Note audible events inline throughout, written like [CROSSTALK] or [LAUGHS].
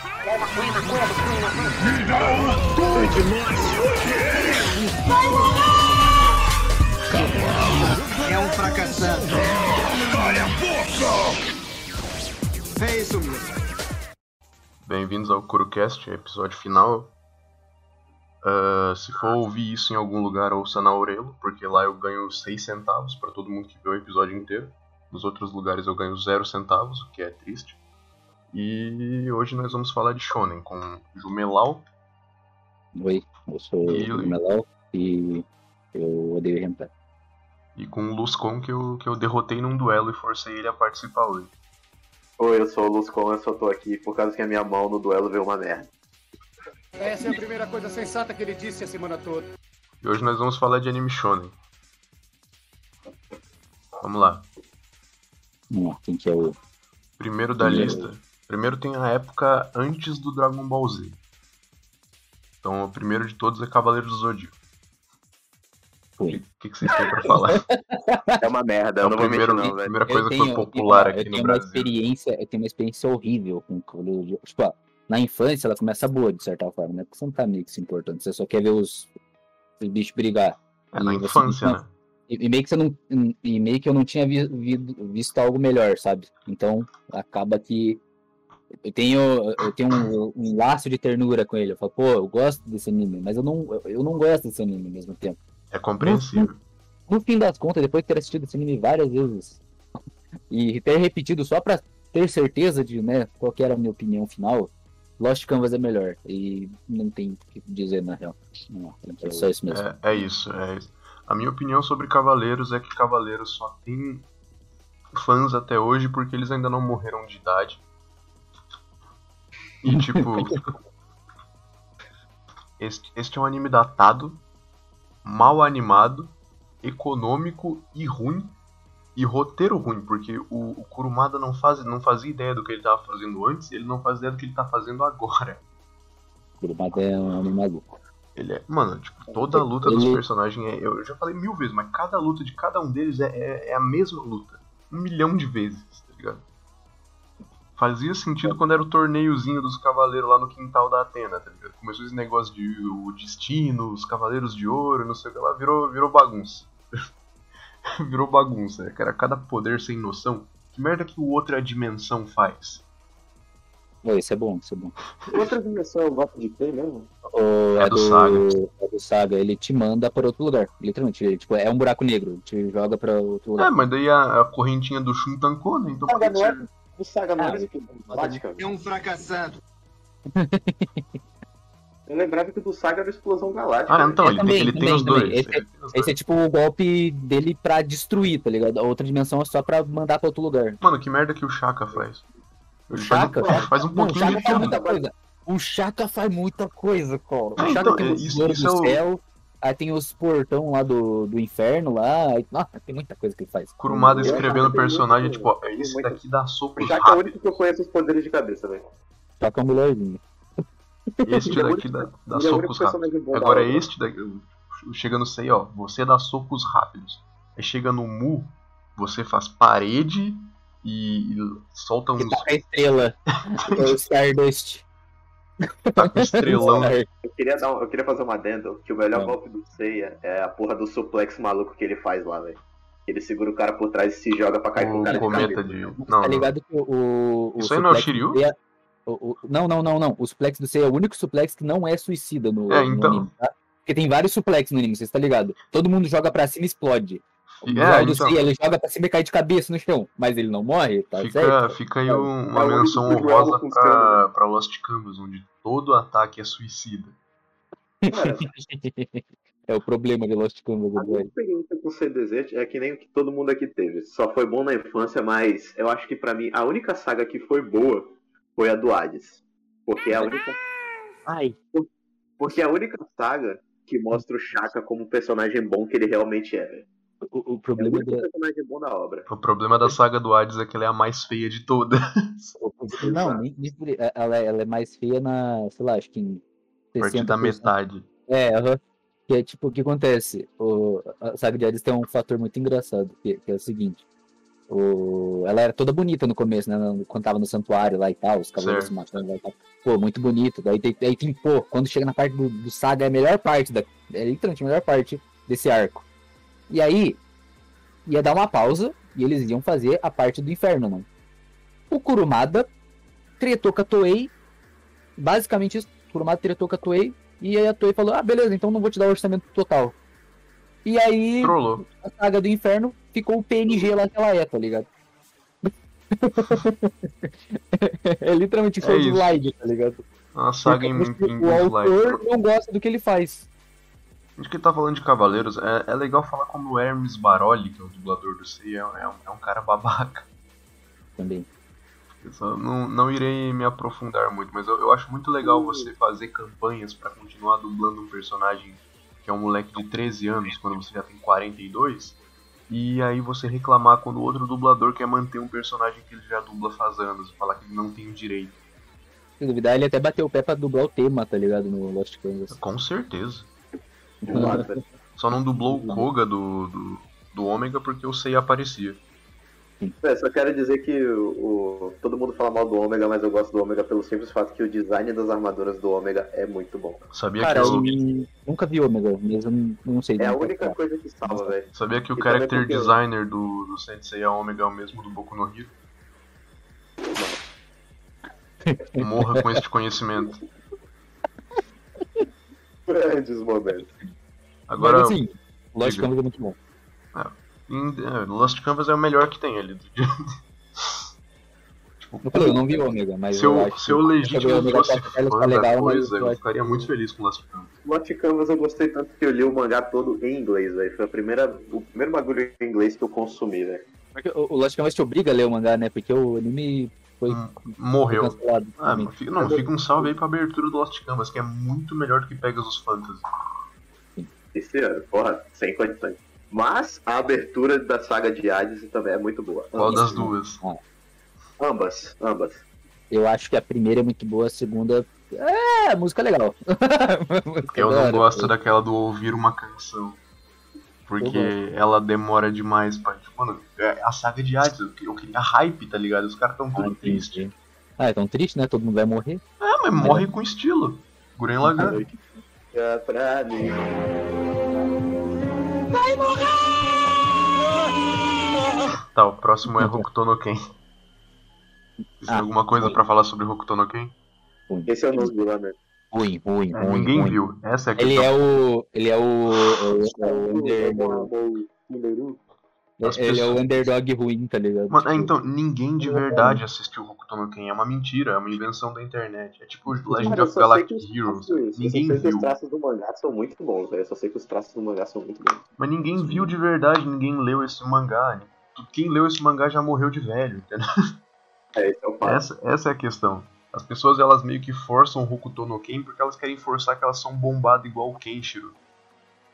maconha, maconha, maconha, maconha. Foi demais. É um fracassado. Calha a boca! É isso mesmo. Bem-vindos ao CuroCast, episódio final. Ah, se for ouvir isso em algum lugar, ouça na Aurelo, porque lá eu ganho 6 centavos para todo mundo que vê o episódio inteiro. Nos outros lugares eu ganho 0 centavos, o que é triste. E hoje nós vamos falar de Shonen com Jumelau. Oi, eu sou E aí? o Melau e eu odeio hentai. E com o Luscon que eu, que eu derrotei num duelo e forcei ele a participar hoje. Oi, eu sou o Luscon, eu só tô aqui por causa que a minha mão no duelo veio uma merda. Essa é a primeira coisa sensata que ele disse a semana toda. E hoje nós vamos falar de anime Shonen. Vamos lá. Vamos lá, quem que é o... Primeiro da Primeiro. lista. Primeiro tem a época antes do Dragon Ball Z. Então, o primeiro de todos é Cavaleiro do Zodíaco. O Oi. que, que que vocês têm pra falar? É uma merda, É eu o não vou mentir primeiro, não, velho. primeira coisa eu que tenho- foi popular eu aqui no tenho uma Brasil. experiência, eu tenho uma experiência horrível com o Cavaleiro do Zodíaco. Tipo, ó, na infância ela começa boa, de certa forma, né? Porque você não tá meio que se importando, você só quer ver os, os bichos brigar. É na E você- infância, né? E, e meio que você não. E meio que eu não tinha vi- vi- visto algo melhor, sabe? Então acaba que eu tenho, eu tenho um, um laço de ternura com ele. Eu falo, pô, eu gosto desse anime, mas eu não, eu- eu não gosto desse anime ao mesmo tempo. É compreensível. No fim das contas, depois de ter assistido esse anime várias vezes [LAUGHS] e ter repetido só pra ter certeza de né, qual que era a minha opinião final, Lost Canvas é melhor. E não tem o que dizer, na real. Não, é só isso mesmo. É, é isso, é isso. A minha opinião sobre Cavaleiros é que Cavaleiros só tem fãs até hoje porque eles ainda não morreram de idade. E [LAUGHS] tipo. este, este é um anime datado, mal animado, econômico e ruim. E roteiro ruim, porque o, o Kurumada não, faz, não fazia ideia do que ele tava fazendo antes, ele não faz ideia do que ele tá fazendo agora. Kurumada é um anime maluco. Ele é. Mano, tipo, toda a luta dos Ele- personagens é. Eu já falei mil vezes, mas cada luta de cada um deles é, é, é a mesma luta. Um milhão de vezes, tá ligado? Fazia sentido quando era o torneiozinho dos cavaleiros lá no quintal da Atena, tá ligado? Começou esse negócio de o destino, os cavaleiros de ouro, não sei o que lá, virou, virou bagunça. [LAUGHS] virou bagunça, né? cara. Cada poder sem noção. Que merda que o outro é a dimensão faz? Pô, Isso é bom, isso é bom. Outra dimensão é o voto de quem mesmo? O, É é do do, Saga. é do Saga, ele te manda para outro lugar. Literalmente, ele, tipo, é um buraco negro, te joga para É, outro lugar. mas daí a, a correntinha do Shun tancou, né? Então por que Saga que não é? você- O Saga não Ah, era do que Vaticano. É um fracassado. Eu lembrava que o do Saga era a explosão galáctica. Ah, velho. então, É, ele, também, tem, ele tem também, os também. dois. Esse- ele tem os dois. Esse é tipo o golpe dele pra destruir, tá ligado? A outra dimensão é só pra mandar pra outro lugar. Mano, que merda que o Chaka faz. Ele Chaka? Faz um, faz um Não, o pouquinho Chaka tá de faz tudo. muita coisa. O Chaka faz muita coisa, cara. Ah, O Chaka então, tem é, os isso- tesouros isso é do o- céu, aí tem os portão lá do, do inferno lá. Aí, nossa, tem muita coisa que ele faz. Kurumada Eu escrevendo o acho personagem, muito- tipo, ó, esse muito- daqui dá soco O Saga é o rápido. único que eu conheço os poderes de cabeça, velho. Chaka é um melhorzinho. Este Ele é o daqui dá, dá Ele é o único socos rápidos. personagem bom da Agora é obra. este daqui. Chega no Sei, ó, você dá socos rápidos. Aí chega no Mu, você faz parede e, e solta uns Que taca [LAUGHS] a estrela. É o Stardust. É tá com [LAUGHS] estrelão. Eu queria, dar um- eu queria fazer uma adendo que o melhor Não. golpe do Seiya é a porra do suplex maluco que ele faz lá, velho. Ele segura o cara por trás e se joga pra cair com o O cara de cometa cabeça. de. Não, tá não. ligado que o. o Isso aí não é o suplex Shiryu? do Seiya- o- o- não, não, não, não. O suplex do Seiya é o único suplex que não é suicida no, É, no então. anime, tá? Porque tem vários suplex no anime, você tá ligado? Todo mundo joga pra cima e explode. O É, Zoro do então. Seiya, ele joga pra cima e cai de cabeça no chão. Mas ele não morre, tá Fica, certo? [LAUGHS] fica aí um- uma É o único menção que o Joel honrosa funciona, pra, pra Lost Canvas, onde todo ataque é suicida. Cara, é o problema de Lost Canvas. A minha experiência com CDZ é que nem o que todo mundo aqui teve. Só foi bom na infância, mas eu acho que pra mim a única saga que foi boa foi a do Hades. Porque é a única, Ai. porque é a única saga que mostra o Chaka como um personagem bom que ele realmente é. velho. O, o É o problema único da. personagem bom da [LAUGHS] obra. O problema da saga do Hades é que ela é a mais feia de [LAUGHS] todas. o- o- Não, nem, nem por- ela, é- ela é mais feia na, sei lá, acho que em A partir da 60%. metade. É, aham. que é tipo, o que acontece? O, a saga de Hades tem um fator muito engraçado, que, que é o seguinte. O... Ela era toda bonita no começo, né? no- Quando tava no santuário lá e tal, os cavaleiros Certo. se matando lá e tal. Pô, muito bonito. Daí tem, daí tem- pô, quando chega na parte do, do Saga, é a melhor parte da. É literalmente a melhor parte desse arco. E aí, ia dar uma pausa e eles iam fazer a parte do inferno, mano. O Kurumada tretou com a Toei. Basicamente isso, o Kurumada tretou com a Toei. E aí a Toei falou, ah, beleza, então não vou te dar o orçamento total. E aí Trollou. a saga do inferno ficou o PNG lá que ela é, tá ligado? [LAUGHS] é literalmente É foi um isso. slide, tá ligado? É Uma saga em, Porque em, em o slide. autor não gosta do que ele faz. A gente que tá falando de Cavaleiros, é, é legal falar como o Hermes Baroli, que é o dublador do Sei, é, é um, é um cara babaca. Também. Eu só não, não irei me aprofundar muito, mas eu, eu acho muito legal você fazer campanhas pra continuar dublando um personagem que é um moleque de 13 anos, quando você já tem 42, e aí você reclamar quando o outro dublador quer manter um personagem que ele já dubla faz anos, e falar que ele não tem o direito. Se duvidar, ele até bateu o pé pra dublar o tema, tá ligado? No Lost Canvas. Com certeza. Lata. Só não dublou Uhum. o Koga do, do, do Ômega porque o Sei aparecia. É, só quero dizer que o, o- todo mundo fala mal do Ômega, mas eu gosto do Ômega pelo simples fato que o design das armaduras do Ômega é muito bom. Sabia Cara, que um- o... Eu nunca vi Ômega, mas eu não, não sei. É a não sei única falar. coisa que salva, velho. [LAUGHS] Sabia que o E também character porque- designer do, do Sensei a Omega é o mesmo do Boku no [LAUGHS] Hero? Morra com este conhecimento. Grandes momentos. Agora, Mas, assim, Lost Diga. Canvas é muito bom. em- é, Lost Canvas é o melhor que tem ele. Eu, falei, eu não vi Ômega, mas [LAUGHS] Se eu, acho se eu que- legítimo Ômega fosse tá- tá fã da legal, mas coisa, né? eu eu acho- ficaria muito feliz com Lost Canvas. Lost Canvas eu gostei tanto que eu li o mangá todo em inglês, velho. Foi a primeira, o primeiro bagulho em inglês que eu consumi, velho. Porque o o Lost Canvas te obriga a ler o mangá, né? Porque o anime foi foi Morreu. cancelado. Ah, também. fica, não, fica um salve aí pra abertura do Lost Canvas, que é muito melhor do que Pegasus Fantasy. Esse ano, porra, sem condições. Mas a abertura da saga de Hades também é muito boa. Qual das sim. duas? Ambas, ambas. Eu acho que a primeira é muito boa, a segunda. É, a música é legal. [LAUGHS] A música é Eu da não hora. gosto daquela do ouvir uma canção. Porque ela demora demais pra. Tipo, mano, é a saga de Hades, eu que- eu queria hype, tá ligado? Os caras tão Ah, tudo entendi. tristes. Ah, então triste, né? Todo mundo vai morrer. Ah, mas morre com estilo. Guren Lagan. Fica pra mim. Tá, o próximo é Hokuto no Ken. Vocês têm Ah, alguma coisa foi. pra falar sobre Hokuto no Ken? Ruim. Esse eu não vi lá, né? Ruim, ruim, É, ruim. ninguém ruim. viu. Essa é a Ele questão. é o. Ele é o. o- é, o under- né? As ele é pessoas- o underdog ruim, tá ligado? Mano, é, então, ninguém de verdade assistiu Hokuto no Ken. É uma mentira, é uma invenção da internet. É tipo Legend Cara, eu of só sei que Galactic os Heroes. traços, eu só Ninguém sei que viu. os traços do mangá são muito bons, velho. Eu só sei que os traços do mangá são muito bons. Mas ninguém viu de verdade, ninguém leu esse mangá. Quem leu esse mangá já morreu de velho, entendeu? É, esse é o fato. Essa, essa é a questão. As pessoas elas meio que forçam o Hokuto no Ken porque elas querem forçar que elas são bombadas igual o Kenshiro.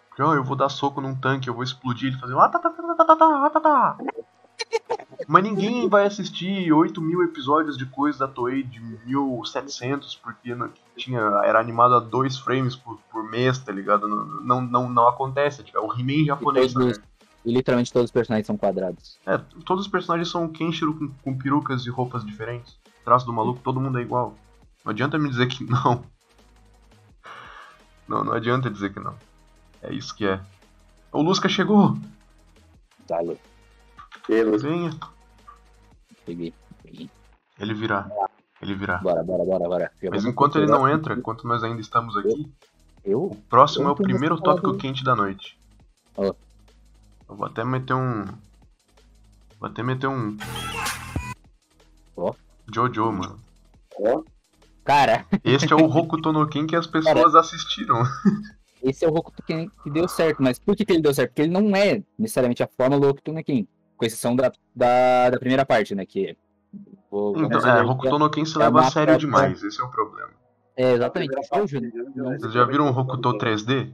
Porque, ó, eu vou dar soco num tanque, eu vou explodir, ele fazer um ah, tá, tá, tá, tá, tá, tá, ah, tá, tá. Mas ninguém vai assistir 8 mil episódios de coisa da Toei de 1700 porque não- tinha, era animado a 2 frames por, por mês, tá ligado? Não, não, não, não acontece, tipo, é o He-Man E japonês. todos Né? os- e literalmente todos os personagens são quadrados. É, todos os personagens são o Kenshiro com, com perucas e roupas diferentes. O traço do maluco, todo mundo é igual. Não adianta me dizer que [LAUGHS] não. Não, não adianta dizer que não. É isso que é. O Lusca chegou! Tá, eu É. Eles- Venha! peguei. peguei. Ele virá. Ele virá. Bora, bora, bora, bora. Já Mas vou enquanto ele procurar. não entra, enquanto nós ainda estamos aqui, Eu? o próximo é eu o tô primeiro gostando. tópico quente da noite. Ó. Eu vou até meter um. Vou até meter um. Ó. Jojo, mano. Cara, [LAUGHS] Este é o Hokuto no Ken que as pessoas assistiram. esse é o Hokuto Ken que deu certo, mas por que, que ele deu certo? Porque ele não é necessariamente a forma do Hokuto no Ken, com exceção da, da, da primeira parte, né? Que. Vou, vamos Então, dizer é, que Hokuto no Ken se é leva a uma sério parte- demais, esse é o problema. É, exatamente. A Só o Jun- primeira parte, né? Vocês já viram o Hokuto 3D?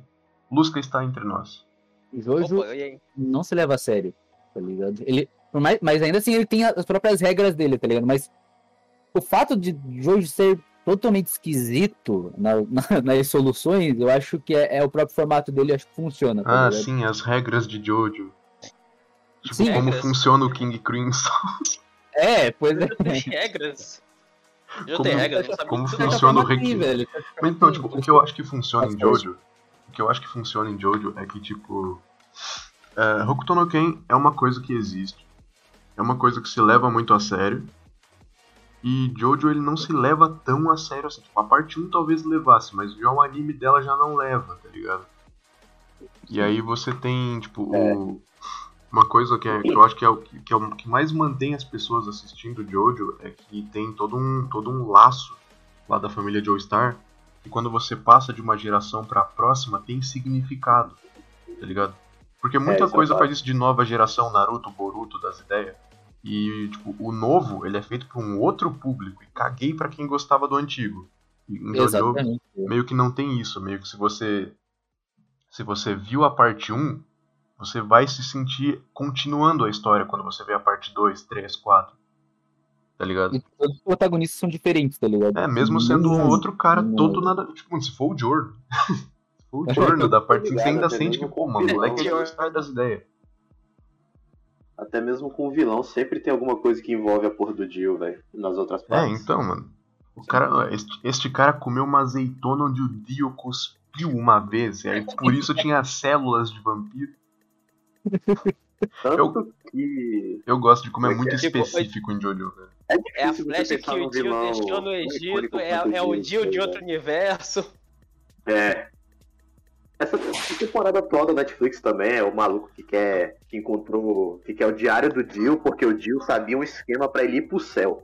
Lusca está entre nós. o Jojo Opa, e aí? não se leva a sério, tá ligado? Ele, por mais, mas ainda assim ele tem as próprias regras dele, tá ligado? Mas o fato de Jojo ser totalmente esquisito na- [LAUGHS] na- nas soluções, eu acho que é, é o próprio formato dele, eu acho que funciona. tá Ah, ligado? sim, as regras de Jojo. Tipo, Sim. como Regras. funciona o King Crimson. É, pois é. Tem regras. Jogo Como- tem regras, não sabe como o que De certa você [LAUGHS] funciona? forma, o Rick. sim, é velho. Mas então, tipo, o que eu acho que funciona em As coisas- Jojo, o que eu acho que funciona em Jojo é que, tipo, é, Hokuto no Ken é uma coisa que existe, é uma coisa que se leva muito a sério, e Jojo ele não se leva tão a sério assim. Tipo, a parte 1 talvez levasse, mas já o anime dela já não leva, tá ligado? E aí você tem, tipo, o- uma coisa que, é- que eu acho que é, o, que que é o que mais mantém as pessoas assistindo Jojo é que tem todo um, todo um laço lá da família Joestar e quando você passa de uma geração pra próxima tem significado, tá ligado? Porque muita isso é coisa fato. faz isso de nova geração, Naruto, Boruto, das ideias. E, tipo, o novo, ele é feito pra um outro público. E caguei pra quem gostava do antigo. E em Jojo, Exatamente. meio que não tem isso. Meio que se você. Se você viu a parte 1, você vai se sentir continuando a história quando você vê a parte 2, 3, 4. Tá ligado? E todos os protagonistas são diferentes, tá ligado? É, mesmo sendo um Não- outro cara não. todo nada. Tipo, se for o Jordan. [LAUGHS] se for o Jordan da parte 5, você ainda Obrigado, sente que, também pô, não mano, o moleque concordo. é gostar das ideias. Até mesmo com o vilão, sempre tem alguma coisa que envolve a porra do Jill, velho. Nas outras É, partes. então, mano. O cara, este, este cara comeu uma azeitona onde o Dio cuspiu uma vez, e aí por isso tinha células de vampiro. Tanto eu- que. Eu gosto de como é Porque, muito tipo, específico em Jojo, velho. É É a difícil você flecha que pensar num o Dio vilão deixou no tão Egito, icônico é, quanto é o Dio de tá outro universo. É. Essa temporada atual da Netflix também é o maluco que quer. que encontrou. que quer o diário do Jill, porque o Jill sabia um esquema pra ele ir pro céu.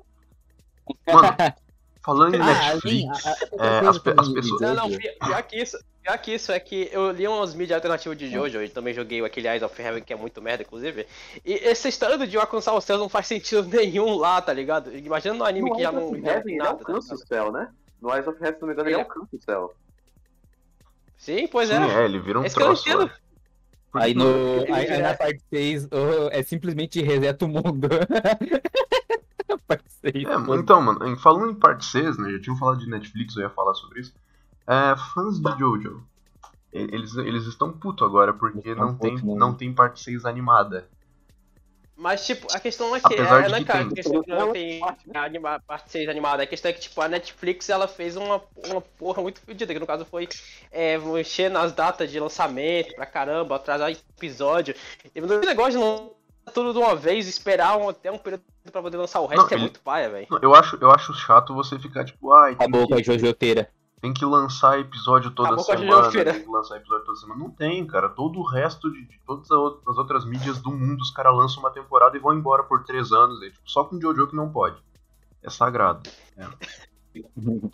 Mano, [LAUGHS] falando em Ah, Netflix, assim, a- é, a- as pe- as de- pessoas- de- Não, não, pi- pior que isso. Pior que isso é que eu li uns mídias alternativos de Jojo e também joguei aquele Eyes of Heaven, que é muito merda, inclusive. E essa história do Dio alcançar o céu não faz sentido [LAUGHS] nenhum lá, tá ligado? Imagina no anime que já não. já não tem ele nada, tá alcança o ligado? céu, né? No Eyes of Heaven, se não me engano, ele Ele- alcança o céu. Sim, pois sim, é. é, ele vira um Esse que eu troço. entendo. velho. Aí, no, aí, aí É. na parte 6 é simplesmente reseta o mundo. [LAUGHS] parte 6. É, mano, então, mano, em- falando em parte 6, né, já tinham falado de Netflix, eu ia falar sobre isso. É, fãs de Jojo, e- eles, eles estão puto agora, porque Estão não tem, puto, né? não tem parte 6 animada. Mas, tipo, a questão é que. Apesar é, de né, que cara, tem- a questão é que não tem anima- parte 6 animada. A questão é que, tipo, a Netflix ela fez uma, uma porra muito fodida, que no caso foi é, mexer nas datas de lançamento pra caramba, atrasar episódio. E o negócio de lançar é tudo de uma vez, esperar um- até um período pra poder lançar o resto Não, é ele- muito paia, velho. Eu acho, eu acho chato você ficar tipo, ai, tem Acabou que com a Jojoteira. Tem que lançar episódio toda Acabou com a semana. Juliana. Tem que lançar episódio toda semana. Não tem, cara. Todo o resto de, de todas a ou- as outras mídias do mundo, os caras lançam uma temporada e vão embora por três anos. Aí, tipo, só com Jojo que não pode. É sagrado. [LAUGHS]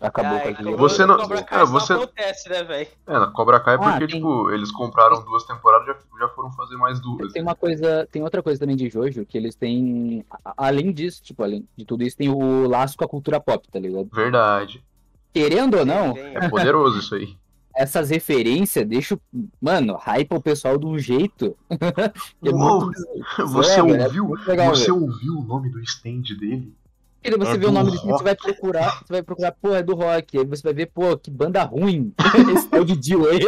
Acabou Ah, com a é, Jojoteira. Você não- Cobra Kai cara, só você- acontece, né, velho? É, na Cobra Kai, Ah, porque, tem- tipo, eles compraram duas temporadas e já, já foram fazer mais duas. Tem uma coisa, tem outra coisa também de Jojo, que eles têm, a- além disso, tipo, além de tudo isso, tem o laço com a cultura pop, tá ligado? Verdade. Querendo ou não, Tem- [LAUGHS] É poderoso isso aí. essas referências deixam, mano, hype o pessoal de um jeito. [LAUGHS] que é Uou, muito Você velho, é ouviu? muito legal, você velho. ouviu o nome do stand dele? Aí você É vê o do nome do filme, rock. você vai procurar, você vai procurar, pô, é do rock. Aí você vai ver, pô, que banda ruim. [LAUGHS] Esse é o de Dio aí.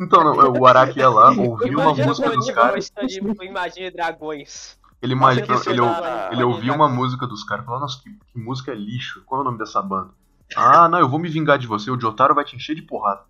Então, não, é, o Araki ia [LAUGHS] lá, ouviu uma Imagina música quando dos eu caras, gosto de Imagine tipo, Dragões. ele, ima- ele, Imagina ele, eu- né? ou- Dragões, Ele ouviu uma Dragões. música dos caras e falou, nossa, que, que música lixo, qual é o nome dessa banda? Ah, não, eu vou me vingar de você, o Jotaro vai te encher de porrada.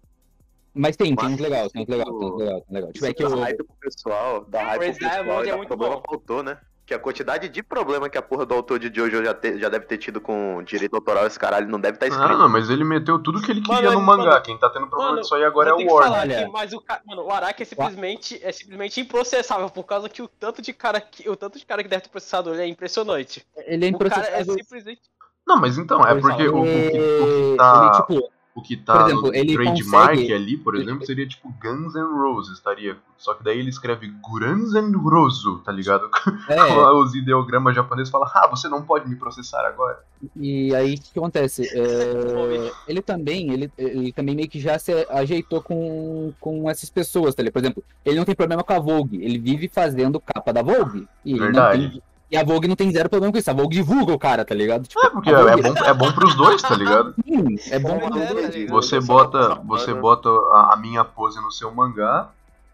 Mas tem, tem uns legal, tem uns legal, tem uns legal, tem uns legal. Tipo, é que dá eu, hype pro pessoal, dá hype Crazy pro pessoal Diamond e é dá muito problema bom. pro autor, né? Que a quantidade de problema que a porra do autor de Jojo já, te- já deve ter tido com direito autoral, esse caralho não É deve estar tá Ah, escrito. não, mas ele meteu tudo que ele queria Mano, no mano, mangá, quem tá tendo problema mano, disso aí agora é Vou ter o que Warner. falar aqui, Olha. mas o cara, mano, o Araki é simplesmente, é simplesmente improcessável por causa que o tanto de cara que o tanto de cara que deve ter processado ele é impressionante. ele é O cara é improcessável. simplesmente Não, mas então, é Ele- porque o, o que, o que ele, tá, tipo, o que tá por exemplo, no ele trademark consegue- ali, por exemplo, seria tipo Guns N' Roses, estaria. Só que daí ele escreve Guns N' Roso, tá ligado? [LAUGHS] é, Os ideogramas japoneses falam, ah, você não pode me processar agora. e aí o que que acontece? É, ele também, ele, ele também meio que já se ajeitou com, com essas pessoas, tá ligado? Por exemplo, ele não tem problema com a Vogue, ele vive fazendo capa da Vogue. E, ele não Verdade. tem- e a Vogue não tem zero problema com isso, a Vogue divulga o cara, tá ligado? Tipo, É, porque é, é bom, é bom pros dois, tá ligado? hum, é bom Pois é, tá ligado? Você bota, né? você bota a, a minha pose no seu mangá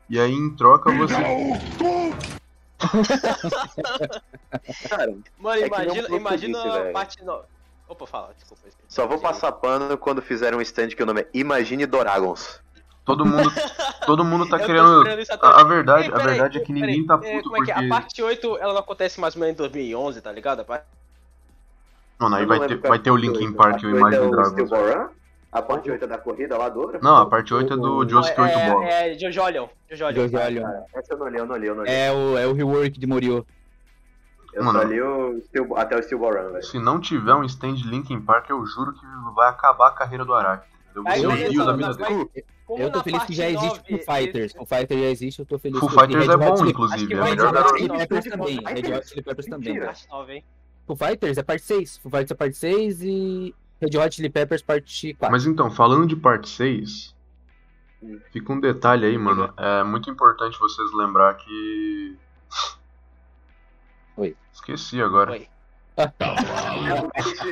e aí em troca você Não, tu Cara, Mano, É que nem um imagina, pouco imagina disso, a velho. parte. No... Opa, fala, desculpa. só vou passar pano quando fizer um stand que o nome é Imagine Doragons. Todo [LAUGHS] mundo, todo mundo tá Eu tô querendo. esperando isso até A, a hoje. verdade, Ei, a peraí, verdade é que peraí, ninguém tá É, puto como é que é? A porque. parte 8 ela não acontece mais ou menos em 2011, tá ligado? A parte- Mano, aí Eu vai não ter, lembro vai qual ter o é a parte né? Linkin oito. Park e o A parte oito Imagine é o Dragons. Steel Warren? A parte 8 é da corrida lá do outro? Não, a parte 8 é do Josuke 8 é, Bola. é, Jojo Olion. Jojo Olion. Jojo Olion. Essa eu não li, eu não li, eu não li. É o, é o rework de Morio. eu mano. só li o Steel- até o Steel Warren, velho. Se não tiver um stand Linkin Park, eu juro que vai acabar a carreira do Araki. Eu vou Aí, ser o beleza, Dio da na vida parte- dele. como Eu tô na feliz que parte já existe 9, Foo Fighters. Foo Fighters já existe, eu tô feliz. Full com isso. Fighters Red é Hot bom, Chili- acho inclusive. que É a vai melhor desabar garota. esse Red Hot Chili Peppers Não, também. Foo Red Hot Fighters. Chili Peppers também. Mentira. né? Parte 9, hein? Foo Fighters é parte 6. Foo Fighters é parte 6 e Red Hot Chili Peppers é parte 4. Mas então, falando de parte 6, Hum. fica um detalhe aí, mano. É muito importante vocês lembrar que. Oi. Esqueci agora. Oi.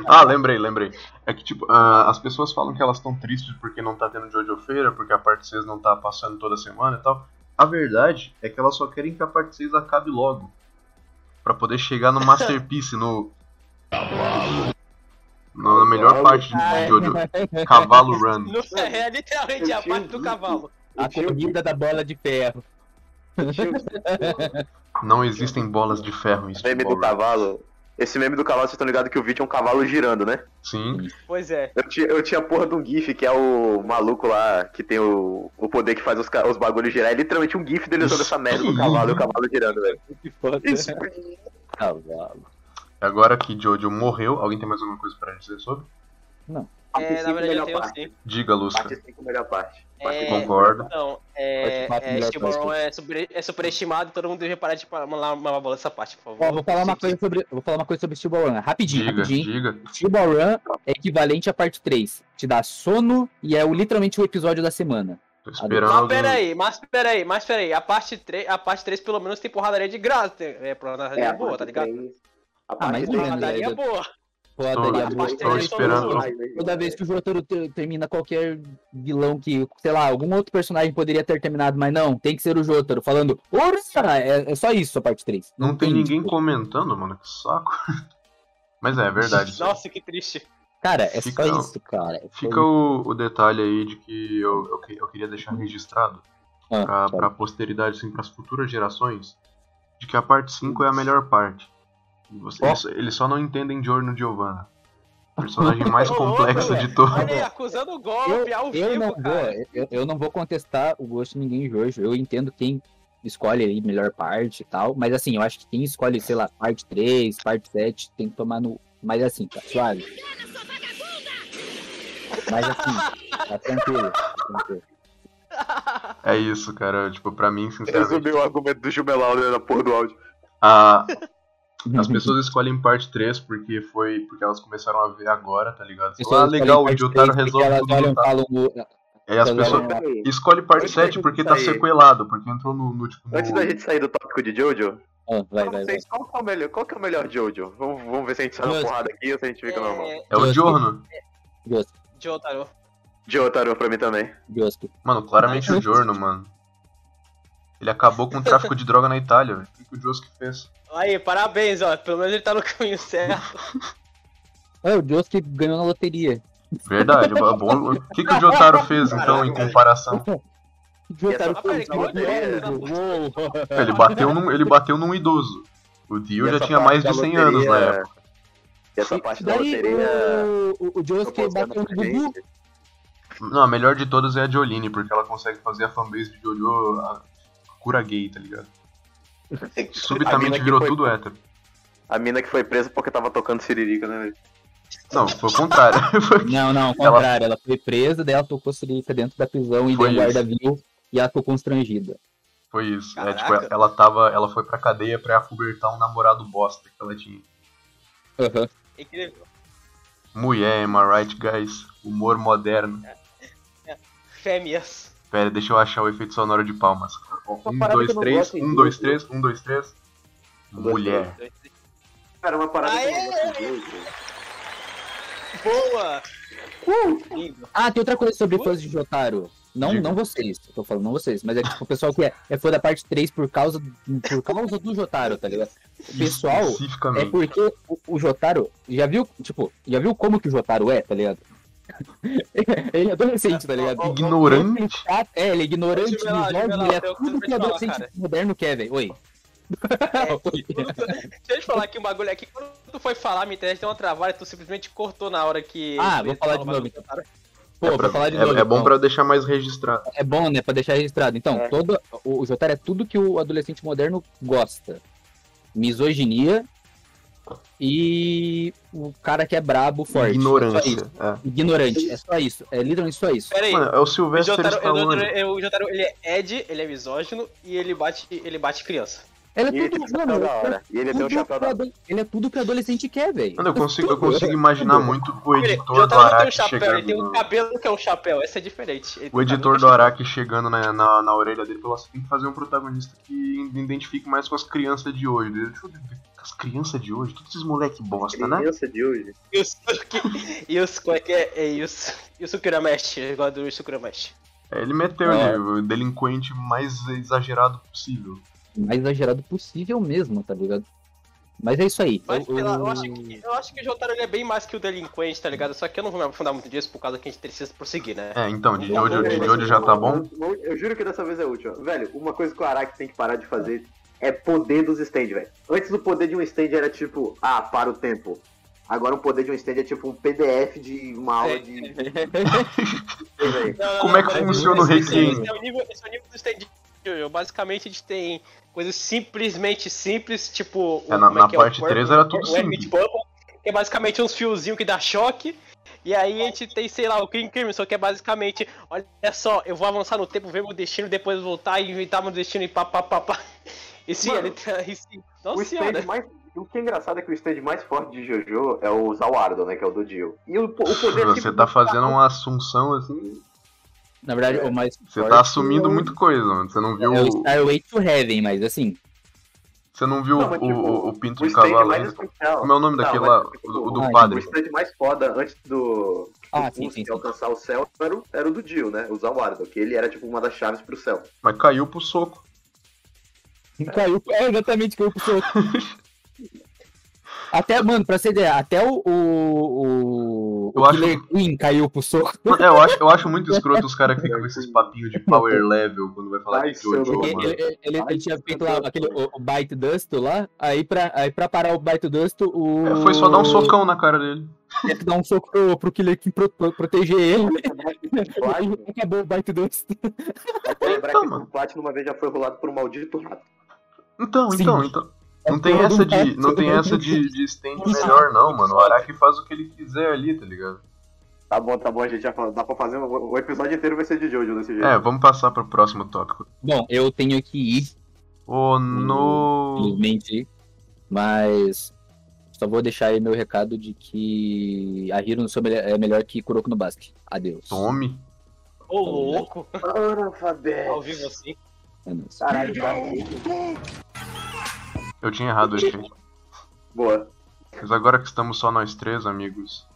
Ah, lembrei, lembrei. É que, tipo, ah, as pessoas falam que elas estão tristes porque não tá tendo Jojo Feira, porque a parte 6 não tá passando toda semana e tal. A verdade é que elas só querem que a parte 6 acabe logo. Pra poder chegar no Masterpiece, no. no- na melhor parte de Jojo. Cavalo Run. [LAUGHS] Não, é literalmente a parte do cavalo. A um corrida da bola de [LAUGHS] ferro. Não existem bolas de ferro em Esse meme do Speedball Run. cavalo. Esse meme do cavalo, vocês estão ligados que o vídeo é um cavalo girando, né? Sim. Pois é. Eu tinha, eu tinha a porra de um GIF que é o maluco lá que tem o, o poder que faz os, ca- os bagulhos girar. É literalmente um GIF dele usando essa merda do cavalo e o cavalo girando, velho. Que foda. Isso. É, Cavalo. Agora que Jojo morreu, alguém tem mais alguma coisa pra dizer sobre? É, na verdade, eu tenho sim. Diga, Lusca. Parte 5, melhor parte. Parte É, cinco. Concorda? Então, é, Parte quatro, é, melhor Steve Barron parte. é, sobre- é superestimado, todo mundo deveria parar de falar uma, uma bola essa parte, por Ó, favor. vou falar uma coisa sobre, vou falar uma coisa sobre Steel Ball Run. Rapidinho, Diga, rapidinho. diga. Steel Ball Run é equivalente à parte 3. Te dá sono e é o- literalmente o episódio da semana. Ah, Tô esperando Mas alguém. peraí, mas peraí, mas peraí. A parte 3, a parte 3 pelo menos tem porradaria de graça. tem- É, porradaria a boa, parte tá ligado? três. A Ah, mas parte não, três. Porradaria né, boa. Roda e a abre- parte Dois, três dois, é só esperando. um. Toda vez que o Jotaro ter- termina qualquer vilão que, sei lá, algum outro personagem poderia ter terminado, mas não, tem que ser o Jotaro falando, "Ora!" é, é só isso a parte 3. Não tem ninguém comentando, mano. Que saco. [LAUGHS] Mas é, é verdade. isso aí. [LAUGHS] Nossa, que triste. Cara, é Fica- só isso, cara. É só Fica o, o detalhe aí de que eu, eu, que- eu queria deixar registrado isso. Ah, pra, cara. pra posteridade, assim, pras futuras gerações, de que a parte 5 é a melhor parte. E você- Ó. eles, eles só não entendem Giorno Giovanna. O [LAUGHS] personagem mais Ô, complexo louco, de todos. Olha aí, acusando o golpe ao eu, vivo, não vou, cara. eu, eu não vou contestar o gosto de ninguém, Jojo. Eu entendo quem escolhe aí melhor parte e tal. Mas assim, eu acho que quem escolhe, sei lá, parte 3, parte 7, tem que tomar no. Mas assim, tá suave. Mas assim, tá tranquilo. Tá tranquilo. É isso, cara. Tipo, pra mim, sinceramente, Resumiu o argumento do Jumelau né, na porra do áudio. a, As pessoas escolhem parte 3 porque foi porque elas começaram a ver agora, tá ligado? As Fala, ah, pessoas legal, o escolhem Jotaro parte três porque resolve tudo. Elas olham, tá? falam. o- Aí as elas pessoas olham- Peraí, escolhe parte Antes da 7 porque gente tá sair- sequelado, porque entrou no, no, tipo no- Antes da gente sair do tópico de Jojo, Ah, vai, eu vai, não vai. sei qual que é o melhor, qual que é o melhor Jojo. Vamos, vamos ver se a gente sai na Dois. porrada aqui ou se a gente fica normal. É, É o Giorno. Justo, Jotaro. Jotaro pra mim também. justo. Mano, claramente o Giorno, mano. Ele acabou com o tráfico de droga na Itália, velho. O que que o Josuke fez? Aí, parabéns, ó. Pelo menos ele tá no caminho certo. É, o Justo que ganhou na loteria. Verdade, é bom. O que, que o Jotaro fez, então, em [LAUGHS] comparação? Jotaro essa- fez, Ah, peraí, ganhou o jogo. Uou. Ele bateu num, ele bateu num idoso. O Dio E já essa tinha parte mais da de 100 loteria- anos na época. E essa parte da Daí, loteria. o, o, o Josuke proporciona bateu no pra gente. Gugu. Não, a melhor de todas é a Jolene, porque ela consegue fazer a fanbase de Jojo a- cura gay, tá ligado? A mina Subitamente que virou foi- tudo hétero. A mina que foi presa porque tava tocando siririca, né? velho? Não, foi o contrário. [LAUGHS] Foi- [LAUGHS] Não, não, ao contrário. Ela foi presa, daí ela tocou Sirica dentro da prisão e Foi daí o isso. guarda viu e ela ficou constrangida. foi isso. É, Caraca. tipo, ela tava. Ela foi pra cadeia pra afubertar um namorado bosta que ela tinha. Aham. Incrível. Mulher, am I right, guys? Humor moderno. Fêmeas. Pera, deixa eu achar o efeito sonoro de palmas. Um, parada dois, que eu não três, gosto em um, dois, três, um, dois, três. Mulher. Cara, uma parada que eu não gosto Aê! muito. Boa! Lindo. Ah, tem outra coisa sobre fãs de Jotaro. Não, Diga. não vocês, eu tô falando não vocês, mas é tipo o pessoal que é, é fã da parte 3 por causa, por causa do Jotaro, tá ligado? O pessoal é Especificamente. porque o, o Jotaro, já viu, tipo, já viu como que o Jotaro é, tá ligado? [LAUGHS] ele é adolescente, tá ligado? Ele Ignorante. tá- É, ele é ignorante, Ô, Gilmar, misógino, Gilmar, ele é tem uma tudo coisa que pra te falar, adolescente cara. moderno quer, velho. Oi. É. [LAUGHS] Deixa eu te falar aqui um bagulho aqui. Quando tu foi falar, minha internet deu uma travada e tu simplesmente cortou na hora que. Ah, tu vou ia falar um de novo, bagulho. é, Pô, pra pra- falar de é- novo, é bom então. pra deixar mais registrado. É bom, né? Pra deixar registrado. Então, É. todo, o, o Jotaro é tudo que o adolescente moderno gosta. Misoginia e o cara que é brabo, forte. É só isso. Ignorância. É. Ignorante, é só isso. É literalmente só isso. Pera aí. Mano, é o O Sylvester Jotaro, Stallone. ele- o Jotaro, ele é Ed, ele é misógino e ele bate, ele bate criança. Ele é E ele tem um tudo, chapéu mano, da hora. E ele ele tem é um tudo chapéu que da o hora. adole- ele é tudo que o adolescente quer, velho. Mano, eu consigo, eu Tudo. consigo imaginar muito o Peraí, editor do não tem um Araki chapéu, ele tem um chegando. no- cabelo que é um chapéu, essa é diferente. Ele tem O um editor cabelo que do é um Araki chegando na, na, na orelha dele falou assim: tem que fazer um protagonista que identifique mais com as crianças de hoje. Ele, Deixa eu ver, as crianças de hoje? Todos esses moleque bosta, né? Criança de hoje. chapéu. E o Suki- E os. Como é que é? É isso. E o Sukuramesh, eu gosto do Sukuramesh. É, Ele meteu É. ele, o delinquente mais exagerado possível. O mais exagerado possível mesmo, tá ligado? Mas é isso aí. Mas Eu- sei lá, eu eu- acho que, eu acho que o Jotaro ele é bem mais que o delinquente, tá ligado? Só que eu não vou me aprofundar muito disso por causa que a gente precisa prosseguir, né? É, então, de Tá hoje, bom, de mas hoje já tá bom? Eu, eu juro que dessa vez é útil. ó. Velho, uma coisa que o Araki tem que parar de fazer é poder dos stands, velho. Antes o poder de um stand era tipo, ah, para o tempo. Agora o poder de um stand é tipo um PDF de uma aula de. velho. Não, não, Como não, é que mas funciona esse- o esse- resenha? Esse é o nível, esse é o nível do stand Jojo. Basicamente, a gente tem coisas simplesmente simples, tipo. É, na- como na que parte três era tudo o Hermit simples. Bubble, que é basicamente uns fiozinhos que dá choque. E aí a gente tem, sei lá, o King Crimson, que é basicamente, olha só, eu vou avançar no tempo, ver meu destino, depois voltar e inventar meu destino e pá, pá, pá, pá. E sim, Mano, ele tá. E sim. O [LAUGHS] Nossa stand senhora. mais. O que é engraçado é que o stand mais forte de Jojo é o Zawardo, né? Que é o do Dio. E o, o poder. tipo Você tá fazendo uma assunção assim. Na verdade, o mais. Você forte tá assumindo muita coisa, mano. Você não É viu. o o- Starway to Heaven, mas assim, Você não viu Não, mas, o, tipo, o, o pinto o de stand cavalo mais ainda? especial. Como é o nome Não, daquele mas, lá? tipo, O do, o do ah, O padre. stand mais foda antes do, Ah, do sim, Pulse sim, sim. [LAUGHS] alcançar o céu era o, era o do Dio, né? O Zawardo, que ele era tipo uma das chaves pro céu. Mas caiu pro soco. Caiu, é exatamente caiu pro soco. Até, mano, pra você ideia, até o. O, o, Eu o acho- Killer Queen caiu [LAUGHS] pro soco. Mano, eu acho, eu acho muito escroto os caras que ficam com esses papinhos de power level quando vai falar Vai de Jojo, ser, Porque mano. ele, ele- ele- ele tinha Ai, feito lá meu aquele Deus. o, o Bite Dust lá, aí pra, aí pra parar o Bite Dust, o. É, foi só dar um [LAUGHS] socão na cara dele. Teve que dar um soco pro, pro Killer Queen pro- pro- proteger ele. Aí acabou o Bite Dust. Vou lembrar Então, que mano. o Platinum uma vez já foi rolado por um maldito rato. Então, Sim. então, então. Não tem É todo essa um de, não resto. tem essa de, de stand melhor, não, mano. O Araki faz o que ele quiser ali, tá ligado? Tá bom, tá bom, a gente já falou. Dá pra fazer. um- O episódio inteiro vai ser de Jojo desse jeito. É, vamos passar pro próximo tópico. Bom, eu tenho que ir, Oh, no. infelizmente, mas. Só vou deixar aí meu recado de que a Hiro no seu melhor- é melhor que Kuroko no Basque. Adeus. Tome. Ô, louco, ao Analfabeto. vivo assim. É nóis. Caralho, tá cara. Eu tinha errado o efeito. Boa. Mas agora que estamos só nós três, amigos,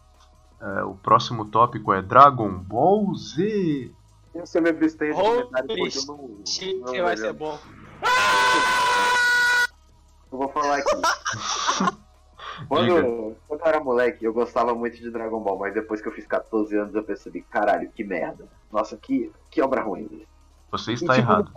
é, o próximo tópico é Dragon Ball Z. Eu sempre me abstenho de Ô, comentário porque eu triste. não. não- Que vai ser bom. Eu vou falar aqui. [LAUGHS] quando, quando eu era moleque, eu gostava muito de Dragon Ball, mas depois que eu fiz 14 anos eu percebi, caralho, que merda. Nossa, que, que obra ruim. velho. Você E, está tipo, errado.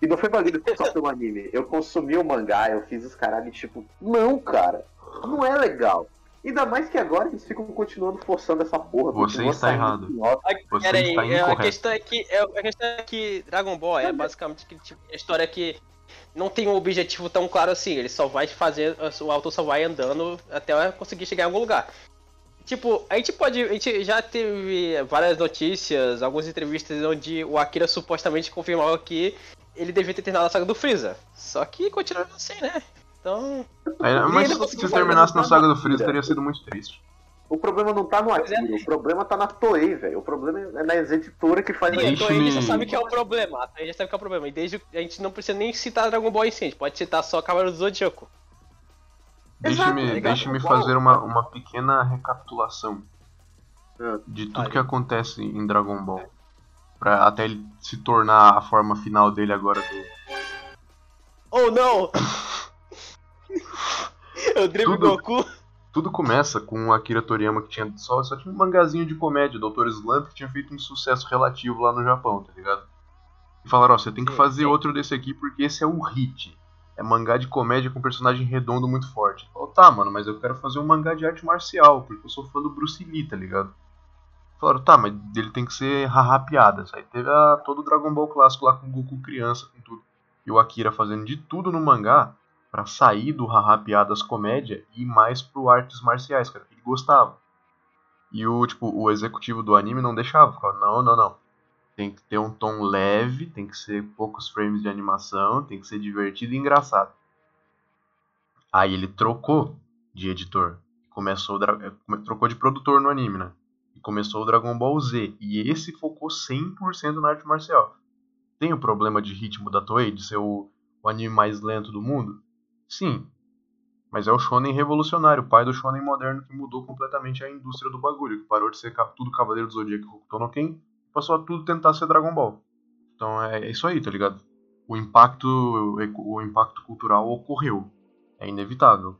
E não foi bagulho só pelo anime. Eu consumi o mangá, eu fiz os caralho e tipo, não, cara, não é legal. Ainda mais que agora eles ficam continuando forçando essa porra. Você continua está saindo errado. spin-off. Você Pera aí, está é, a, tá incorreto. questão é que, é, a questão é que Dragon Ball é basicamente que, tipo, a história que não tem um objetivo tão claro assim, ele só vai fazer, o autor só vai andando até conseguir chegar em algum lugar. Tipo, a gente pode, a gente já teve várias notícias, algumas entrevistas onde o Akira supostamente confirmava que ele devia ter terminado a saga do Freeza. Só que continua assim, né? Então, Aí, mas Ele não se conseguiu terminasse na fazer saga do nada. Freeza, teria sido muito triste. O problema não tá no Akira, o problema tá na Toei, velho. O problema é na editora que faz Sim, então a gente já Deixe-me- sabe que é o problema. A gente já sabe que é o problema. E desde a gente não precisa nem citar Dragon Ball em si, a gente pode citar só Cavaleiro do Zodíaco. Deixe-me tá ligado? deixe-me Igual. fazer uma, uma pequena recapitulação Ah. de tudo É, Aí. que acontece em Dragon Ball. Pra até ele se tornar a forma final dele agora do. Oh não! Eu drible Tudo. Goku. Tudo começa com o Akira Toriyama que tinha só, só tinha um mangazinho de comédia, Dr. Slump, que tinha feito um sucesso relativo lá no Japão, tá ligado? E falaram, ó, você tem que Sim, fazer sim. outro desse aqui porque esse é um hit. É mangá de comédia com personagem redondo muito forte. Ele Falou, tá, mano, mas eu quero fazer um mangá de arte marcial, porque eu sou fã do Bruce Lee, tá ligado? Falaram, tá, mas ele tem que ser haha piadas. Aí teve a- todo o Dragon Ball clássico lá com o Goku criança, com tudo. E o Akira fazendo de tudo no mangá pra sair do haha piadas comédia e ir mais pro artes marciais, cara. Ele gostava. E o, tipo, o executivo do anime não deixava. Ficava, não, não, não. Tem que ter um tom leve, tem que ser poucos frames de animação, tem que ser divertido e engraçado. Aí ele trocou de editor. Começou o Dra- eh, come- trocou de produtor no anime, né? E começou o Dragon Ball Z. E esse focou 100% na arte marcial. Tem o problema de ritmo da Toei, de ser o, o anime mais lento do mundo? Sim. Mas é o shonen revolucionário, o pai do shonen moderno que mudou completamente a indústria do bagulho. Que parou de ser ca- tudo Cavaleiro do Zodíaco e Hokuto no Ken passou a tudo tentar ser Dragon Ball. Então é é isso aí, tá ligado? O impacto, o impacto cultural ocorreu. É inevitável.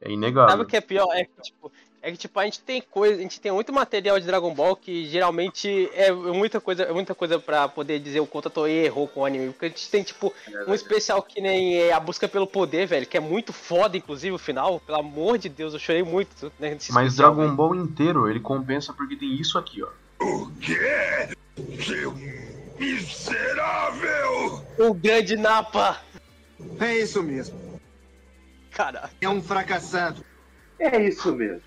É Sabe inegável. o que é pior? É que, tipo, é que, tipo, a gente tem coisa, a gente tem muito material de Dragon Ball que geralmente é muita coisa, é muita coisa pra poder dizer o quanto a Toei errou com o anime. Porque a gente tem, tipo, É um especial que nem é, a busca pelo poder, velho, que é muito foda, inclusive, o final. Pelo amor de Deus, eu chorei muito né, nesse Mas especial, Dragon Ball inteiro ele compensa porque tem isso aqui, ó. O quê? Seu miserável! velho. O grande Napa! É isso mesmo. Cara, É um fracassado. É isso mesmo.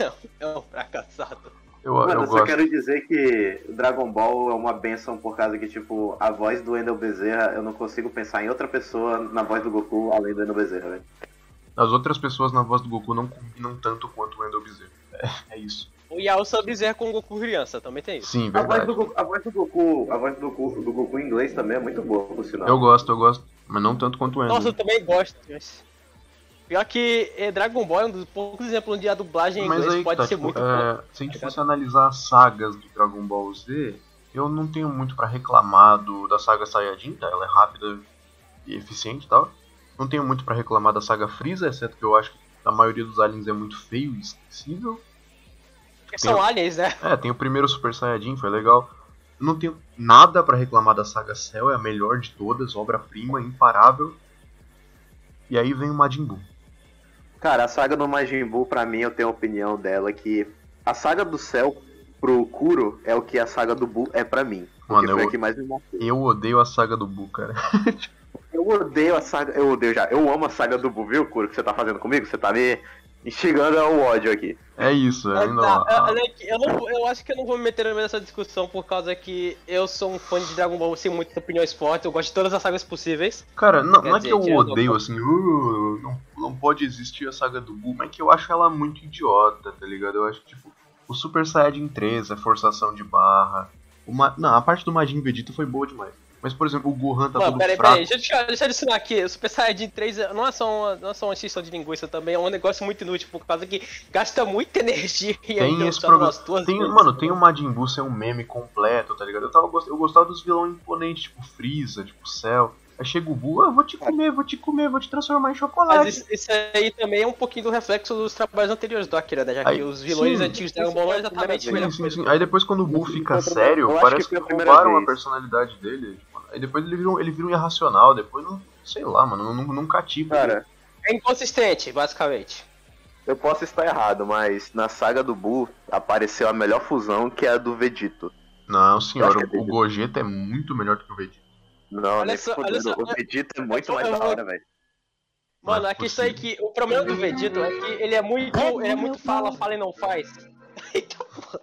é um fracassado. Eu, Mano, eu eu só gosto. quero dizer que Dragon Ball é uma benção por causa que, tipo, a voz do Wendel Bezerra, eu não consigo pensar em outra pessoa na voz do Goku além do Wendel Bezerra, velho. As outras pessoas na voz do Goku não combinam tanto quanto o Wendell Bezerra. É, é isso. O Yao Sub-Zero com o Goku criança, também tem isso. Sim, A voz, verdade. do, Goku- a voz do Goku, a voz do Goku, do Goku em inglês também é muito boa, por sinal. Eu gosto, eu gosto. Mas não tanto quanto o Nossa, eu Wendell. também gosto, mas... Pior que eh, Dragon Ball é um dos poucos exemplos onde a dublagem em Mas inglês aí que pode tá, ser tipo, muito Tá boa. é, se a gente fosse analisar as sagas do Dragon Ball Z, eu não tenho muito pra reclamar do, da saga Saiyajin, tá? Ela é rápida e eficiente e tal. Não tenho muito pra reclamar da saga Freeza, exceto que eu acho que a maioria dos aliens é muito feio e esquecível. Porque São Tem- aliens, né? É, tem o primeiro Super Saiyajin, foi legal. Eu não tenho nada pra reclamar da saga Cell, é a melhor de todas, obra-prima, imparável. E aí vem o Majin Buu. Cara, a saga do Majin Buu, pra mim, eu tenho a opinião dela que a saga do céu pro Kuro é o que a saga do Buu é pra mim. Porque Mano, foi eu, a que mais me marcou. eu odeio a saga do Buu, cara. [LAUGHS] Eu odeio a saga, eu odeio já, eu amo a saga do Buu, viu, Kuro, que você tá fazendo comigo? Você tá me instigando ao ódio aqui. É isso, Ah, ainda [LAUGHS] tá. lá. Ah, olha aqui, Eu, não- eu acho que eu não vou me meter no meio dessa discussão por causa que eu sou um fã de Dragon Ball sem muitas opiniões fortes, eu gosto de todas as sagas possíveis. Cara, não, não é Quer que dizer, eu tirando odeio alguma- assim, "Uh, não, não pode existir a saga do Buu, mas é que eu acho ela muito idiota, tá ligado? Eu acho que, tipo, o Super Saiyajin 3, a forçação de barra. o Ma- Não, a parte do Majin Vegeta foi boa demais. Mas, por exemplo, o Gohan tá Mano, todo peraí, fraco. peraí, deixa, eu- deixa eu adicionar aqui, o Super Saiyajin 3 não é só uma, não é só uma extensão de linguiça também, é um negócio muito inútil por causa que gasta muita [LAUGHS] energia e ainda Tem esse usaram problema. umas duas Tem, vezes. mano, tem o Majin Buu ser um meme completo, tá ligado? Eu, tava, gost- eu gostava dos vilões imponentes, tipo Freeza, tipo Cell. Aí chega o Buu, ah, vou É. te comer, vou te comer, vou te transformar em chocolate. Mas isso, isso aí também é um pouquinho do reflexo dos trabalhos anteriores do Akira, né? Já Aí- que os vilões sim. antigos de Dragon Ball não é exatamente a Sim, melhor sim, coisa. sim. Aí depois quando o Bull fica sério, eu acho parece que foi que, a primeira roubaram vez. a personalidade dele. tipo, aí depois ele vira um, ele vira um irracional, depois não. Sei lá, mano, não, não cativa. Cara, É inconsistente, basicamente. Eu posso estar errado, mas na saga do Buu apareceu a melhor fusão que é a do Vegito. Não, Eu senhor, acho que é o, o Gogeta é muito melhor do que o Vegeta. Não, Olha nem só, fudendo. olha só, o Vegito é muito só- mais eu da vou- hora, velho. Mano, Não é a questão é possível. que o problema do Vegeta é que ele é muito. Ele é muito fala, fala e não faz. [LAUGHS] Então, mano.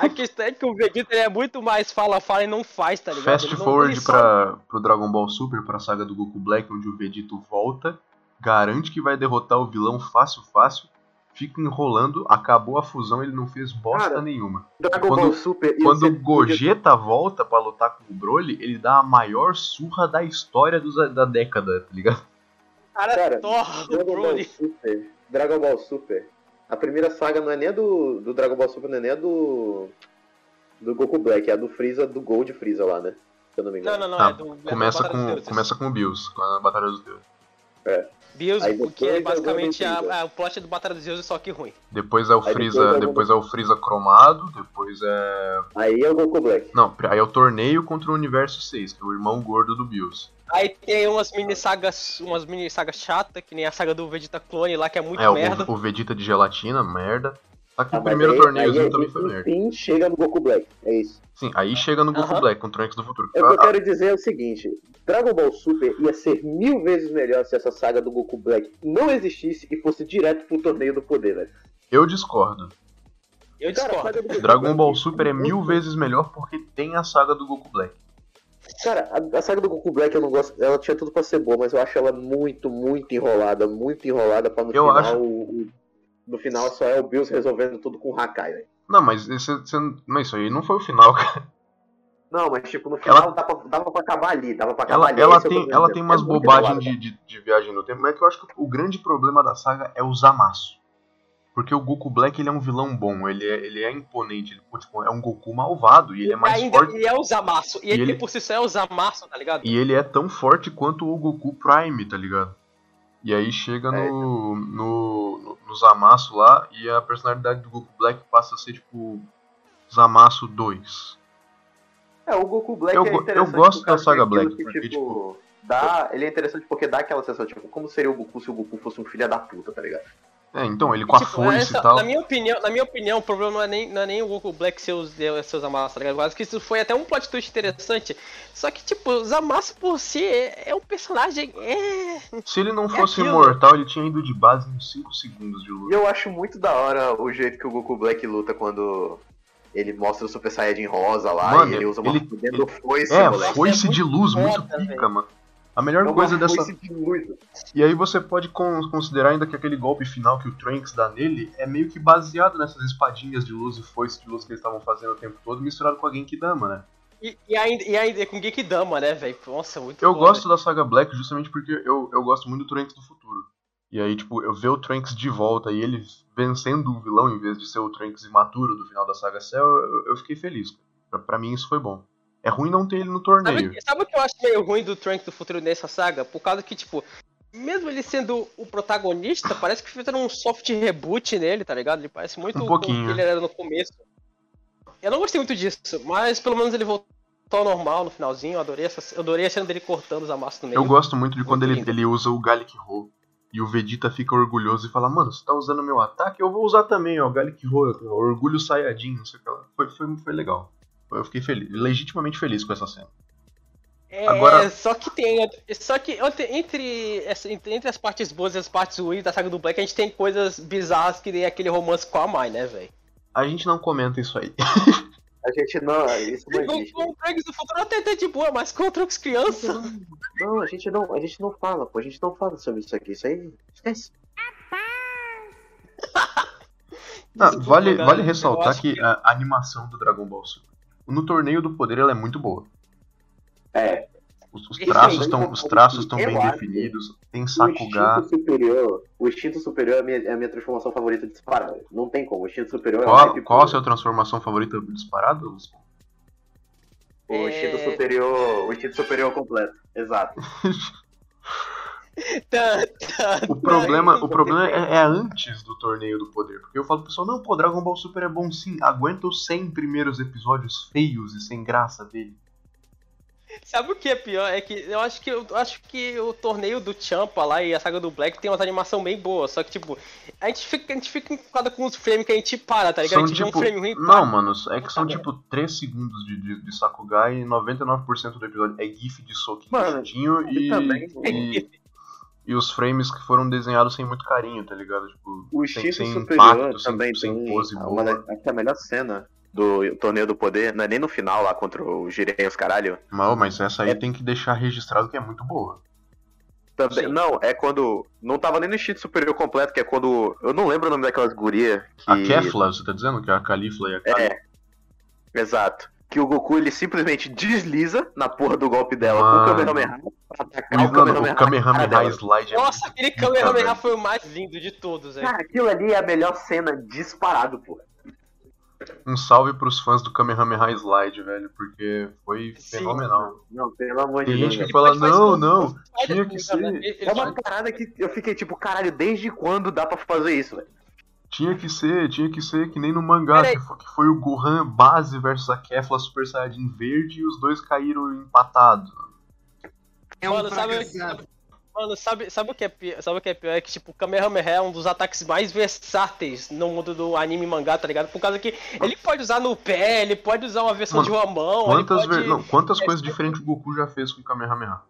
A questão é que o Vegeta ele é muito mais fala, fala e não faz, tá ligado? Fast Ele não- forward ele só- pra, pro Dragon Ball Super, pra saga do Goku Black, onde o Vegeta volta, garante que vai derrotar o vilão fácil, fácil, fica enrolando, acabou a fusão, ele não fez bosta Cara, nenhuma. Dragon Quando- Ball Super ia Quando ser- o Gogeta volta pra lutar com o Broly, ele dá a maior surra da história dos- da década, tá ligado? Cara, Cara, torra o Dragon Ball Broly. Super. Dragon Ball Super. A primeira saga não é nem a do, do Dragon Ball Super, não é nem a do. do Goku Black, é a do Freeza, do Gold Freeza lá, né? Se eu não me engano. Não, não, não. Tá, é do, é do começa, Batalha dos com, Deuses. começa com o Bills, com a Batalha dos Deuses. Bills, Aí o que depois é é o basicamente a, Golden a- o plot do Batalha dos Deuses, só que ruim. Depois é o depois é Freeza, o- depois é o Freeza cromado, depois é. Aí é o Goku Black. Não, aí é o torneio contra o Universo 6, que é o irmão gordo do Bills. Aí tem umas mini sagas, umas mini sagas chatas, que nem a saga do Vegeta Clone lá, que é muito é, merda. o, o Vegeta de gelatina, merda. Só que Ah, o mas primeiro aí- torneiozinho aí a também gente, foi merda. Enfim, chega no Goku Black. É isso. Sim, aí chega no Goku Aham. Black, com o Trunks do futuro. O que eu Ah, quero dizer é o seguinte: Dragon Ball Super ia ser mil vezes melhor se essa saga do Goku Black não existisse e fosse direto pro torneio do poder, velho. Eu discordo. Eu Cara, a discordo. saga do Goku Dragon Black- Ball Super é mil vezes melhor porque tem a saga do Goku Black. Cara, a, a saga do Goku Black eu não gosto. Ela tinha tudo pra ser boa, mas eu acho ela muito, muito enrolada, muito enrolada pra no Eu final. acho- o- o- no final só é o Bills resolvendo tudo com o Hakai, velho. Não, mas, esse, esse- mas isso aí não foi o final, cara. Não, mas tipo, no final Ela- dava, pra, dava pra acabar ali, dava pra acabar Ela, ali. ela esse é o que eu tem, tô ela dizendo. tem umas É muito bobagens enrolada. de, de, de viagem no tempo, mas é que eu acho que o grande problema da saga é os amassos. Porque o Goku Black ele é um vilão bom, ele é, ele é imponente, ele tipo, é um Goku malvado e ele é mais ainda forte. ele é o Zamasu. E, E ele, ele- por si só é o Zamasu, tá ligado? E ele é tão forte quanto o Goku Prime, tá ligado? E aí É, chega então. no, no, no, no Zamasu lá e a personalidade do Goku Black passa a ser tipo Zamasu 2. É, o Goku Black Eu é go- eu interessante. gosto pro cara da saga ver aquilo Black, que, porque, tipo, dá, ele é interessante porque dá aquela sensação, tipo, como seria o Goku se o Goku fosse um filho da puta, tá ligado? É, então, ele com a Tipo, foice essa- e tal. Na minha, opinião, na minha opinião, o problema não é nem, não é nem o Goku Black ser os, ser os Zamasu, tá ligado? Eu acho que isso foi até um plot twist interessante. Só que, tipo, o Zamasu por si é, é um personagem. É. Se ele não fosse aquilo. imortal, ele tinha ido de base nos 5 segundos de E luta. eu acho muito da hora o jeito que o Goku Black luta quando ele mostra o Super Saiyajin rosa lá Mano, e ele usa uma ele- fudendo foice, É, moleque. foice de luz, foda, muito pica, velho. mano. A É melhor uma coisa dessa. foice de luz, E aí você pode con- considerar ainda que aquele golpe final que o Trunks dá nele é meio que baseado nessas espadinhas de luz e foice de luz que eles estavam fazendo o tempo todo, misturado com a Genkidama, né? E, e ainda, e ainda é com Genkidama, né, velho? Nossa, muito Eu bom, gosto da saga Black justamente porque eu, eu gosto muito do Trunks do futuro. E aí, tipo, eu ver o Trunks de volta e ele vencendo o vilão em vez de ser o Trunks imaturo do final da saga Cell, eu, eu fiquei feliz. Pra, pra mim isso foi bom. É ruim não ter ele no Sabe, torneio. o que- sabe o que eu acho meio ruim do Trunks do futuro nessa saga? Por causa que, tipo, mesmo ele sendo o protagonista, parece que fizeram um soft reboot nele, tá ligado? Ele parece muito Um com pouquinho. o que ele era no começo. Eu não gostei muito disso, mas pelo menos ele voltou ao normal no finalzinho. Eu adorei, essa, eu adorei a cena dele cortando os amassos no meio. Eu gosto muito de quando ele, lindo. ele usa o Gallic Roll. E o Vegeta fica orgulhoso e fala, mano, você tá usando meu ataque? Eu vou usar também, ó, Gallic Roll, ó, orgulho saiadinho, não sei o que lá. Foi, foi, foi legal. Eu fiquei feliz, legitimamente feliz com essa cena. É, Agora- só que tem. Só que entre- entre, essa- entre, entre as partes boas e as partes ruins da saga do Black, a gente tem coisas bizarras que nem aquele romance com a mãe, né, velho? A gente não comenta isso aí. A gente não, isso não Com, existe. com o Trunks do futuro até até de boa, mas com o Trunks criança. Não, a gente não, a gente não fala, pô, a gente não fala sobre isso aqui, isso aí esquece. Não, Desculpa, Ah, vale, cara, vale eu ressaltar acho que, a a animação do Dragon Ball Super no torneio do poder ela é muito boa. É, Os, os Isso traços aí, estão eu os traços estão acho bem que definidos, tem o Sakuga. instinto superior, o instinto superior é a minha, é a minha transformação favorita disparada. Não tem como, o instinto superior é Qual, hype qual a puro. sua transformação favorita disparada? Lúcio? O instinto É. superior, o instinto superior completo. Exato. Tá, tá. O problema, o problema é, é antes do torneio do poder. Porque eu falo pro pessoal, não, pô, Dragon Ball Super é bom sim. Aguenta os 100 primeiros episódios feios e sem graça dele. Sabe o que é pior? É que eu acho que eu acho que o torneio do Champa lá e a saga do Black tem umas animação bem boa, só que tipo, a gente fica, a gente fica encucado com os frames que a gente para, tá ligado? São a gente vê tipo. um frame ruim e Então, Não, para. mano, é que são Puta tipo 3 segundos de, de, de Sakuga e 99% do episódio é GIF de soquinho Mano, curtinho e, também. é e, e os frames que foram desenhados sem muito carinho, tá ligado? Tipo, O sem, instinto sem superior impacto, sem, também sem tem pose uma boa. das- acho que é a melhor cena do torneio do poder, não é nem no final lá contra o Jiren e os caralho. Mal, mas essa aí É. tem que deixar registrado que é muito boa. Também, Sim. não, é quando. Não tava nem no instinto superior completo, que é quando. Eu não lembro o nome daquelas gurias que. A Kefla, você tá dizendo que é a Califla e a Kali? É. Exato. Que o Goku ele simplesmente desliza na porra do golpe dela com o Mano. Kamehameha pra Mas, atacar o mano, Kamehameha. o Kamehameha dela. Slide é Nossa, muito aquele pica, Kamehameha velho. Ah, foi o mais lindo de todos, velho. Cara, aquilo ali é a melhor cena disparado, pô. Um salve pros fãs do Kamehameha Slide, velho, porque foi Sim. fenomenal. Não, pelo amor de Tem Deus. gente que velho. fala, Ele faz não, tudo. não, Sai tinha daqui, que cara. ser, Ele- ele É faz- uma parada que eu fiquei tipo, caralho, desde quando dá pra fazer isso, velho? tinha que ser, tinha que ser que nem no mangá, Peraí. que foi, que foi o Gohan base versus a Kefla Super Saiyajin verde e os dois caíram empatados. É um Mano, sabe- fracassado. Mano, sabe, sabe, o que é pior, sabe o que é pior? É que, tipo, o Kamehameha é um dos ataques mais versáteis no mundo do anime e mangá, tá ligado? Por causa que ele pode usar no pé, ele pode usar uma versão Mano, de uma mão, Quantas, ele pode... ver- não, quantas é, coisas sim. diferentes o Goku já fez com o Kamehameha?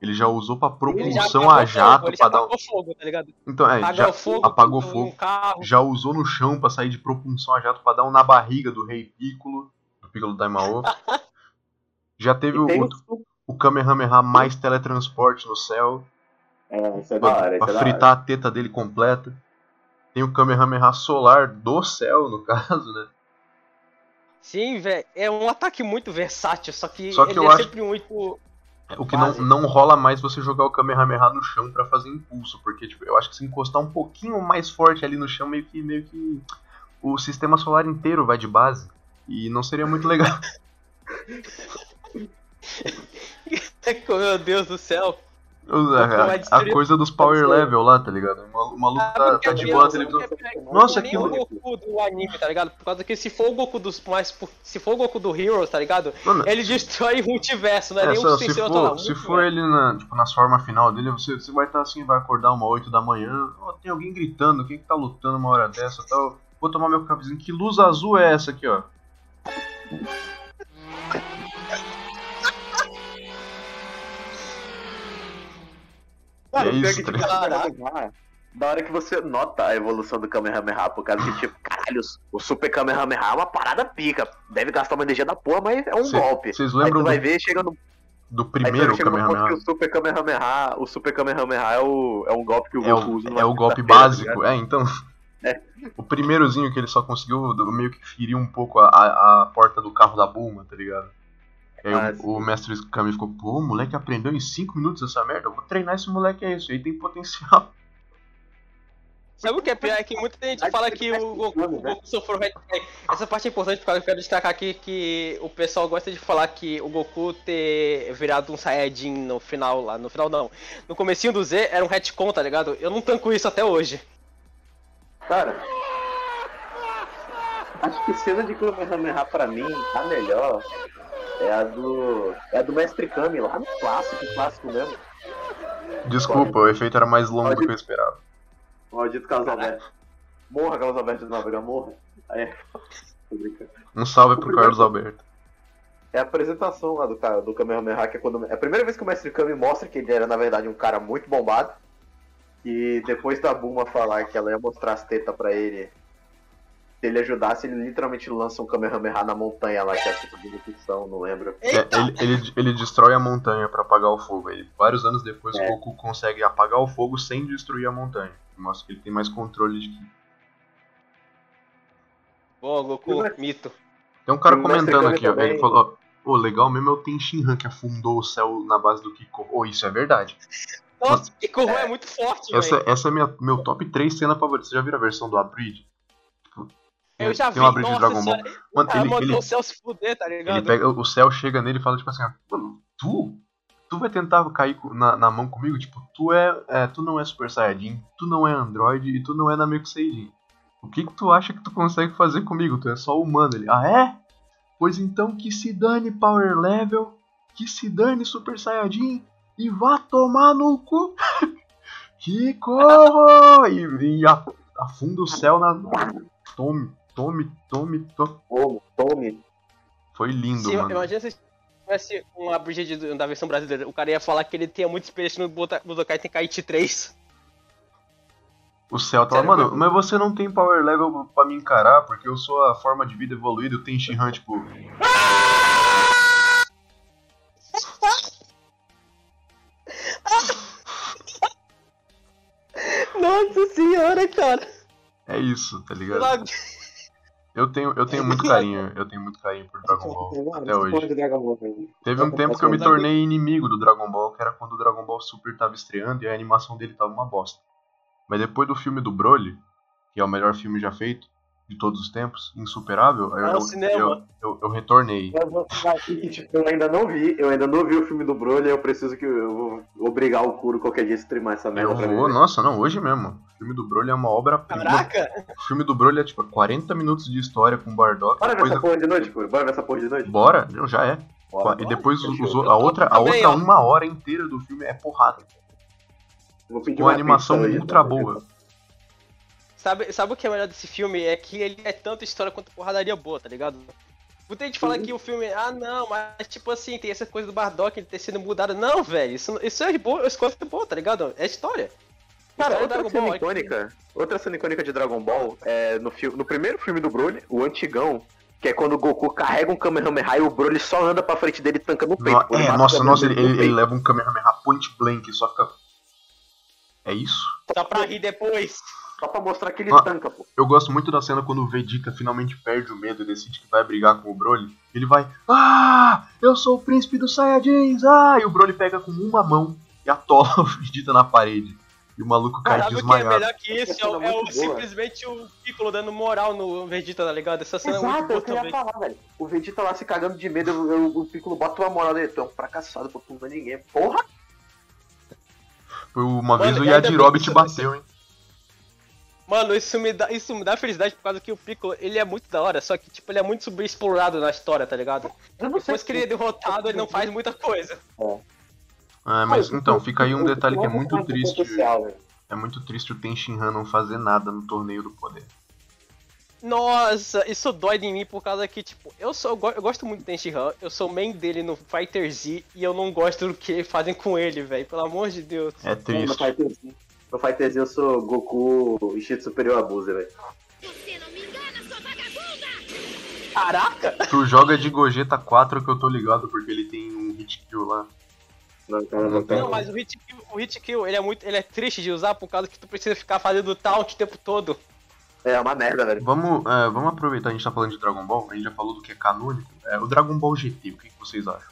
Ele já usou pra Ele já propulsão apagou a jato, fogo, ele já pra dar. um apagou fogo, tá ligado? Então, é, Apagou já fogo, apagou com um fogo. carro, Já usou no chão pra sair de propulsão a jato pra dar um na barriga do rei Piccolo, do Piccolo [LAUGHS] Daimao. Já teve o, E um tem o, o- Kamehameha mais teletransporte no céu, É, isso é da hora, pra, isso é pra da hora. fritar a teta dele completa. Tem o Kamehameha solar do céu, no [LAUGHS] caso, né? Sim, velho, é um ataque muito versátil, só que, Só que ele eu é acho- sempre muito... É O que não, Quase. não rola mais você jogar o Kamehameha no chão pra fazer impulso, porque tipo, eu acho que se encostar um pouquinho mais forte ali no chão, meio que, meio que o sistema solar inteiro vai de base. E não seria muito [LAUGHS] legal. É Meu Deus do céu. [LAUGHS] a, a coisa dos power level lá, tá ligado? O maluco Ah, tá, tá de boa na um televisão. Nossa, nem que é o Goku do anime, tá ligado? Por causa que se for o Goku dos mais. Se for o Goku do Heroes, tá ligado? Mano, Ele destrói o multiverso, não é, É, nem só, um se, sem ser for, outro não. se for ele na, tipo, nas formas final dele, você, você vai estar assim, vai acordar uma 8 da manhã, ó, tem alguém gritando, quem que tá lutando uma hora dessa tal. Vou tomar meu cafezinho, que luz azul é essa aqui, ó? Cara, É pior isso, que, tá tipo, da- da hora que você nota a evolução do Kamehameha, por causa que, tipo, caralho, o Super Kamehameha é uma parada pica. Deve gastar uma energia da porra, mas é um Cê- golpe. Vocês Aí tu lembram vai do, ver, chega no, do aí tu primeiro chega no ponto que Kamehameha? o Super Kamehameha, o Super Kamehameha é, o, é um golpe que o É Goku usa. o, numa é o golpe sexta-feira, tá básico, é, então. É. O primeirozinho que ele só conseguiu meio que ferir um pouco a, a, a porta do carro da Bulma, tá ligado? E aí o- Ah, sim. o, mestre Kami ficou, pô, o moleque aprendeu em 5 minutos essa merda, eu vou treinar esse moleque é isso, ele tem potencial. [LAUGHS] Sabe o que é pior? É que muita gente Mas fala ele que parece o Goku, humano, o né? Goku sofreu headset. Essa parte é importante porque eu quero destacar aqui que o pessoal gosta de falar que o Goku ter virado um Saiyajin no final lá. No final não. No comecinho do Z era um retcon, tá ligado? Eu não tanco isso até hoje. Cara, acho que cena de Kamehameha pra mim, a melhor é a do. É a do Mestre Kami lá no clássico, clássico mesmo. Desculpa, o efeito era mais longo do que eu esperava. Maldito Carlos Alberto. Morra, Carlos Alberto de Nóbrega, morra. Aí é. Tô brincando. Um salve pro Carlos Alberto. É a apresentação lá do, cara, do Kamehameha, que é quando. É a primeira vez que o Mestre Kami mostra que ele era, na verdade, um cara muito bombado. E depois da Buma falar que ela ia mostrar as tetas pra ele. Se ele ajudasse, ele literalmente lança um Kamehameha na montanha lá, que é tipo de discussão, não lembro. É, ele, ele, ele destrói a montanha pra apagar o fogo. Ele, vários anos depois, É. o Goku consegue apagar o fogo sem destruir a montanha. Mostra que ele tem mais controle de que. Bom, Goku, mito. Tem um cara Não dá comentando cercando aqui, ó. também. Ele falou, ô, legal mesmo é o Tenshinhan que afundou o céu na base do Kiko. Ô, isso é verdade. Nossa, que Goku é muito forte, velho. Essa, essa é minha, meu top 3 cena favorita. Vocês já viram a versão do Abridge? Tipo, Eu já tem vi, um Abridge de nossa Dragon Ball. senhora. Mano, Ah, ele, mandou ele, o céu se fuder, tá ligado? ele pega, o céu chega nele e fala, tipo assim, ó, mano, tu? Tu vai tentar cair co- na, na mão comigo? Tipo, tu é, é, tu não é Super Saiyajin, tu não é Android e tu não é Namek Saiyajin. O que que tu acha que tu consegue fazer comigo? Tu é só humano. Ele, ah é? Pois então que se dane Power Level, que se dane Super Saiyajin e vá tomar no cu. [LAUGHS] que corro! E, e a- afunda o céu na... Tome, tome, tome, tome. Como? Tome. Foi lindo, Se- mano. Imagina se tivesse uma Bridget do- da versão brasileira, o cara ia falar que ele tinha muita experiência no Bota- Budokai Tenkaichi 3. O céu tá lá, Sério, mano, mas você não tem power level pra me encarar, porque eu sou a forma de vida evoluída, eu tenho Shinhan, tipo. Nossa senhora, cara! É isso, tá ligado? Dragon Eu tenho, eu tenho muito carinho, eu tenho muito carinho por Dragon Ball até hoje. Teve um tempo que eu me tornei inimigo do Dragon Ball, que era quando o Dragon Ball Super tava estreando e a animação dele tava uma bosta. Mas depois do filme do Broly, que é o melhor filme já feito, de todos os tempos, insuperável, eu, É o eu- cinema. eu- eu- eu retornei. Eu vou falar aqui que, tipo, eu ainda não vi, eu ainda não vi o filme do Broly, eu preciso que eu vou obrigar o Kuro qualquer dia a streamar essa merda Eu pra vou, mim. nossa, não, hoje mesmo. O filme do Broly é uma obra-prima. Caraca! O filme do Broly é tipo 40 minutos de história com o Bardock. Bora ver depois essa porra de noite, Kuro, bora ver essa porra de noite. é. Bora, não, já é. e depois os- os- a outra, a Também, outra ó. uma hora inteira do filme é porrada. Vou pedir Com uma animação pizza hoje, ultra tá? boa. Sabe, sabe o que é melhor desse filme? É que ele é tanto história quanto porradaria boa, tá ligado? Muita gente fala que o filme, ah não, mas tipo assim, tem essa coisa do Bardock ele ter sido mudado. Não, velho, isso, isso é boa, isso é boa, tá ligado? É história. Cara, História do outra Dragon cena Ball, olha que- icônica, outra cena icônica de Dragon Ball é no, filme, no primeiro filme do Broly, o antigão, que é quando o Goku carrega um Kamehameha e o Broly só anda pra frente dele tancando o peito. No- Ele é, mata o nossa, Kamehameha nossa, ele, no ele- ele peito. leva um Kamehameha point blank e só fica. É isso? Só pra rir depois. Só pra mostrar que ele Ah. tanca, pô. Eu gosto muito da cena quando o Vegeta finalmente perde o medo e decide que vai brigar com o Broly. Ele vai. Ah! Eu sou o príncipe dos Saiyajins! Ah! E o Broly pega com uma mão e atola [LAUGHS] o Vegeta na parede. E o maluco cai Sabe o que é desmaiado. melhor que isso? É, o- é o- simplesmente o Piccolo dando moral no Vegeta, tá ligado? Essa cena é muito Exato, boa eu queria também. falar, velho. O Vegeta lá se cagando de medo, eu, eu- o Piccolo bota uma moral nele, tu é um fracassado, pô, tu não é ninguém. Porra! Foi uma Mano, vez o e ainda bem Yajirobe que te isso- bateu, hein? Mano, isso me, dá, isso me dá felicidade por causa que o Piccolo, ele é muito da hora, só que, tipo, ele é muito subexplorado na história, tá ligado? Eu não sei Depois que ele é derrotado, ele não faz muita coisa. Ah, mas então, fica aí um o- detalhe que é o- muito o- o- triste. potencial, né? velho. É muito triste o Tenshinhan não fazer nada no torneio do poder. Nossa, isso dói em mim por causa que, tipo, eu sou eu go- eu gosto muito do Tenshinhan, eu sou main dele no Fighter Z e eu não gosto do que fazem com ele, velho, pelo amor de Deus. É No triste. FighterZ, no FighterZ eu sou Goku Ishii Superior Abusa, velho. Você não me engana, sua vagabunda! Caraca! Tu joga de Gogeta 4 que eu tô ligado, porque ele tem um hit kill lá. Não, então, cara, Não não tem tem. Não, mas o hit kill, o hit kill ele, é muito, ele é triste de usar por causa que tu precisa ficar fazendo taunt o tempo todo. É uma merda, velho. Vamos, é, vamos aproveitar, a gente tá falando de Dragon Ball, a gente já falou do que é canônico. É, o Dragon Ball GT, o que, que vocês acham?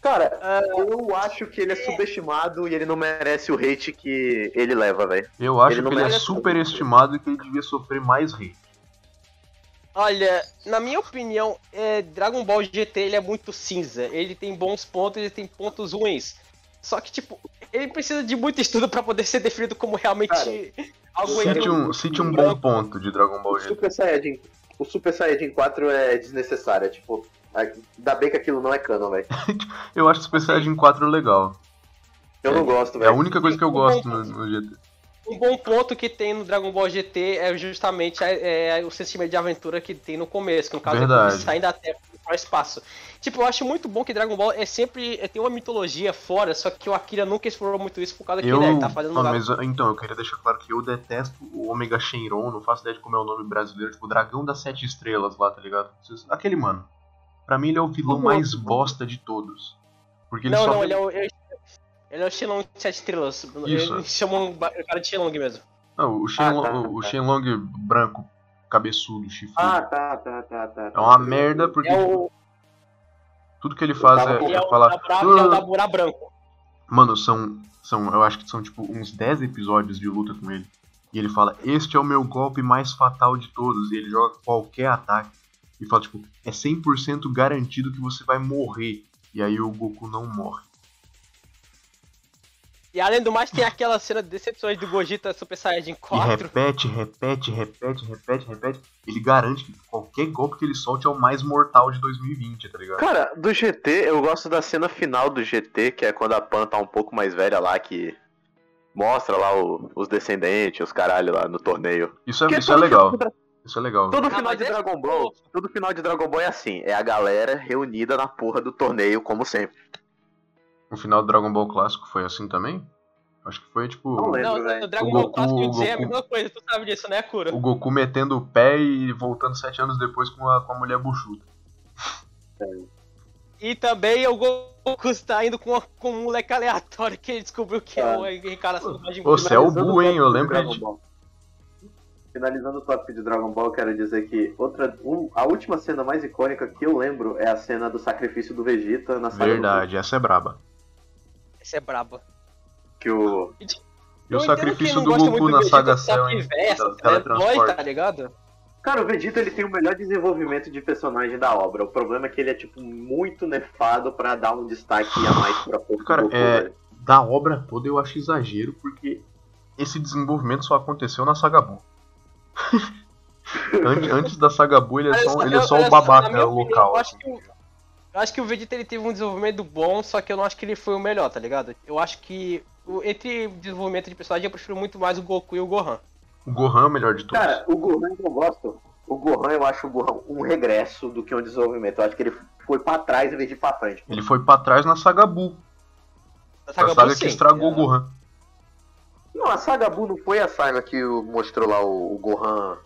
Cara, eu acho que ele é subestimado e ele não merece o hate que ele leva, velho. Eu acho Ele não que ele é merece. superestimado e que ele devia sofrer mais hate. Olha, na minha opinião, é, Dragon Ball GT ele é muito cinza. Ele tem bons pontos, ele tem pontos ruins. Só que, tipo, ele precisa de muito estudo pra poder ser definido como realmente Cara, algo eu- entre Cite um... um, cite um bom ponto de Dragon Ball O GT. Super Saiyajin, o Super Saiyajin 4 é desnecessário, é tipo, ainda bem que aquilo não é canon, velho. Eu acho o Super Saiyajin 4 legal. Eu não gosto, É a velho. única coisa que eu gosto no, no GT. um bom ponto que tem no Dragon Ball GT é justamente a- é, o sentimento de aventura que tem no começo, que no caso é Verdade. quando saem da Terra para o espaço. Tipo, eu acho muito bom que Dragon Ball é sempre é, tem uma mitologia fora, só que o Akira nunca explorou muito isso por causa que Eu, né, ele tá fazendo um Ah, lugar mas, então, eu queria deixar claro que eu detesto o Omega Shenron, não faço ideia de como é o nome brasileiro, tipo, o Dragão das Sete Estrelas lá, tá ligado? Vocês- Aquele mano. Pra mim ele é o vilão Como é? mais bosta de todos. Porque ele não, só... não, ele é o. Ele ele é o Shenlong de sete estrelas. Isso. Eles chamam o ba- o cara de Shenlong mesmo. Não, o Shenlong, Ah, tá, o Shenlong branco, cabeçudo, chifrudo. Ah, tá, tá, tá, tá. é uma merda porque É o, tudo que ele faz tava é, com- ele é é o, falar. Dabura- ele é o "Ah". Dabura Branco. Mano, são, são. Eu acho que são tipo uns 10 episódios de luta com ele. E ele fala, este é o meu golpe mais fatal de todos. E ele joga qualquer ataque. E fala, tipo, é 100% garantido que você vai morrer. E aí o Goku não morre. E além do mais, tem aquela cena de decepções do Gogeta Super Saiyajin E 4. repete, repete, repete, repete, repete. Ele garante que qualquer golpe que ele solte é o mais mortal de 2020, tá ligado? Cara, do GT, eu gosto da cena final do GT, que é quando a Pan tá um pouco mais velha lá, que mostra lá o- os descendentes, os caralho lá no torneio. Isso Porque é, isso é todo legal. final- Isso é legal. Todo Ah, final mas de é Dragon Ball, todo final de Dragon Ball é assim, é a galera reunida na porra do torneio, como sempre. O final do Dragon Ball clássico foi assim também? Acho que foi tipo. Não lembro. Não, velho. o Dragon O Ball Goku- Clássico e o G é a Goku- mesma coisa, tu sabe disso, né, Kuro? O Goku metendo o pé e voltando sete anos depois com a, com a mulher buchuda. E também o Goku está indo com, uma- com um moleque aleatório que ele descobriu que Tá. é o encarnação do Majin Buu. Ô, céu, É o Bu, hein? Eu lembro Dragon de... Ball. Finalizando o tópico de Dragon Ball, eu quero dizer que outra, um- a última cena mais icônica que eu lembro é a cena do sacrifício do Vegeta na saga do Verdade, essa é braba. Esse é brabo. Goku, que o E o entendo quem sacrifício não do gosta Goku muito na Vegeta, saga sabe Cell, que hein? inversa, Da- né? Dói, Teletransporte. tá ligado? Cara, o Vegeta ele tem o melhor desenvolvimento de personagem da obra. O problema é que ele é, tipo, muito nefado pra dar um destaque a mais pra pouco Cara, Goku, é- velho. Da obra toda eu acho exagero, porque esse desenvolvimento só aconteceu na Saga Buu. [LAUGHS] antes, antes da Saga Buu, ele é Olha só, ele é eu- só olha o na babaca minha opinião, local. eu, assim. acho que o, eu acho que o Vegeta ele teve um desenvolvimento bom, só que eu não acho que ele foi o melhor, tá ligado? Eu acho que o- entre desenvolvimento de personagem eu prefiro muito mais o Goku e o Gohan. O Gohan é o melhor de todos. Cara, o Gohan eu não gosto. O Gohan, eu acho o Gohan um regresso do que um desenvolvimento. Eu acho que ele foi pra trás em vez de ir pra frente. ele foi pra trás na Saga Buu. Da A Buu, saga que sim. estragou o Gohan. Não, a saga Buu não foi a saga que o- mostrou lá o, o Gohan.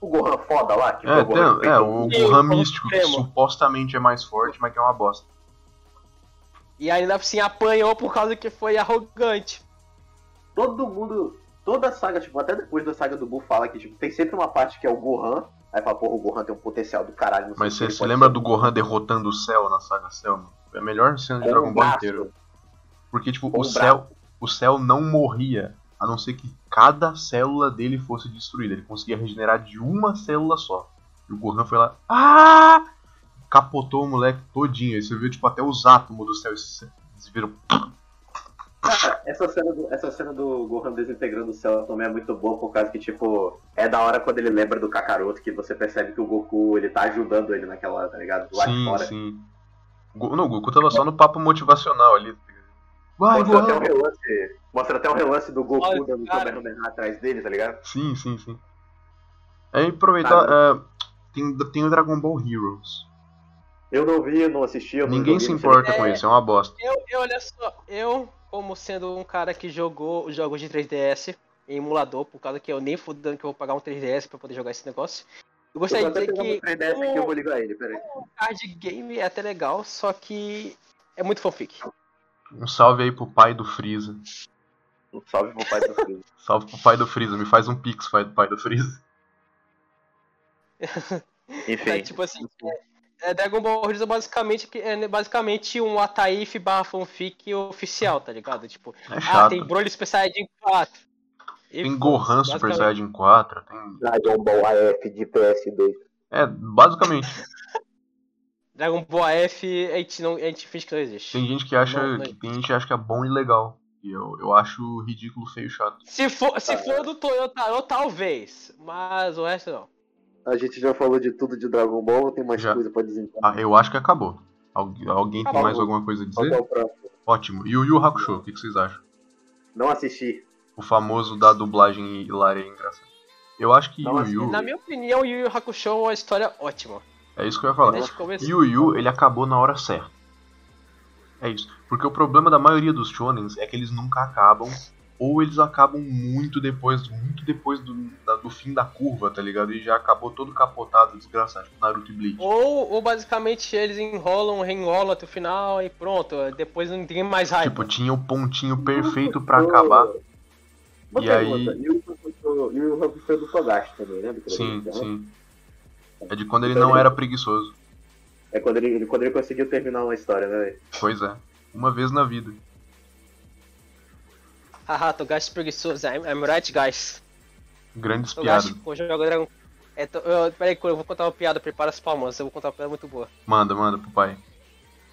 O Gohan foda lá? Que foi É, o Gohan que tem- é, fez o Sim, Gohan o Gohan místico, que Supremo. supostamente é mais forte, mas que é uma bosta. E ainda assim apanhou por causa que foi arrogante. todo mundo, toda a saga, tipo, até depois da saga do Buu fala que tipo, tem sempre uma parte que é o Gohan, aí fala, porra, o Gohan tem um potencial do caralho. Não Mas sei você o que, se ele pode lembra ser do Gohan derrotando o Cell na Saga Cell? mano? Foi a melhor cena de um Dragon Ball braço." inteiro. Porque, tipo, Com o o céu, o céu não morria, a não ser que cada célula dele fosse destruída. Ele conseguia regenerar de uma célula só. E o Gohan foi lá, ah! Capotou o moleque todinho. Aí você viu, tipo, até os átomos do céu. Eles eles viram. Cara, essa cena, do, essa cena do Gohan desintegrando o céu também é muito boa, por causa que, tipo, é da hora quando ele lembra do Kakaroto, que você percebe que o Goku, ele tá ajudando ele naquela, tá ligado? Lá de Sim, fora. sim. Go- Não, o Goku tava só no papo motivacional ali. tá Vai, Mostra até, um Gohan! relance, mostra até um relance do Goku Olha, dando o cara. Kamehameha atrás dele, tá ligado? Sim, sim, sim. Aí aproveitar. é, tem, tem o Dragon Ball Heroes. Eu não vi, eu não assisti, eu não Ninguém joguei, se não sei importa É. com isso, é uma bosta. Eu, eu, olha só, eu, como sendo um cara que jogou os jogos de 3DS em emulador, por causa que eu nem fudendo que eu vou pagar um 3DS pra poder jogar esse negócio, eu Eu gostaria vou de até pegar dizer que um 3DS aqui, eu vou ligar ele, peraí. card game é até legal, só que é muito fanfic. Um salve aí pro pai do Freeza. Um salve pro pai do filho. [LAUGHS] Salve pro pai do Freeza, me faz um pix pai do pai do Freeza. É, Enfim. tipo assim, é, é Dragon Ball Heroes é basicamente, que- é basicamente um Ataif barra fanfic oficial, tá ligado? Tipo, É ah, chato. tem tem Broly Super Saiyajin 4. E foda-se, Gohan Super basicamente. Saiyajin 4, tem... Ah, Dragon Ball AF de PS2. É, basicamente, Dragon Ball AF, a gente, não, a gente finge que não existe. tem gente que acha, Não, não. Que, tem gente que acha que é bom e legal. E eu, eu acho ridículo, feio e chato. Se for, se for do Toyotaro, talvez. Mas o resto não. A gente já falou de tudo de Dragon Ball, tem mais Já. coisa pra então. desencarar. Ah, eu acho que acabou. Algu- alguém tem Acabou. mais alguma coisa a Qual que dizer? é o próximo? Ótimo. E o Yu Hakusho, o que, que vocês acham? Não assisti. O famoso da dublagem hilária e engraçada. Eu acho que Não, Yu assim, Yu, Na minha opinião, Yu Yu Hakusho é uma história ótima. é isso que eu ia falar. Desde o começo. E o Yu, ele acabou na hora certa. É isso. Porque o problema da maioria dos shonens é que eles nunca acabam, ou eles acabam muito depois, muito depois do, da- do fim da curva, tá ligado? E já acabou todo capotado, desgraçado, tipo Naruto e Bleach. Ou, ou basicamente eles enrolam, reenrolam até o final e pronto. Depois não tem mais raiva. Tipo, tinha o pontinho perfeito é pra acabar. tá Uma E pergunta, aí- E o Hakusho- e o Hakusho é do Togashi também, né? do Sim, Togashi? sim. É de quando ele não era preguiçoso. É quando ele, ele- quando ele conseguiu terminar uma história, né? velho? Pois é. Uma vez na vida. Haha, Togashi preguiçoso. I'm, I'm right, guys. Grandes piadas. Togashi com o jogo Dragon. É, to, eu, peraí, Cura, eu vou contar uma piada. Prepara as palmas. Eu vou contar uma piada muito boa. Manda, manda pro pai.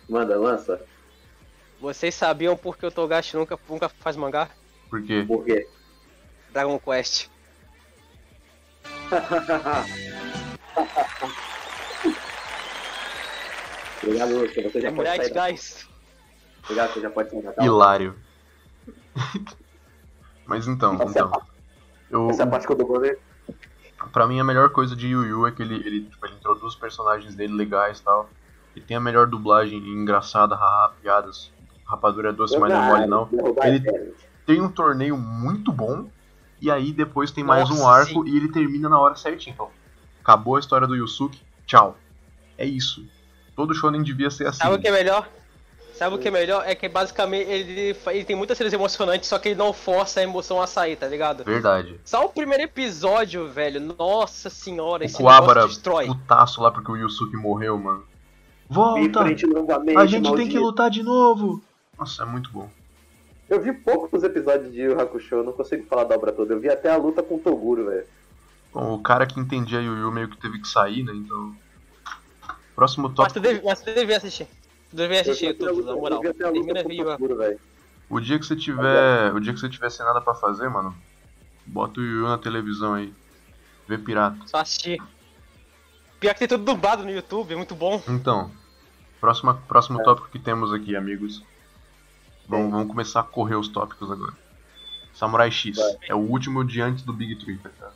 Manda, lança. Vocês sabiam por que o Togashi nunca, nunca faz mangá? Por quê? Por quê? [LAUGHS] Dragon Quest. Obrigado, Lúcio. Você já I'm pode right, sair. da- guys. Obrigado, você já pode sair da Então. sala. Hilário. [LAUGHS] Mas então, Essa é a então. Eu, é Essa parte que eu dou pra ver. Pra mim, a melhor coisa de Yu Yu é que ele, ele, tipo, ele introduz personagens dele legais e tal. Ele tem a melhor dublagem engraçada, haha, piadas. Rapadura é doce, mas não é mole não. Derrubar Ele- é sério. Tem um torneio muito bom. E aí depois tem mais um Nossa, arco e ele termina na hora certinho. Então, acabou a história do Yusuke, tchau. É isso. Todo shonen devia ser assim. Sabe o que é melhor? Sabe o que é melhor? É que basicamente ele, fa- ele tem muitas cenas emocionantes, só que ele não força a emoção a sair, tá ligado? Hum. Verdade. Só o primeiro episódio, velho. Nossa senhora, O esse negócio Kuwabara destrói. putaço lá porque o Yusuke morreu, mano. Em Volta! frente novamente, A gente tem maldito. que lutar de novo! Nossa, é muito bom. Eu vi poucos episódios de Yu Hakusho, eu não consigo falar da obra toda. Eu vi até a luta com o Toguro, velho. Bom, o cara que entendia Yu Yu meio que teve que sair, né? Então. Próximo Mas tópico. tu, deve, mas tu devia assistir. Tu devia assistir tudo, na moral. devia ter a luta Termina com o viva. Futuro, velho. O dia que você tiver. O dia que você tiver sem nada pra fazer, mano, bota o Yu Yu na televisão aí. Vê pirata. Só assistir. Pior que tem tudo dublado no YouTube, é muito bom. Então, próxima, É. próximo tópico que temos aqui, amigos. Vamos, vamos começar a correr os tópicos agora. Samurai X. É o último diante do Big Tree, tá ligado?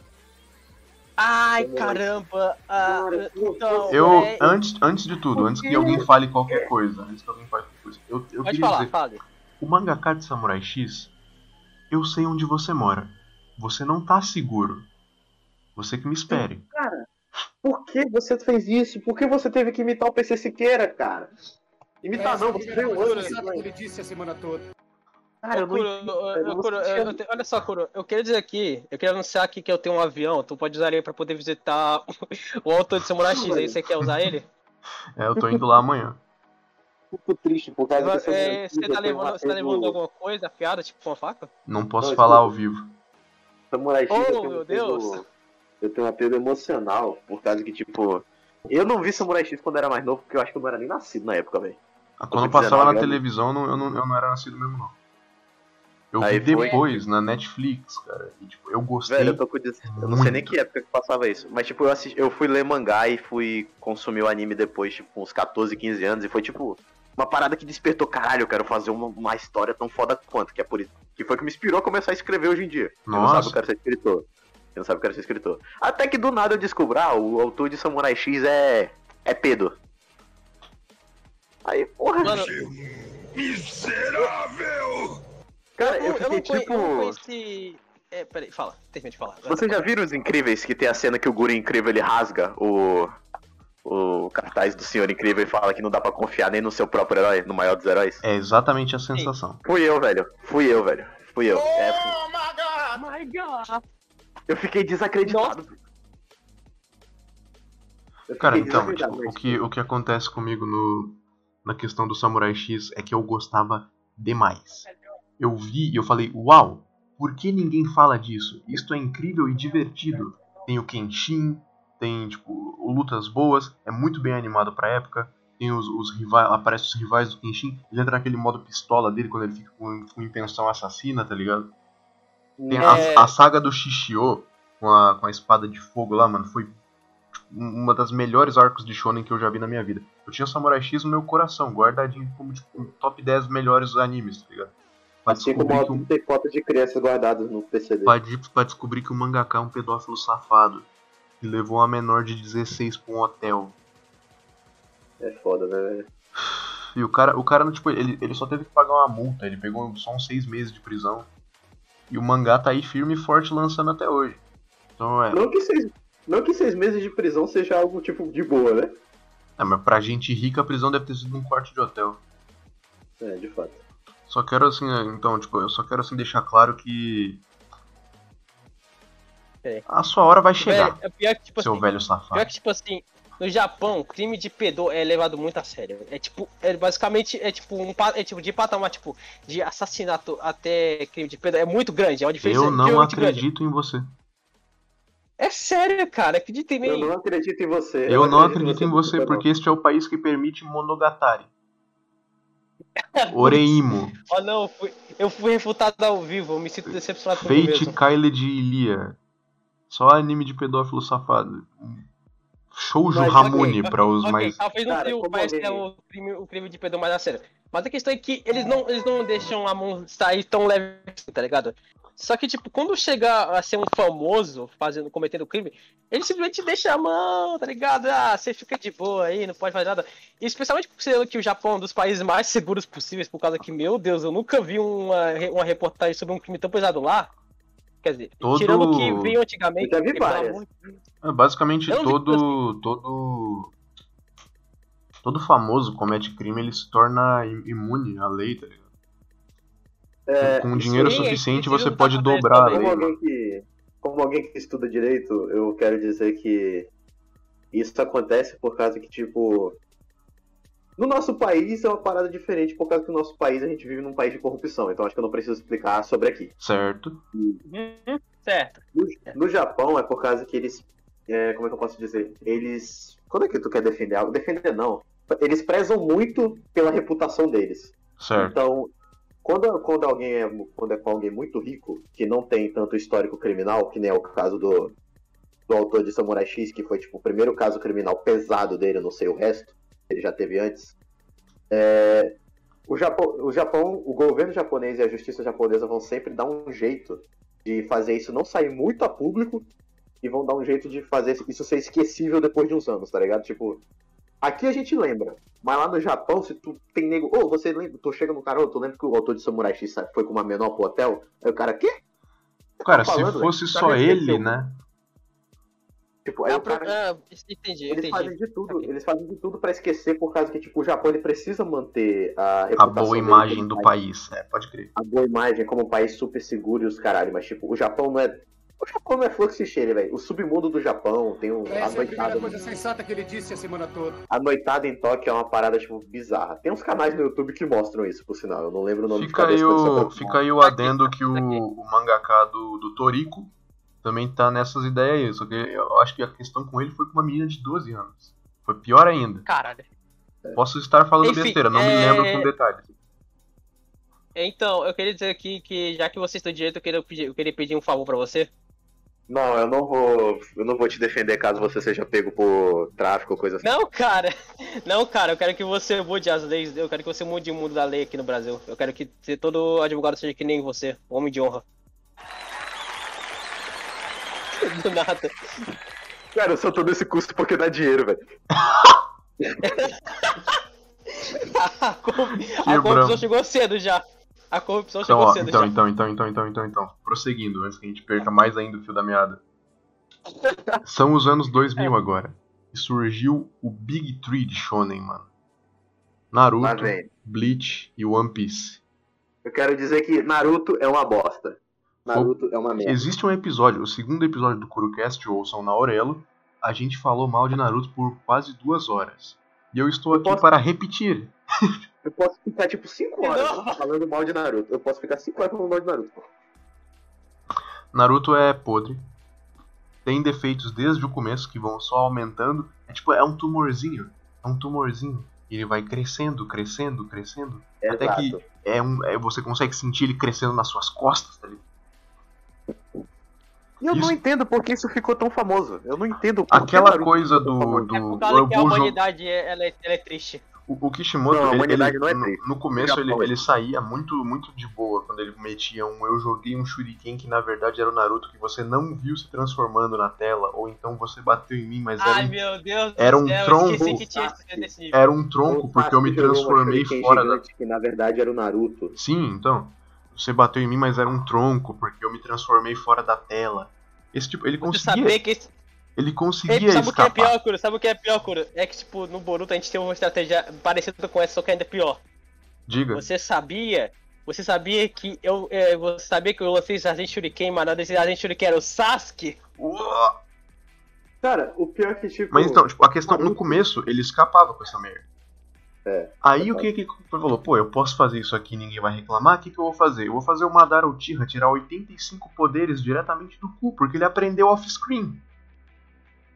Ai, caramba. Ah, Cara, então, Eu, é- antes, antes de tudo, antes que alguém fale qualquer coisa, antes que alguém fale qualquer coisa, eu, eu Pode queria falar, dizer, fala. o mangaka de Samurai X, eu sei onde você mora. Você não tá seguro. Você que me espere. Por que você fez isso? Por que você teve que imitar o PC Siqueira, cara? Tá, Imitar Essa não, é a você um primeira deu coisa antes. que velho. ele disse a semana toda. Cara, eu não Ô, Kuro, entendo. ô, velho, ô, eu Kuro, não eu- eu entendo. te- olha só, Kuro, eu queria dizer aqui, eu queria anunciar aqui que eu tenho um avião, tu pode usar ele pra poder visitar o autor de Samurai X aí, você quer usar ele? É, eu tô indo lá amanhã. Eu fico triste por causa dessa É, minha você vida, tá eu tenho um levando, você tá apego- levando alguma coisa, piada, tipo uma faca? Não Não, posso eu falar tô- ao vivo. Samurai X, Oh, eu tenho um meu apego- Deus. Eu tenho um apego emocional por causa que, tipo... Eu não vi Samurai X quando era mais novo, porque eu acho que eu não era nem nascido na época, velho. Ah, Quando Eu eu tô 19 passava na anos. televisão, eu não, eu, não, eu não era nascido mesmo, não. Eu Aí vi foi. depois na Netflix, cara. E, tipo, eu gostei. Velho, eu tô com... des- Eu não sei nem muito. que época que passava isso. Mas, tipo, eu, assisti... eu fui ler mangá e fui consumir o anime depois, tipo, uns 14, 15 anos. E foi, tipo, uma parada que despertou, caralho, eu quero fazer uma, uma história tão foda quanto. Que é por isso. Que foi que me inspirou a começar a escrever hoje em dia. Quem não sabe, eu Nossa, quero ser escritor. Quem não sabe, eu quero ser escritor. Até que do nada eu descubro, ah, o autor de Samurai X é. é Pedro. Aí, porra, Mano, Miserável! cara, eu, eu eu fiquei não conhe- tipo. eu não conheci... É, peraí, fala, termina de falar. Vocês já viram os incríveis que tem a cena que o Guru Incrível ele rasga o. o cartaz do Senhor Incrível e fala que não dá pra confiar nem no seu próprio herói, no maior dos heróis? é exatamente a sensação. Fui eu, velho. Fui eu, velho. Fui eu. É, fui- Oh, My God! eu fiquei desacreditado. Eu Cara, fiquei então, desacreditado, tipo, é mas- o, que, o que acontece comigo no, na questão do Samurai X é que eu gostava demais. Eu vi e eu falei, uau, por que ninguém fala disso? Isto é incrível e divertido. Tem o Kenshin, tem, tipo, lutas boas, é muito bem animado pra época. Tem os, os rivais, aparece os rivais do Kenshin, ele entra naquele modo pistola dele quando ele fica com, com intenção assassina, tá ligado? Tem a- É. a, saga do Shishio com a, com a espada de fogo lá, mano, foi tipo, um- uma das melhores arcos de shonen que eu já vi na minha vida. Eu tinha Samurai X no meu coração, guardadinho como tipo, um top 10 melhores animes, tá ligado? Pra Assim como descobrir, que ela um, tem fotos de crianças guardadas no PC dele. pra, de- pra descobrir que o mangaka é um pedófilo safado que levou uma menor de 16 pra um hotel. É foda, velho. E o cara, o cara tipo, ele, ele só teve que pagar uma multa, ele pegou só uns 6 meses de prisão. E o mangá tá aí firme e forte lançando até hoje. Então é, Não que, seis, não que seis meses de prisão seja algo, tipo, de boa, né? É, mas pra gente rica a prisão deve ter sido num quarto de hotel. É, de fato. Só quero assim, né, então, tipo, eu só quero assim deixar claro que. É. A sua hora vai chegar, Velho, é pior que, tipo seu assim, velho safado. Pior que, tipo assim, no Japão, o crime de pedô é levado muito a sério. É tipo, é basicamente, é tipo, um, pa- é tipo de patamar, tipo, de assassinato até crime de pedô. É muito grande, é uma diferença Eu não muito grande. acredito em você. É sério, cara, acredita em mim. Eu não acredito em é, você. Eu não acredito em você porque este é o país que permite Monogatari. Oreimo, Oh, não, eu fui, eu fui refutado ao vivo, eu me sinto decepcionado comigo Fate mesmo. Kyle de Ilia. Só anime de pedófilo safado. Shoujo Mas, Ramune pra os Ok, mais. talvez não Cara, seja o como país que é alguém- o crime, o crime de pedô mais a sério. Mas a questão é que eles não, eles não deixam a mão sair tão leve, assim, tá ligado? Só que, tipo, quando chega a ser um famoso fazendo, cometendo crime, ele simplesmente deixa a mão, tá ligado? Ah, você fica de boa aí, não pode fazer nada. E especialmente por ser que o Japão é um dos países mais seguros possíveis, por causa que, meu Deus, eu nunca vi uma, re- uma reportagem sobre um crime tão pesado lá. Quer dizer, Todo- tirando o que veio antigamente. Eu já vi porque, pelo várias. amor É, basicamente Eu não assim. vi todo. todo. Todo famoso comete crime, ele se torna im- imune à lei, tá ligado? É, Com dinheiro sim, é suficiente isso você que pode tá dobrar a acontecendo como, lei. mano. alguém que, como alguém que estuda direito, eu quero dizer que isso acontece por causa que, tipo, No nosso país, isso é uma parada diferente, por causa que no nosso país a gente vive num país de corrupção, então acho que eu não preciso explicar sobre aqui. Certo. Uhum, certo. No, no Japão é por causa que eles. é, como é que eu posso dizer? Eles. Quando é que tu quer defender algo? Defender não. Eles prezam muito pela reputação deles. Certo. Então, quando, quando alguém é, quando é com alguém muito rico, que não tem tanto histórico criminal, que nem é o caso do, do autor de Samurai X, que foi tipo o primeiro caso criminal pesado dele, eu não sei o resto, ele já teve antes. É, o, Japão, o Japão, o governo japonês e a justiça japonesa vão sempre dar um jeito de fazer isso não sair muito a público e vão dar um jeito de fazer isso ser esquecível depois de uns anos, tá ligado? Tipo, aqui a gente lembra, mas lá no Japão, se tu tem nego. Ô, você lembra? Tu chega no cara, ô, tu lembra que o autor de Samurai X sa- foi com uma menor pro hotel? Aí o cara, quê? Cara, falando, se velho? fosse Tá só me ele, esquecendo. né? Tipo, aí Ah, o cara. pro- ah, entendi, Eles fazem entendi. de tudo, Ok. eles fazem de tudo para esquecer por causa que tipo o Japão ele precisa manter a A tá reputação boa dele imagem como do país- país. É, pode crer. a boa imagem como um país super seguro e os caralho, mas tipo o Japão não é o Japão não é fluxo e cheiro, velho. O submundo do Japão tem Tá um a Essa é a primeira noitada, coisa sensata que ele disse a semana toda. a noitada em Tóquio é uma parada tipo bizarra. Tem uns canais no YouTube que mostram isso, por sinal. Eu não lembro o nome Fica aí, de cabeça, o, mas- fica aí o adendo que o, o mangaká do, do Toriko também tá nessas ideias aí. Só que eu acho que a questão com ele foi com uma menina de 12 anos. Foi pior ainda. Caralho. É. Posso estar falando Enfim, besteira, não me é- lembro com detalhes. Então, eu queria dizer aqui que, já que você estudou direito, eu queria pedir, eu queria pedir um favor pra você. Não, eu não vou, eu não vou te defender caso você seja pego por tráfico ou coisa assim. Não, cara. [LAUGHS] Não, cara, eu quero que você mude as leis. Eu quero que você mude o mundo da lei aqui no Brasil. Eu quero que se todo advogado seja que nem você. um Homem de honra. [LAUGHS] Do nada. [LAUGHS] Cara, eu só tô nesse custo porque dá dinheiro, velho. A, corru- a Quebramos. corrupção chegou cedo já. A corrupção Então, chegou ó, cedo então, já. então, então, então, então, então, então. Prosseguindo, antes que a gente perca mais ainda o fio da [LAUGHS] meada. São os anos É. 2000 agora. E surgiu o Big Three de Shonen, mano. Lá Naruto, vem. Bleach e One Piece. Eu quero dizer que Naruto é uma bosta. Naruto é uma merda. Existe um episódio, o segundo episódio do Kurucast, ouçam na Aurelo. A gente falou mal de Naruto por quase duas horas. E eu estou aqui posso- para repetir. Eu posso ficar tipo 5 horas Não. falando mal de Naruto. Eu posso ficar 5 horas falando mal de Naruto. Naruto é podre. Tem defeitos desde o começo que vão só aumentando. É tipo, é um tumorzinho. É um tumorzinho. E ele vai crescendo, crescendo, crescendo. Até Exato. que é um, é- você consegue sentir ele crescendo nas suas costas. Tá ligado? E eu isso- não entendo por que isso ficou tão famoso. Eu não entendo por que Aquela Naruto- coisa do. É por do causa que a Gojo- humanidade é, ela é, ela é triste. O, o Kishimoto, Não, a ele- humanidade ele- não é no, triste. no começo ele, Japão é ele saía muito muito de boa quando ele metia um eu joguei um shuriken que na verdade era o Naruto que você não viu se transformando na tela ou então você bateu em mim, mas era Ai, um, meu Deus do era um céu, eu tronco. esqueci que tinha esse, desse nível. era um tronco porque eu me Sasuke jogou uma transformei shuriken fora da gigante, Que na verdade era o Naruto. Sim, então. Você bateu em mim, mas era um tronco porque eu me transformei fora da tela. Esse tipo, ele Você conseguia, saber que esse ele Ei, conseguia sabe o que é escapar. pior, Kuro? Sabe o que é pior, Kuro? É que, tipo, no Boruto a gente tem uma estratégia parecida com essa, só que ainda pior. Diga. Você sabia... Você sabia que eu... eh, você sabia que eu lancei Zazen Shuriken, mas nada desse Zazen Shuriken era o Sasuke? Uou! Cara, o pior é que tipo. Mas então, tipo, a questão, no começo, ele escapava com essa merda. É, Aí o que que ele falou? Pô, eu posso fazer isso aqui e ninguém vai reclamar, o que que eu vou fazer? Eu vou fazer o Madara Uchiha tirar 85 poderes diretamente do cu, porque ele aprendeu off-screen.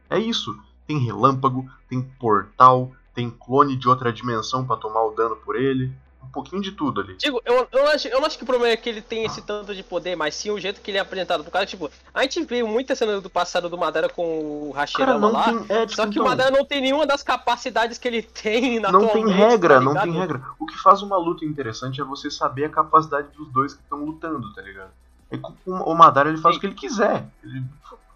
É isso. Tem relâmpago, tem portal, tem clone de outra dimensão pra tomar o dano por ele. Um pouquinho de tudo ali. Digo, eu, eu, acho, eu não acho que o problema é que ele tem esse tanto de poder, mas sim o jeito que ele é apresentado pro cara. Tipo, a gente viu muita cena do passado do Madara com o Cara, Hashirama não lá. tem. É, tipo, Só que então, o Madara não tem nenhuma das capacidades que ele tem na tá não tem regra, não tem regra. O que faz uma luta interessante é você saber a capacidade dos dois que estão lutando, tá ligado? É que o o Madara ele faz Sim. o que ele quiser. Ele,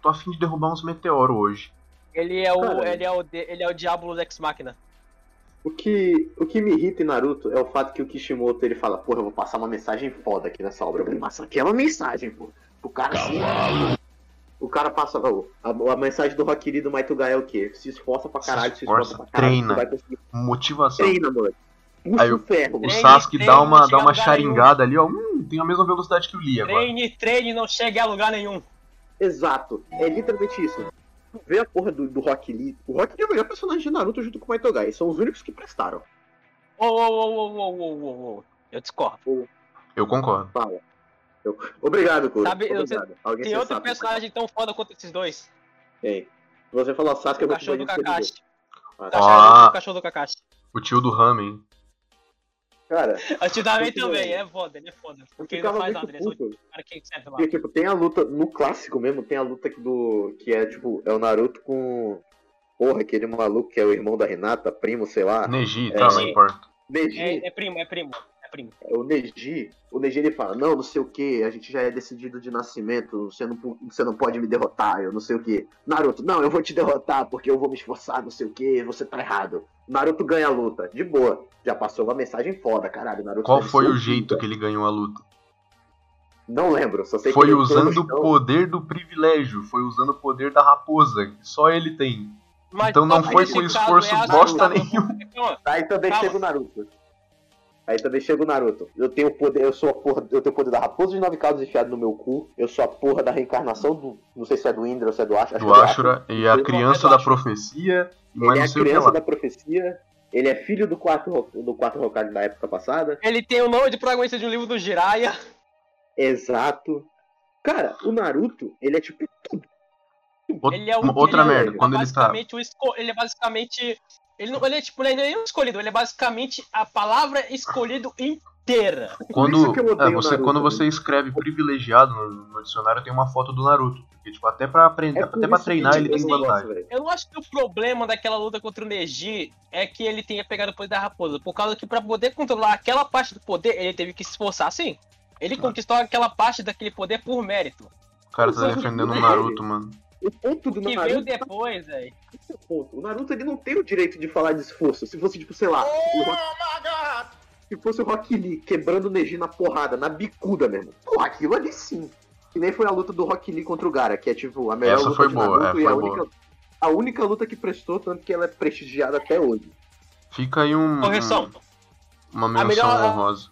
tô afim de derrubar uns meteoros hoje. Ele é o, Cara. ele é o, de- ele é o Diablo Ex Machina. O que, o que me irrita em Naruto é o fato que o Kishimoto ele fala, porra, eu vou passar uma mensagem foda aqui nessa obra. Eu vou passar aqui é uma mensagem, pô. O cara assim. O cara passa. ó, A, a mensagem do Rock Lee do Maito Gai é o quê? Se esforça pra Se caralho, se esforça, esforça, pra caralho. treina. tu vai conseguir. Motivação. Treina, moleque. Puxa Aí o ferro, O mano. Treine, Sasuke treine, dá uma, dá não chega uma a lugar nenhum. charingada ali, ó. Hum, tem a mesma velocidade que o Lee agora. Treine, treine, não chega a lugar nenhum. Exato. É literalmente isso. Tu vê a porra do, do Rock Lee. O Rock Lee é o melhor personagem de Naruto junto com o Maito Gai. São os únicos que prestaram. Ô, ô, ô, ô, ô, ô, ô, ô. Eu discordo. Eu concordo. Obrigado, Kuro. Sabe, eu- Obrigado. Alguém Tem outro sensato. personagem tão foda quanto esses dois. Quem? Se você falar Sasuke, O eu vou cachorro do fugir de Kakashi. Ah, Tá achando tá. O cachorro do Kakashi. [LAUGHS] O tio do Ramen. Cara, Antigamente Eu também, também. é foda, ele é foda. eu Porque ele não ficava faz nada, ele é muito só o puto. cara que serve lá. Porque, tipo, tem a luta, no clássico mesmo, tem a luta que do. que é, tipo, é o Naruto com. Porra, aquele maluco que é o irmão da Renata, primo, sei lá. Neji, É, tá, não sim. importa. Neji, É, é primo, é primo, é primo. o Neji, o Neji ele fala, não, não sei o que, a gente já é decidido de nascimento, você não, po- você não pode me derrotar, eu não sei o que. Naruto, não, eu vou te derrotar porque eu vou me esforçar, não sei o que, você tá errado. Naruto ganha a luta, de boa. Já passou uma mensagem foda, caralho. Naruto Qual deve foi ser o um jeito pica. que ele ganhou a luta? Não lembro, só sei que Foi ele entrou usando no o chão. poder do privilégio, foi usando o poder da raposa, que só ele tem. Então não só foi que com nesse esforço caso é bosta aceitável, porque, Aí também Calma. chega o Naruto. Aí também chega o Naruto. Eu tenho o poder, eu sou a porra, eu tenho o poder da raposa de nove caudas enfiado no meu cu. Eu sou a porra da reencarnação do. Não sei se é do Indra ou se é do Asha. acho Do que é do Ashura e a Ele criança não é da do Ashura. profecia, mas Ele é não a sei o que criança lá. da profecia. Ele é filho do quarto, Ho- do quarto Hokage da época passada. ó, Ele tem o nome de protagonista de um livro do Jiraiya. Exato. Cara, o Naruto, ele é tipo tudo. Out- Ele é um uma- Outra ele é um- merda, quando ele tá. basicamente um esco- ele é basicamente. Ele, não, ele é tipo, ele não é nem um escolhido, ele é basicamente a palavra escolhido inteira. Quando, isso que eu odeio é, você, o Naruto, quando né? você escreve privilegiado no, no dicionário, tem uma foto do Naruto. Porque, tipo, até pra aprender, É por até pra isso que treinar, tipo, ele tem esse vantagem. negócio, velho. Eu não acho que o problema daquela luta contra o Neji é que ele tenha pegado o poder da raposa, por causa que pra poder controlar aquela parte do poder, ele teve que se esforçar sim. Ele conquistou aquela parte daquele poder por mérito. O cara tá defendendo o Naruto, mano. O ponto do O que veio Naruto é depois, velho. o ponto. O Naruto ele não tem o direito de falar de esforço. Se fosse, tipo, sei lá, o Se fosse o Rock Lee quebrando o Neji na porrada, na bicuda mesmo. Porra, aquilo ali sim. Que nem foi a luta do Rock Lee contra o Gara, que é tipo a melhor Essa luta foi de boa, Naruto é, e a foi única, a única luta que prestou, tanto que ela é prestigiada até hoje. Fica aí um, Correção. uma menção melhor- honrosa.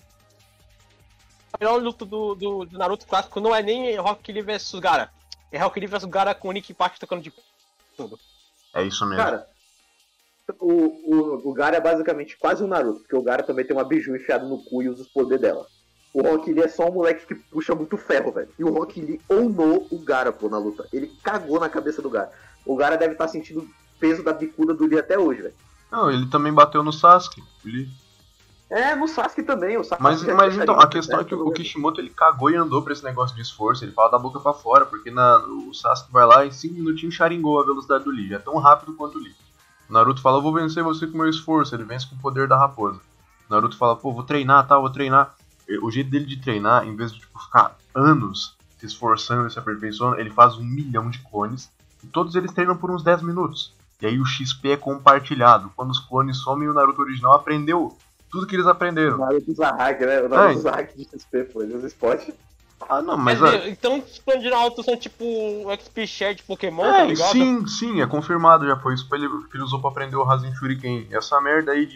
A melhor luta do, do, do Naruto clássico não é nem Rock Lee vs Gara. É Rock Lee vs Gara com o Nick Park tocando de É isso mesmo. Cara, o, o, o Gara é basicamente quase um Naruto, porque o Gara também tem uma biju enfiada no cu e usa os poderes dela. O Rock Lee é só um moleque que puxa muito ferro, velho. E o Rock Lee onou o Gara, pô, na luta. Ele cagou na cabeça do Gara. O Gara deve estar sentindo o peso da bicuda do Lee até hoje, velho. Não, ele também bateu no Sasuke. Ele- É, no Sasuke também, o Sasuke. né? Mas, já mas deixa então, ele- a questão é que o problema. Kishimoto ele cagou e andou pra esse negócio de esforço. Ele fala da boca pra fora, porque na, o Sasuke vai lá e em 5 minutinhos charingou a velocidade do Lee. É tão rápido quanto o Lee. O Naruto fala, eu vou vencer você com meu esforço. Ele vence com o poder da raposa. O Naruto fala, pô, vou treinar, tá, vou treinar. E O jeito dele de treinar, em vez de tipo, ficar anos se esforçando e se aperfeiçoando, ele faz um milhão de clones. E todos eles treinam por uns 10 minutos. E aí o XP é compartilhado. Quando os clones somem, o Naruto original aprendeu tudo que eles aprenderam. O Naruto usa hack, né? O Ai. Naruto usa hack de XP, pô, ele usa esporte. Ah, não, mas. Quer É, dizer, então os planos de Naruto são tipo um XP share de Pokémon, tá é, ligado? sim, sim, é confirmado já. Foi isso que ele, que ele usou pra aprender o Rasen Shuriken. Essa merda aí de.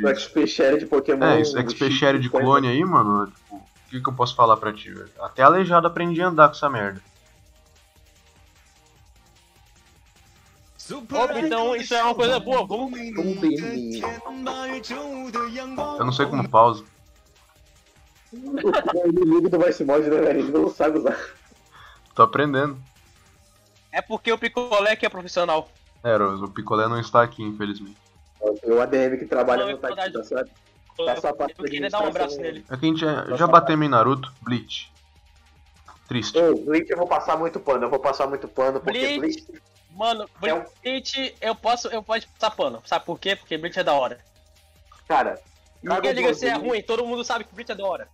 de, O de- XP share de Pokémon. é, esse XP Share de né? clone aí, mano. Tipo, o que, que eu posso falar pra ti, velho? Até aleijado aprendi a andar com essa merda. Opa, então isso é uma coisa boa, vamos. Eu não sei como pausa. O inimigo do Vice Mod, né, velho? Ele não sabe usar. Tô aprendendo. É porque o Picolé que é profissional. É, Rose, o picolé não está aqui, infelizmente. O ADM que trabalha Não, no Tati, verdade. tá certo? Tá só a parte É, Eu queria dar um abraço nele. É que a gente já, já batemos em Naruto, Bleach. Triste. Ô, Blitz eu vou passar muito pano, eu vou passar muito pano, porque Blitz. Blitz, Mano, É um- Bleach, eu posso, eu posso passar pano. Sabe por quê? Porque Bleach é da hora. cara. Ninguém Dragon liga Ball se é Z- ruim, todo mundo sabe que Bleach é da hora.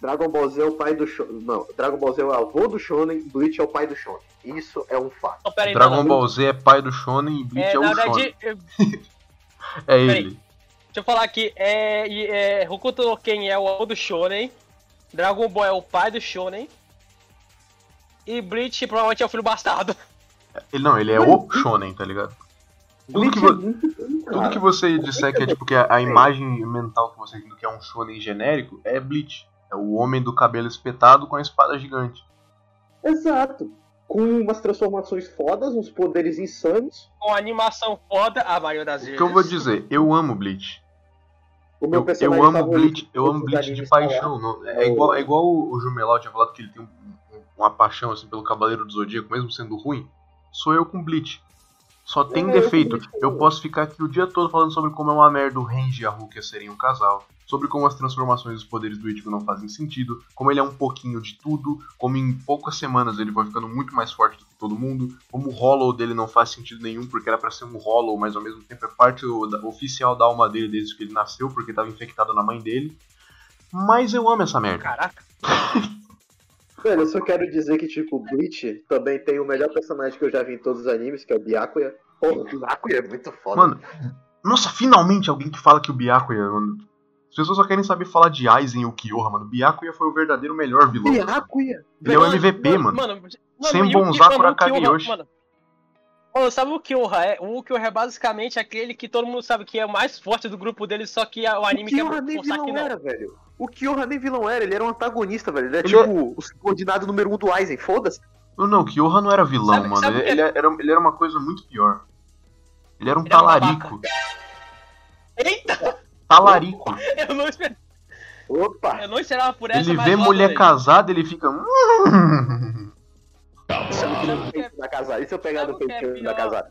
Dragon Ball Z é o pai do Shonen. Não, Dragon Ball Z é o avô do Shonen, Blitz é o pai do Shonen. Isso é um fato. Não, pera aí, Dragon não, Ball Z é pai do Shonen e não. Bleach É, é, na o Shonen. verdade, eu- deixa É peraí. ele. eu falar aqui, é, e, é, Hokuto no Ken é o avô do Shonen, Dragon Ball é o pai do Shonen, e Bleach provavelmente é o filho bastardo. [LAUGHS] Ele não, ele é o Shonen, tá ligado? Tudo Blitz que, é vo- muito bom, cara. Tudo que você disser que é tipo que a, a imagem mental que você tem do que é um shonen genérico é Bleach. É o homem do cabelo espetado com a espada gigante. Exato. Com umas transformações fodas, uns poderes insanos. Com animação foda, a maioria das O vezes. que eu vou dizer, eu amo Bleach. O meu Eu, eu personagem amo favorito Bleach, eu amo desses Bleach de animes tá lá. paixão. não- É é, o- igual, é igual o o Jumelau tinha falado que ele tem um- um- uma paixão assim, pelo Cavaleiro do Zodíaco, mesmo sendo ruim. Sou eu com Bleach. Só tem eu defeito. com Bleach Eu também. posso ficar aqui o dia todo falando sobre como é uma merda o Renji e a Rukia serem um casal. Sobre como as transformações dos poderes do Ichigo não fazem sentido. Como ele é um pouquinho de tudo. Como em poucas semanas ele vai ficando muito mais forte do que todo mundo. Como o Hollow dele não faz sentido nenhum, porque era pra ser um Hollow, mas ao mesmo tempo é parte o- da- oficial da alma dele desde que ele nasceu, porque tava infectado na mãe dele. Mas eu amo essa merda. Caraca, Velho, eu só quero dizer que, tipo, Bleach também tem o melhor personagem que eu já vi em todos os animes, que é o Byakuya. Pô, o Byakuya é muito foda. Mano, nossa, finalmente alguém que fala que o Byakuya, mano. As pessoas só querem saber falar de Aizen e o Kyoha, mano. Byakuya foi o verdadeiro melhor vilão. Byakuya? Ele é o MVP, mano. Sem e o bonzar Ki- por mano, o Kyoha, Akageyoshi. Mano, Mano, sabe o Kyoha é? O Kyoha é basicamente aquele que todo mundo sabe que é o mais forte do grupo dele, só que a- o o anime quer Kyoha nem forçar vilão que não. era, velho. O Kyoha nem vilão era, ele era um antagonista, velho. Ele é Ele tipo o subordinado número um do Aizen, foda-se. Não, não, o Kyoha não era vilão, Sabe- mano. sabe o que- é? ele, é, era, um, ele era uma coisa muito pior. Ele era um Ele era um talarico. Eita, talarico. [LAUGHS] eu não, esper- Opa! É, eu não esperava por essa. Ele mas vê gosto mulher dele. casada, ele fica. "Hum". Sabe o que é- Da casada. E se eu pegar Sabe no o que é peito da pior? casada?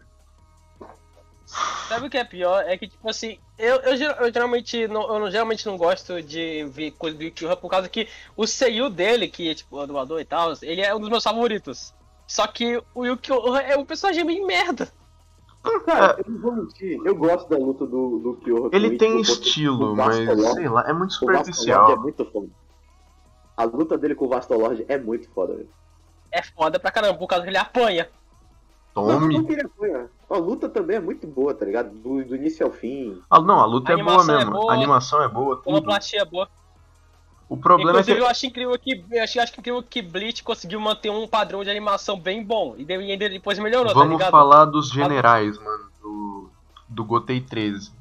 Sabe o que é pior? É que, tipo assim, eu, eu, ger- eu geralmente, não, eu não- geralmente não gosto de ver coisa do Ichiha por causa que o Seiyu dele, que é tipo o dublador e tal, ele é um dos meus favoritos. Só que o Yukioha é um personagem meio merda. Ah, Cara, eu não vou mentir, eu gosto da luta do, do Kyoha. com o Ele Ichigo, tem porque estilo, o mas Vasco Lopes- sei lá, é muito O Vastolord é superficial. muito foda. A luta dele com o Vastolord é muito foda, velho. É foda pra caramba, por causa que ele apanha. Não, Tome. não que ele apanha. A luta também é muito boa, tá ligado? Do, do início ao fim. Ah, não, a luta A é boa animação é mesmo. boa. A animação é boa, Uma tudo. plastia boa. O problema é Inclusive, que. eu acho incrível que eu acho, acho incrível que Bleach conseguiu manter um padrão de animação bem bom. E de- e ainda depois melhorou, tá Vamos ligado? falar dos generais, mano, do, do Gotei 13.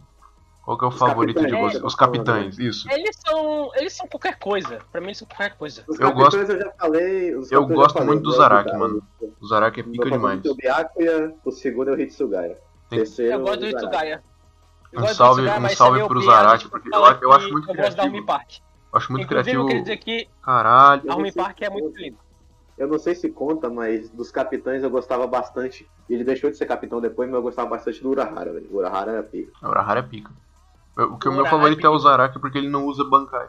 Qual que é o Os favorito de capitães. vocês? Os capitães, isso. Eles são. Eles são qualquer coisa. Pra mim eles são qualquer coisa. Os Eu capitães eu já falei. os eu capitães gosto falei, né, tá? muito do eu gosto Zaraki, cara. mano. O Zaraki é Meu pica demais. favorito é O Byakuya, o segundo é o Hitsugaya. O Tem- Terceiro, Eu gosto do é o Zaraki. Hitsugaya. Eu Um gosto do salve- Hitsugaya, um mas salve é meio pro piada, Zarate, tipo, porque falar eu- eu acho que muito Eu gosto da criativo. Army Park. Acho muito Inclusive, eu queria criativo. dizer que Caralho. a Army sei Park é muito linda. Eu não sei se conta, mas dos capitães eu gostava bastante. Ele deixou de ser capitão depois, mas eu gostava bastante do Urahara, velho. O Urahara era pica. O Urahara é pica. Eu- O que o meu Urahara é favorito é o pica. Zaraki porque ele não usa Bankai.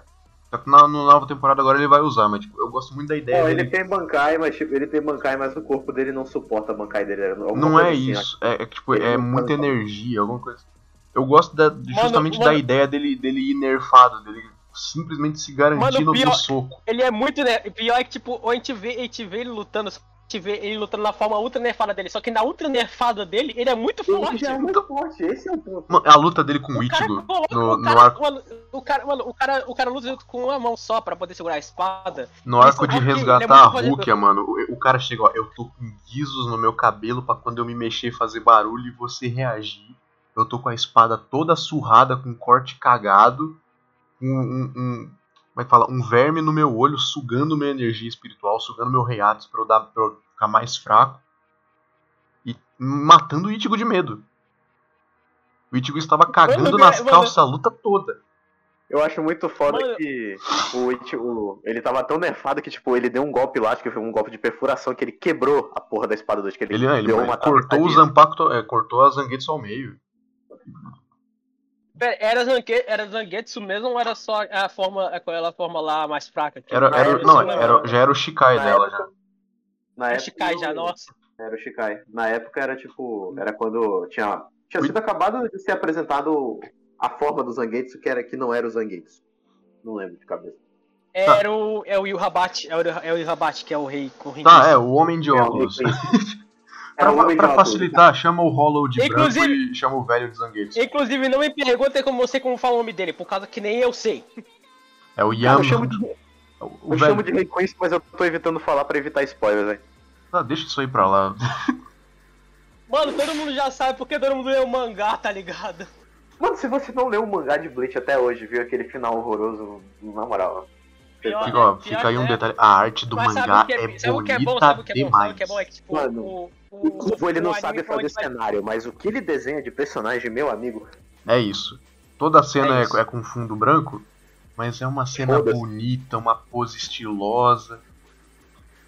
Só que na, na nova temporada agora ele vai usar, mas tipo, eu gosto muito da ideia Não, dele. ele tem bancai, mas tipo, ele tem bancai, mas o corpo dele não suporta bancai dele. era alguma Não coisa é assim, isso. É, é que, tipo, Ele é não muita fala. energia, alguma coisa. assim. Eu gosto da- justamente da mano- ideia dele, dele ir nerfado, dele simplesmente se garantir Mano, no pior- do soco. Ele é muito. Né? e Pior é que, tipo, a gente vê, a gente vê ele lutando. só que A gente vê ele lutando na forma ultra nerfada dele. Só que na ultra nerfada dele, ele é muito Ele forte. já é Então- muito forte, esse é o ponto. Mano, A luta dele com o O cara Ichigo [LAUGHS] coloca Tipo, no, o no cara, arco, mano, o cara, mano, o cara, o cara luta com uma mão só pra poder segurar a espada. no arco de ele é muito resgatar a fazedor. Rukia, mano. O, o cara chega, ó, eu tô com guizos no meu cabelo pra quando eu me mexer fazer barulho e você reagir. Eu tô com a espada toda surrada, com um corte cagado, com um, um- Como é que fala? Um verme no meu olho, sugando minha energia espiritual, sugando meu reatos pra eu, dar, pra eu ficar mais fraco. E matando o Ichigo de medo. O Ichigo estava cagando Mano, nas mano. calças a luta toda. Eu acho muito foda Mano- que o, Ichi- o- ele tava tão nerfado que, tipo, ele deu um golpe lá, acho que foi um golpe de perfuração, que ele quebrou a porra da espada do Ichigo. Ele, né, ele, deu ele uma cortou, o trafadinha. Zanpakuto, é, cortou a Zangetsu ao meio. Pera, Era, Zangue, era Zangetsu mesmo ou era só a forma, aquela forma lá mais fraca? que- Era, Na era, época, não, não. era, já era o Shikai Na dela já. Na Acho que cai É já, nossa. Era o Shikai. Na época era tipo. Era quando tinha. Tinha Ui. sido acabado de ser apresentado a forma do Zangetsu, que era que não era o Zangetsu. Não lembro de cabeça. Tá. Era o, é o Yuhabat, é o, é o Yuhabat que é o rei corrente. Tá, é, o Homem de É, o Óculos. Rei [LAUGHS] Era Pra, o homem pra de óculos. facilitar, chama o Hollow de branco Inclusive- e chama o velho de Zangetsu. Inclusive, não me perguntem como eu sei como fala o nome dele, por causa que nem eu sei. É o Cara, Yama. eu chamo de, é o- o eu velho. chamo de Rei Quincy, mas eu tô evitando falar pra evitar spoilers, velho. Tá, deixa isso aí pra lá. Mano, todo mundo já sabe porque todo mundo lê o mangá, tá ligado? Mano, se você não leu o mangá de Bleach até hoje, viu aquele final horroroso, na moral. tá- Pior- Fica, ó, pior fica aí um é- detalhe. A arte do Mas sabe mangá o que é, é sabe o que é bom? bonita Sabe o que é bom? Sabe demais. o que é bom? É que, tipo, Mano, o, O Kubo, ele o não anime sabe pra onde fazer vai- cenário, mas o que ele desenha de personagem, meu amigo, É isso. Toda a cena É é, isso. é com fundo branco, mas é uma cena Foda-se. bonita, uma pose estilosa.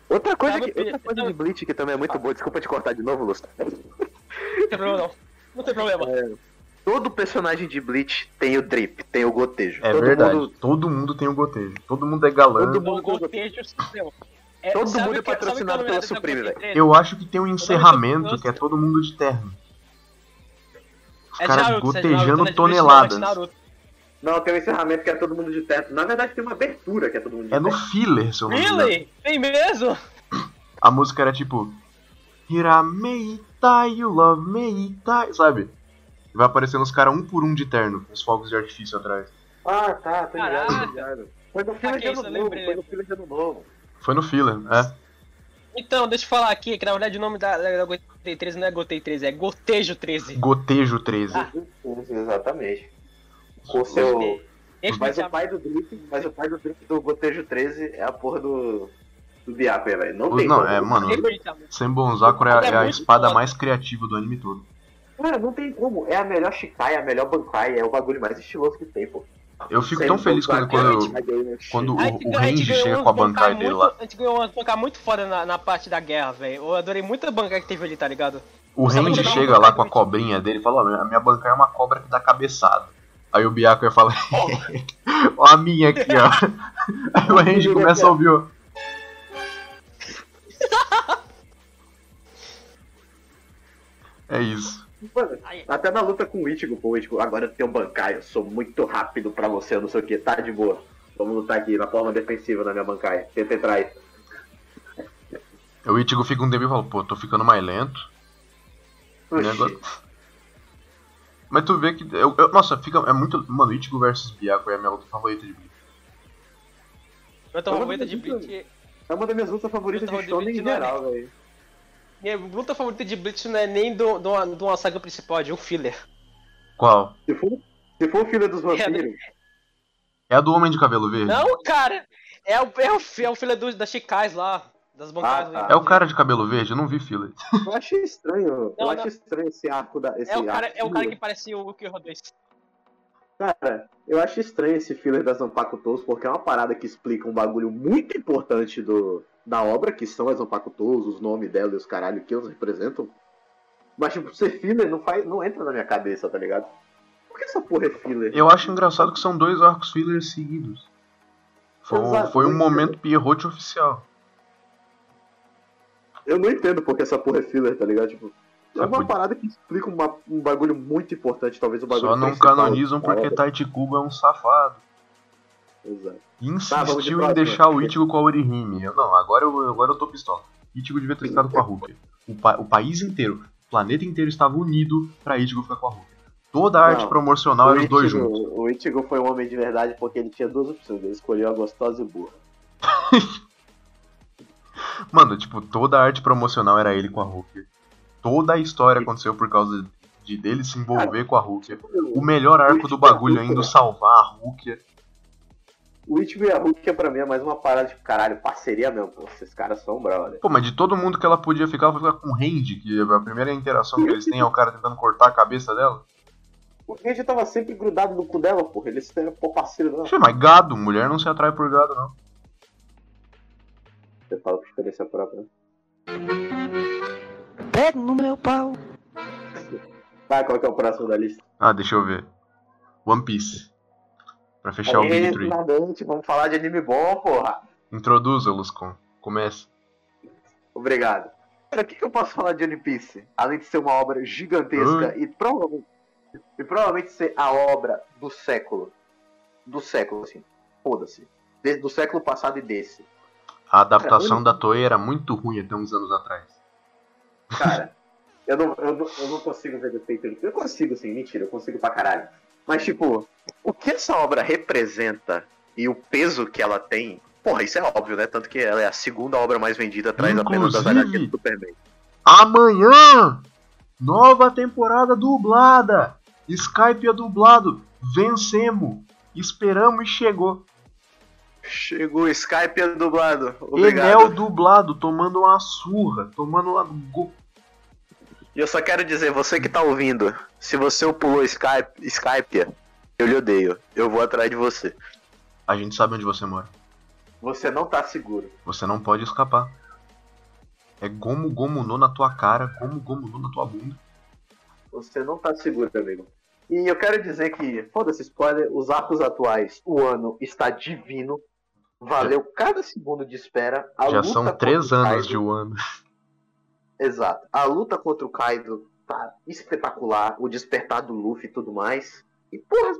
Outra coisa, Tava Ah. que, outra pe- coisa de Bleach que também é muito boa, desculpa te cortar de novo, Lúcio. É Não tem problema, não. Não tem problema. Todo personagem de Bleach tem o drip, tem o gotejo. É todo verdade. Mundo, Todo mundo tem um gotejo. Todo mundo é galã. Todo O gotejo supremo. É, Todo sabe mundo é o que- sabe qual patrocinado o nome pela da- da Supreme, Gotejo? Eu acho que tem um sou encerramento Naruto. que é todo mundo de terno. Os É caras Naruto, é Naruto, gotejando né? Tipo, toneladas. Naruto. Não, tem o encerramento que é todo mundo de teto. Na verdade, tem uma abertura que é todo mundo de É no teto. filler, seu nome. Really? é. Tem mesmo? A música era tipo. Hirameita, you love meita, sabe? Vai aparecendo os caras um por um de terno, com os fogos de artifício atrás. Ah, tá, tô ligado, Caraca. tô ligado. Foi no filme de Saquei, ano isso, novo, lembrei. foi no filme de ano novo. Foi no filler, é. Então, deixa eu falar aqui, que na verdade o nome da, da Gotei 13 não é Gotei 13, é Gotejo 13. Gotejo 13. Ah. Exatamente. Com o seu... Esse Mas é o pai do drip, mas o pai do drip do gotejo 13 é a porra do... Do Byakuya, velho. Não tem Não, como. é, mano. inacreditável. Senbon Zakura é, a- É é a muito espada foda. mais criativa do anime todo. Cara, não tem como. É a melhor Shikai, a melhor Bankai, é o bagulho mais estiloso que tem, um pô. Eu fico Sem tão feliz quando, bancar, é quando, mas aí, né, quando A gente o, o ganhou- a gente Renji ganhou chega uns com a bancar Bankai dele muito- lá. A gente ganhou umas bancar muito foda na, na parte da guerra, velho. Eu adorei muito a bancar que teve ali, tá ligado? O Sabe Renji jogar um chega lá com a completamente. cobrinha dele e fala: "Ó, A minha bancaia é uma cobra que dá cabeçada. Aí o Biaco ia falar: [LAUGHS] Ó, a minha aqui, ó. Aí o Renji começa a ouvir: ó, É isso. Mano, Aí. até na luta com o Ichigo, pô, o Ichigo, agora eu tenho um bancai, eu sou muito rápido pra você, eu não sei o que, tá de boa. Vamos lutar aqui na forma defensiva da minha bancai. Tenta entrar aí. O Ichigo fica um tempo e fala: Pô, tô ficando mais lento. Oxi. Negócio- Mas tu vê que. eu- eu- nossa, fica. É muito. Mano, Ichigo versus Biaco é a minha luta favorita de Bleach. Meu Eu não favorita de acredito. Bleach. É uma das minhas lutas favoritas Luta de Shonen em de nada. geral, velho. Minha luta favorita de Bleach não é nem de uma, de uma saga principal, é de um filler. Qual? Se for, se for o filho [LAUGHS] dos né? vampiros, É a do Homem de Cabelo Verde? Não, cara! É o, é o, fi- é o filler do, das Chicais lá. Das bancárias. Ah, tá. É o cara de cabelo verde? Eu não vi filler. eu acho estranho. eu Não, acho não. estranho esse arco da. Esse É o cara, arco é o cara que filler. parece o Kiro 2. Cara, eu acho estranho esse filler das Zanpakutos, porque é uma parada que explica um bagulho muito importante do, da obra, que são as Zanpakutos, os nomes dela e os caralho que eles representam. Mas, tipo, ser filler não, faz, não entra na minha cabeça, tá ligado? Por que essa porra é filler? Eu acho engraçado que são dois arcos fillers seguidos. Foi um, Exato. foi um momento Pierrot oficial. Eu não entendo por que essa porra é filler, tá ligado? Tipo, é É uma por- parada que explica uma- um bagulho muito importante, talvez o bagulho Só não principal canonizam da porque obra. Taichi Kubo é um safado. Exato. E Tá, vamos de insistiu em próxima. deixar o Ichigo com a Orihime. Eu- Não, agora eu, agora eu tô pistola. Ichigo devia ter ficado com a Rukia. O, pa- o país inteiro, o planeta inteiro estava unido pra Ichigo ficar com a Rukia. Toda a arte Não, promocional era os dois Ichigo- juntos. o Ichigo foi um homem de verdade porque ele tinha duas opções, ele escolheu a gostosa e burra. Mano, tipo, toda a arte promocional era ele com a Rukia. Toda a história aconteceu por causa de dele se envolver com a Rukia. O melhor arco do bagulho é indo salvar a Rukia. O Ichigo e a Rukia pra mim é mais uma parada de caralho, parceria mesmo, pô. Esses caras são brother. Pô, mas de todo mundo que ela podia ficar, ela fica com o Randy, que é a primeira interação que eles têm é o cara tentando cortar a cabeça dela. O Renji tava sempre grudado no cu dela, porra. Ele se era pô parceiro dela. Fih, mas gado, mulher não se atrai por gado, não. Você fala por experiência própria. né? Pega no meu pau. Vai, qual que é o próximo da lista? Ah, deixa eu ver. One Piece. Pra fechar É, o Big Tree. Exatamente, vamos falar de anime bom, porra. Introduza, Luscon. Começa. Obrigado. Cara, o que, que eu posso falar de One Piece? Além de ser uma obra gigantesca e provavelmente, e provavelmente ser a obra do século. Do século, assim. Foda-se. Desde- Do século passado e desse. A adaptação da Toei era muito ruim até uns anos atrás. Cara, eu não, eu, não, eu não consigo ver defeito nisso. Eu consigo, sim, mentira, eu consigo pra caralho. Mas, tipo, o que essa obra representa e o peso que ela tem. Porra, isso é óbvio, né? Tanto que ela é a segunda obra mais vendida atrás apenas das Inclusive- HQs do Superman. Amanhã! Nova temporada dublada! Skype é dublado! Vencemos! Esperamos e chegou! Chegou o Skype é dublado. Enel Obrigado. dublado, tomando uma surra, tomando uma. go- E eu só quero dizer, você que tá ouvindo, se você pulou Skype, Skype, Eu lhe odeio. Eu vou atrás de você. A gente sabe onde você mora. Você não tá seguro. Você não pode escapar. É gomo gomo no na tua cara, gomo gomo no na tua bunda. Você não tá seguro, amigo. E eu quero dizer que, foda-se spoiler, os arcos atuais, o ano está divino. Valeu cada segundo de espera. A Já luta são contra três o anos de Kaido- um ano. Exato. A luta contra o Kaido tá espetacular. O despertar do Luffy e tudo mais. E porra.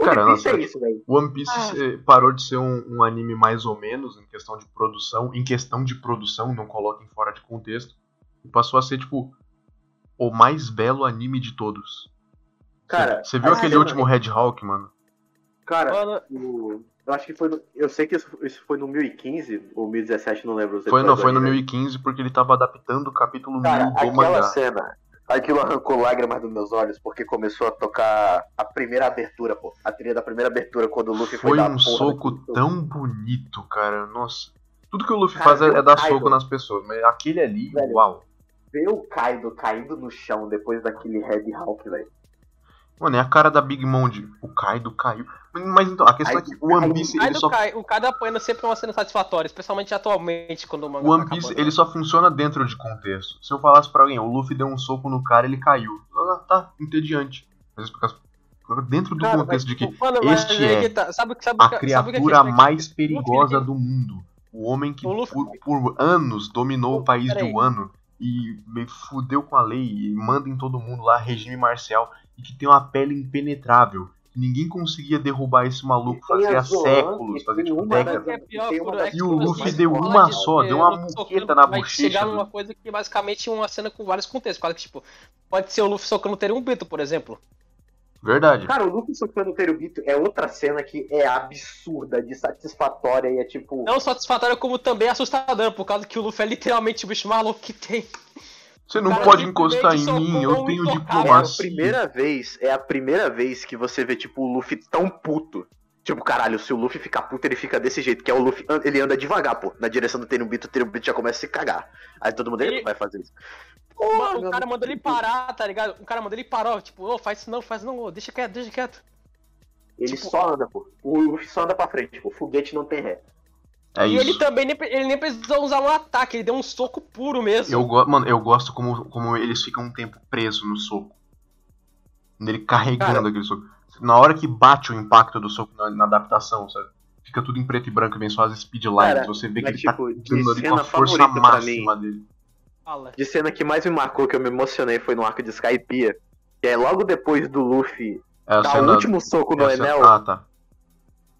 O Cara, One Piece nossa, é isso, velho. One Piece eh, parou de ser um, um anime mais ou menos em questão de produção, em questão de produção, não coloquem fora de contexto, e passou a ser tipo o mais belo anime de todos. Cara, Você viu a aquele cena- último Red Hawk, mano? Cara, Mano, o- eu acho que foi. no- Eu sei que isso, isso foi no 1015 ou 1017, não lembro. os Foi não, episódios foi no ainda. 1015 porque ele tava adaptando o capítulo Cara, 1000 do aquela um mangá. cena, aquilo arrancou lágrimas dos meus olhos porque começou a tocar a primeira abertura, pô. A trilha da primeira abertura quando o Luffy foi, Foi dar a um porra soco daquele soco. tão bonito, cara. Nossa. Tudo que o Luffy Cara, faz é, é dar Kaido. soco nas pessoas, mas aquele ali, Velho. uau. Ver o Kaido caindo no chão depois daquele Red Hawk, velho. Mano, é a cara da Big Mom de o Kaido caiu. Mas então, a questão é Kaido que o One caiu. Piece ele Kaido só cai, o Kaido apanhando sempre é uma cena satisfatória, especialmente atualmente, quando o né, mangá O tá One Piece, acabando. ele só funciona dentro de contexto. Se eu falasse pra alguém, o Luffy deu um soco no cara, ele caiu. Ah, tá, entediante. Mas eu explicasse- dentro do Cara, mas, contexto de que mano, mas este aí é que tá- sabe, o que- sabe, a o que- sabe o que é criatura triste? mais perigosa Luffy- do mundo, o homem que O Luffy- por, por anos dominou o Pô, país de peraí. Wano e me fudeu com a lei e manda em todo mundo lá regime marcial e que tem uma pele impenetrável. Ninguém conseguia derrubar esse maluco, E tem fazia a Zoan, séculos, que fazia tem tipo uma décadas. das- É pior, Tem uma por- das é que E o você Luffy mais deu fala uma de- só, é, deu uma Luffy muqueta socando, na vai bochecha Chegar do- numa coisa que basicamente é uma cena com vários contextos. Claro que, tipo, pode ser o Luffy socando o Terumbito, por exemplo. Verdade. Cara, o Luffy socando o Terubito é outra cena que é absurda, de satisfatória e é tipo. Não satisfatório, como também assustador, por causa que o Luffy é literalmente o bicho maluco que tem. Você não cara, pode ele encostar em simplesmente mim, socou eu um tenho intocável. É a diplomacia. primeira vez, é a primeira vez que você vê, tipo, o Luffy tão puto. Tipo, caralho, se o Luffy ficar puto, ele fica desse jeito, que é o Luffy, an- ele anda devagar, pô, na direção do Tenubito, o Tenubito já começa a se cagar. Aí todo mundo, ele, Ele- não vai fazer isso. Mano, o cara manda ele parar, tá ligado? O cara manda ele parar, ó, tipo, ô, faz isso não, faz não, ô, deixa quieto, deixa quieto. Ele tipo- só anda, pô. O Luffy só anda pra frente, pô. Foguete não tem ré. É e isso. ele também nem, pre- ele nem precisou usar um ataque, ele deu um soco puro mesmo. Eu go... Mano, eu gosto como, como eles ficam um tempo presos no soco. Ele carregando aquele soco. Na hora que bate o impacto do soco na, na adaptação, sabe? Fica tudo em preto e branco e vem só as speedlines. Cara, Você vê que mas, ele tipo, tá dando ali de com a cena força favorita pra máxima dele. Fala. De cena que mais me marcou, que eu me emocionei, foi no arco de Skypiea. Que é logo depois do Luffy É a dar cena. tá o último soco é no a cena- Enel. Ah, tá.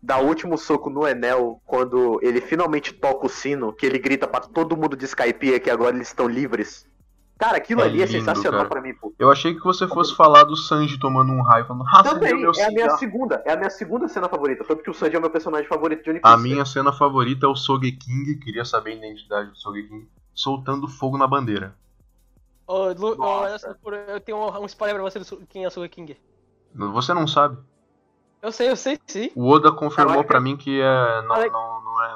dá o último soco no Enel quando ele finalmente toca o sino, que ele grita pra todo mundo de Skypiea que agora eles estão livres. Cara, aquilo É ali é lindo, sensacional cara. pra mim, pô. Eu achei que você fosse falar do Sanji tomando um raio, falando, rasgou Também, meu é a minha cigarro." segunda, é a minha segunda cena favorita, tanto que o Sanji é o meu personagem favorito de One Piece. A minha cena favorita é o Sogeking, queria saber a identidade do Sogeking, soltando fogo na bandeira. Ô, Lu, ô, Nossa. olha só, por- eu tenho um, um spoiler pra você do Su- quem é o Sugar King. Você não sabe. Eu sei, eu sei sim. O Oda confirmou Caraca. pra mim que é. Não, Caraca. não, não é.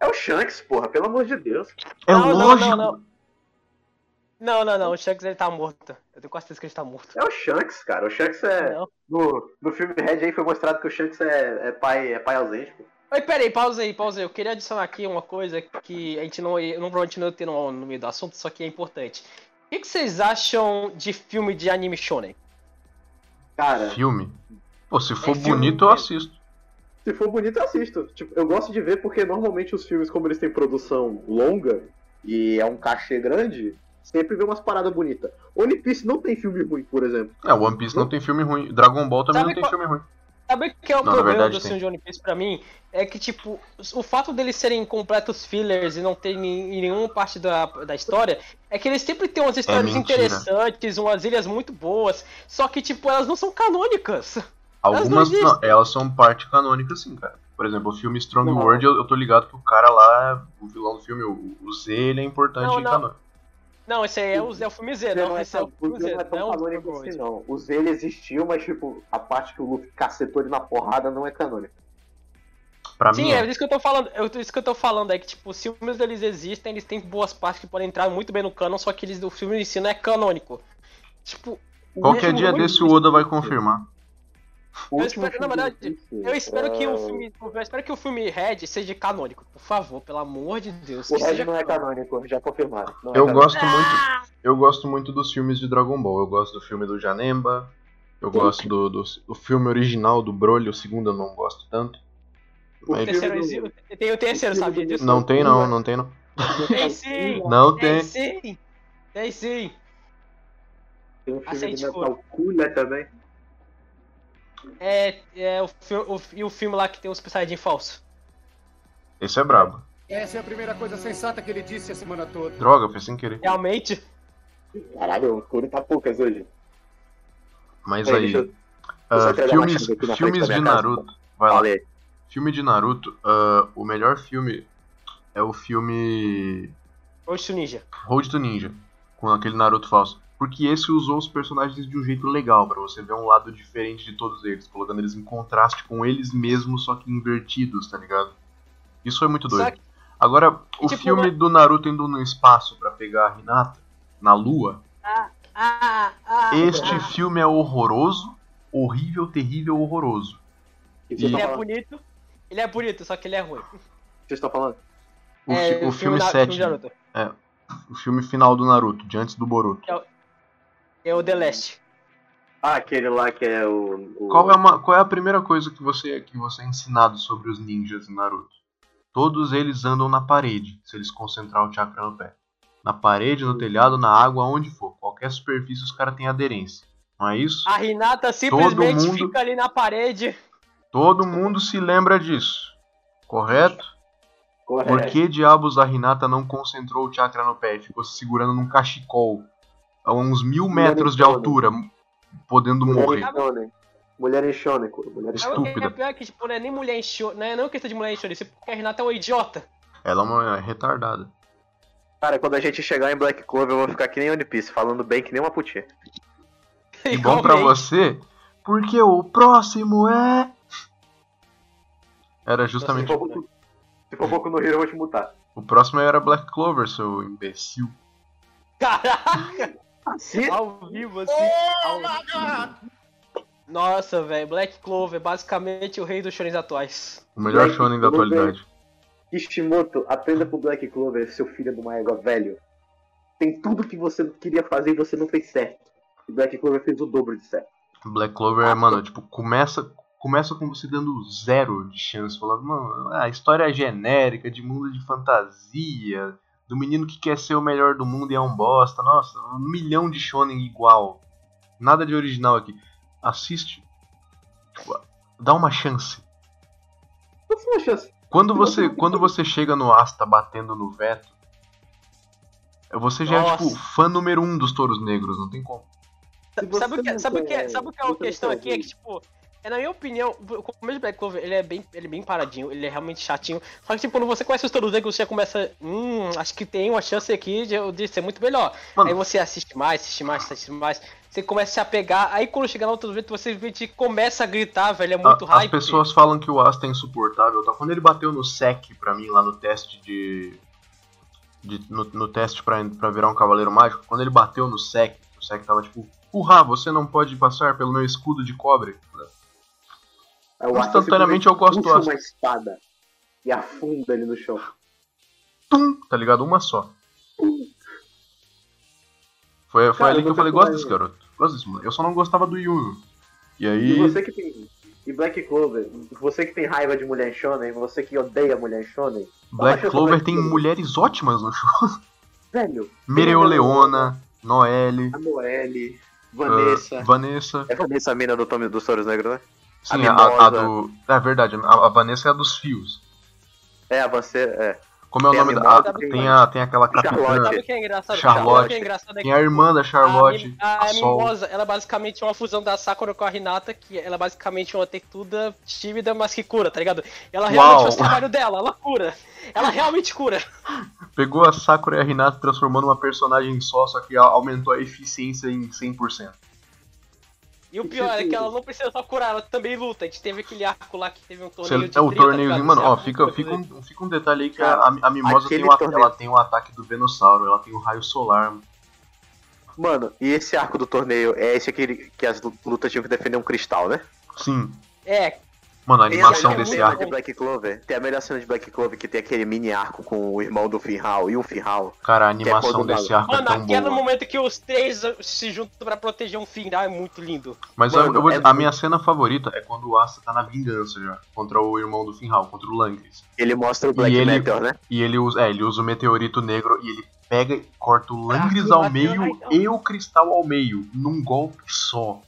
É o Shanks, porra, pelo amor de Deus. É Não, não, não, lógico! não. Não, não, não, o Shanks ele tá morto. Eu tenho quase certeza que ele tá morto. É o Shanks, cara. O Shanks é. Não. No, no filme Red aí foi mostrado que o Shanks é, é pai, é pai ausente, pô. Oi, peraí, pausa aí, pausa aí. Eu queria adicionar aqui uma coisa que a gente não, eu não provavelmente não ia ter no, no meio do assunto, só que é importante. O que, que vocês acham de filme de anime shonen? Cara, Filme? Pô, se for É filme bonito, eu mesmo. assisto. se for bonito, eu assisto. Tipo, eu gosto de ver porque normalmente os filmes, como eles têm produção longa e é um cachê grande, sempre vê umas paradas bonitas. One Piece não tem filme ruim, por exemplo. É, One Piece não tem filme ruim. Dragon Ball também Sabe não tem qual- filme ruim. Sabe o que é o Não, na problema verdade, do tem. filme de One Piece pra mim? É que, tipo, o fato deles serem completos fillers e não terem em nenhuma parte da, da história, é que eles sempre têm umas histórias mentira. interessantes, umas ilhas muito boas, só que, tipo, elas não são canônicas. [LAUGHS] Elas não Algumas. Não, existem. elas são parte canônica, sim, cara. Por exemplo, o filme Strong Não. World, eu, eu tô ligado que o cara lá, é o vilão do filme, o, o Z, ele é importante Não, e não. canônico. Não, esse aí é o, é o filme Z, não, esse é o o filme Z Z, não é tão não o canônico Dragon assim, Ball. não. O Z ele existiu, mas tipo, a parte que o Luffy cacetou ele na porrada não é canônica. Pra mim, Sim, é é. isso que eu tô falando. É isso que eu tô falando, é que, tipo, os filmes eles existem, eles têm boas partes que podem entrar muito bem no canon, só que eles, o filme em si não é canônico. Tipo. Qualquer mesmo é dia One desse o Piece- Oda vai confirmar. O Eu último espero- na filme da verdade, Netflix, Eu espero que é, o filme. Eu espero que o filme Red seja canônico, por favor, pelo amor de Deus. O que Red seja não é canônico, já confirmaram. Não é Eu canônico. gosto muito. Eu gosto muito dos filmes de Dragon Ball. Eu gosto do filme do Janemba. Eu gosto do, do, do filme original do Broly, o segundo eu não gosto tanto. O Mas- filme terceiro do- exi- Tem o terceiro, o filme sabia do- disso? Não tem não, não tem não. Tem sim! Não tem. Tem É, sim! Tem sim! Tem um filme Aceite do Metal Cooler também. É, é o, fi- o, fi- e o filme lá que tem os Psydin falso. Esse é brabo. Essa é a primeira coisa sensata que ele disse a semana toda. Droga, foi sem querer. Realmente, Caralho, o Curi tá poucas hoje. Mas Ei, aí. deixa eu- ah, só entregar uma filmes chave aqui na frente filmes da de minha casa. Naruto. Vai lá. Falei. Filme de Naruto. ah, o melhor filme é o filme Road Ninja. Road to Ninja, com aquele Naruto falso. Porque esse usou os personagens de um jeito legal, pra você ver um lado diferente de todos eles, colocando eles em contraste com eles mesmos, só que invertidos, tá ligado? Isso foi muito doido. Só que- Agora, o tipo, filme do Naruto indo no espaço pra pegar a Hinata, na lua, Ah, ah, este filme é horroroso, horrível, terrível, horroroso. O que vocês E- estão Ele é falando? bonito. Ele é bonito, só que ele é ruim. O que vocês estão falando? O, é, fi- o filme da- 7, de Naruto. o filme final do Naruto, de antes do Boruto. É o The Last. Ah, aquele lá que é o. o- Qual é, uma- qual é a primeira coisa que você, que você é ensinado sobre os ninjas em Naruto? Todos eles andam na parede, se eles concentrar o chakra no pé. Na parede, no telhado, na água, onde for. Qualquer superfície os caras têm aderência. Não é isso? A Renata simplesmente mundo- fica ali na parede. Todo mundo se lembra disso. Correto? Correto. Por que diabos a Hinata não concentrou o chakra no pé? e Ficou se segurando num cachecol a uns mil metros de altura, podendo Mulher morrer. em Shonen. Mulher em Shonen, Curi. Mulher em É o que é Estúpida. pior que, tipo, não é nem mulher em show, não é não questão de mulher em show, isso é porque a Renata é uma idiota. Ela é uma retardada. Cara, quando a gente chegar em Black Clover, eu vou ficar que nem One Piece, falando bem que nem uma putinha. E bom pra Igualmente. você, porque o próximo é. Era Se justamente. for pouco- se for pouco no Rio, eu vou te mutar. O próximo era Black Clover, seu imbecil. Caraca! Se- Ao vivo, assim. ao vivo. Nossa, velho, Black Clover, basicamente o rei dos shonens atuais. O melhor Black shonen da Clover. atualidade. Kishimoto, aprenda pro Black Clover, seu filho de uma égua velho. Tem tudo que você queria fazer e você não fez certo. E Black Clover fez o dobro de certo. Black Clover é, mano, tipo, começa, começa com você dando zero de chance. Falando, mano, a história é genérica, de mundo de fantasia, do menino que quer ser o melhor do mundo e é um bosta. Nossa, um milhão de shonen igual. Nada de original aqui. Assiste. Tipo, dá uma chance. Não foi uma chance. Quando você, quando você chega no Asta batendo no veto, você já é Nossa. tipo fã número um dos touros negros, não tem como. Se você Sabe o que, não sabe o que, quer- sabe o que é a você não questão quer aqui? É que, ouvir. tipo, é na minha opinião, o começo de Black Clover, ele é bem, ele é bem paradinho, ele é realmente chatinho. Só que, tipo, quando você conhece os Toros Negros, você já começa, hum, acho que tem uma chance aqui de, de ser muito melhor. Mano. Aí você assiste mais, assiste mais, assiste mais, você começa a se apegar, aí quando chega no outro evento, você simplesmente começa a gritar, velho, é muito A- as hype. pessoas falam que o Asta é insuportável, tá? Quando ele bateu no sec pra mim lá no teste de, de- no, no teste pra, pra virar um cavaleiro mágico, quando ele bateu no sec, o sec tava tipo, urra, você não pode passar pelo meu escudo de cobre. Aí o Arthur instantaneamente eu gosto do puxa Arthur. uma espada e afunda ele no chão. Tum, tá ligado? Uma só. Foi, foi Cara, ali eu que eu nunca falei, fui gosto mais- desse garoto. Gosto desse moleque. Eu só não gostava do Yuno. E E aí. você que tem. E Black Clover, você que tem raiva de mulher em Shonen, você que odeia mulher em Shonen, Black Acho Clover que- tem mulheres ótimas no show. velho, Mereoleona, Noelle, a Noelle, Vanessa. Vanessa. Vanessa. É Vanessa a mina do Tommy dos Soros Negros, né? Sim, a, Mimosa. a do. É verdade, a, a Vanessa é a dos fios. É, a Vanceira, é. Como é o Tem a nome da. Mimosa, a- tem- Tá tem, a, tem aquela capitã. Sabe o que é engraçado? Charlotte. Sabe o que é engraçado? É Tem a irmã da Charlotte, A, a, Sol. a, Ah, Mimosa, ela é basicamente uma fusão da Sakura com a Renata, que ela é basicamente uma tetuda tímida, mas que cura, tá ligado? Ela realmente Uau. faz o trabalho dela, ela cura. Ela realmente cura. Pegou a Sakura e a Hinata transformando uma personagem só, só que a- aumentou a eficiência em 100%. E o pior é que ela não precisa só curar, ela também luta. A gente teve aquele arco lá que teve um Você- torneio de é o 30, torneiozinho, tá ligado? mano, Você ó, luta fica, pra fica, fazer. um, fica um detalhe aí que a, a mimosa tem aquele o, a- torneio. ela tem o ataque do Venossauro, ela tem o raio solar. Mano, e esse arco do torneio é esse aquele que as lutas tinham que defender um cristal, né? Sim. É, tá Mano, a Tem é animação a melhor desse cena arco. de Black Clover. Tem a melhor cena de Black Clover que tem aquele mini arco com o irmão do Finhal e o Finhal. Cara, a Que é animação quando desse arco é mano, tão aquele boa. momento que os três se juntam pra proteger um final é muito lindo. Mas eu- Mano, eu vou- é a muito- minha cena favorita é quando o Asta tá na vingança já. Contra o irmão do Finral, contra o Langris. Ele mostra o Black ele- Meteor, né? E ele usa, é, ele usa o meteorito negro e ele pega e corta o Langris Ah, ao que meio bacana, e o cristal ao meio, num golpe só.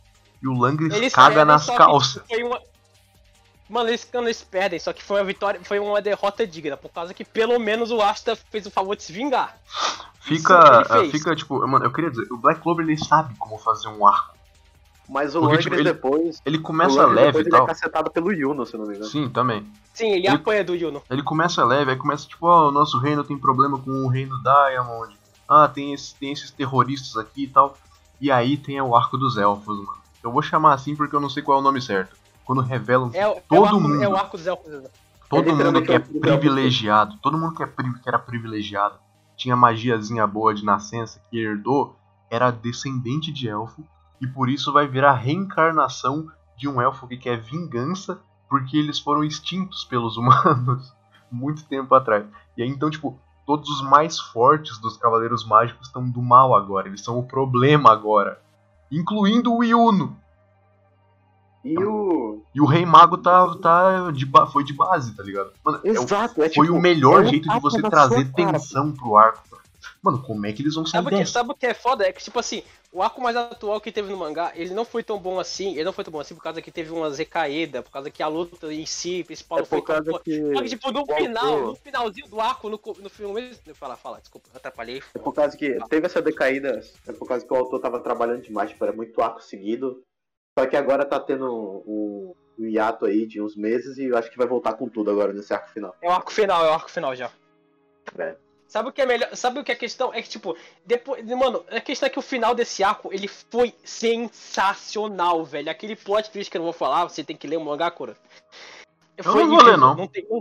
E o Langris Eles caga perdem, nas só que calças. foi uma- Mano, eles, quando eles perdem, só que foi uma vitória, foi uma derrota digna, por causa que pelo menos o Asta fez o favor de se vingar. Fica, Isso que ele fez. fica tipo, mano, eu queria dizer, o Black Clover ele sabe como fazer um arco. Mas o Porque, Langris tipo, ele- depois. Ele o começa Langris leve depois e ele é tal. cacetado pelo Yuno, se não me engano. Sim, também. Sim, ele Ele- apanha do Yuno. Ele começa leve, aí começa tipo, ó, o nosso reino tem problema com o reino Diamond. Ah, tem, esse, tem esses terroristas aqui e tal. E aí tem o arco dos elfos, mano. Eu vou chamar assim porque eu não sei qual é o nome certo. Quando revelam É, o- é Todo o arco, mundo. é o arco dos elfos. todo mundo literalmente que é o arco dos elfos. privilegiado, todo mundo que, é pri- que era privilegiado, tinha magiazinha boa de nascença, que herdou, era descendente de elfo, e por isso vai virar a reencarnação de um elfo que quer vingança, porque eles foram extintos pelos humanos [LAUGHS] muito tempo atrás. E aí então, tipo, todos os mais fortes dos Cavaleiros Mágicos estão do mal agora, eles são o problema agora. Incluindo o Yuno. E Ah. o. E o Rei Mago tá, tá de ba- foi de base, tá ligado? Mano, é o Exato, é foi tipo, o melhor é um jeito de tapa você na trazer sua cara. tensão pro arco. Mano, como é que eles vão sair Sabe o, que, dessa? sabe o que é foda? É que, tipo assim, o arco mais atual que teve no mangá, ele não foi tão bom assim, ele não foi tão bom assim por causa que teve umas recaídas, por causa que a luta em si, principal, É não foi por tão causa boa. que. Só que, tipo, no o final, autor- no finalzinho do arco, no, co- no filme... Fala, fala, desculpa, atrapalhei. É por causa que Ah. teve essa decaída, é por causa que o autor tava trabalhando demais, tipo, era muito arco seguido. Só que agora tá tendo um, um hiato aí de uns meses e eu acho que vai voltar com tudo agora nesse arco final. É o arco final, é o arco final já. É. Sabe o que é melhor? Sabe o que é a questão? É que, tipo, depois. Mano, a questão é que o final desse arco, ele foi sensacional, velho. Aquele plot twist que eu não vou falar, você tem que ler o mangá, Cora. Foi não vou ler, não. não tem um.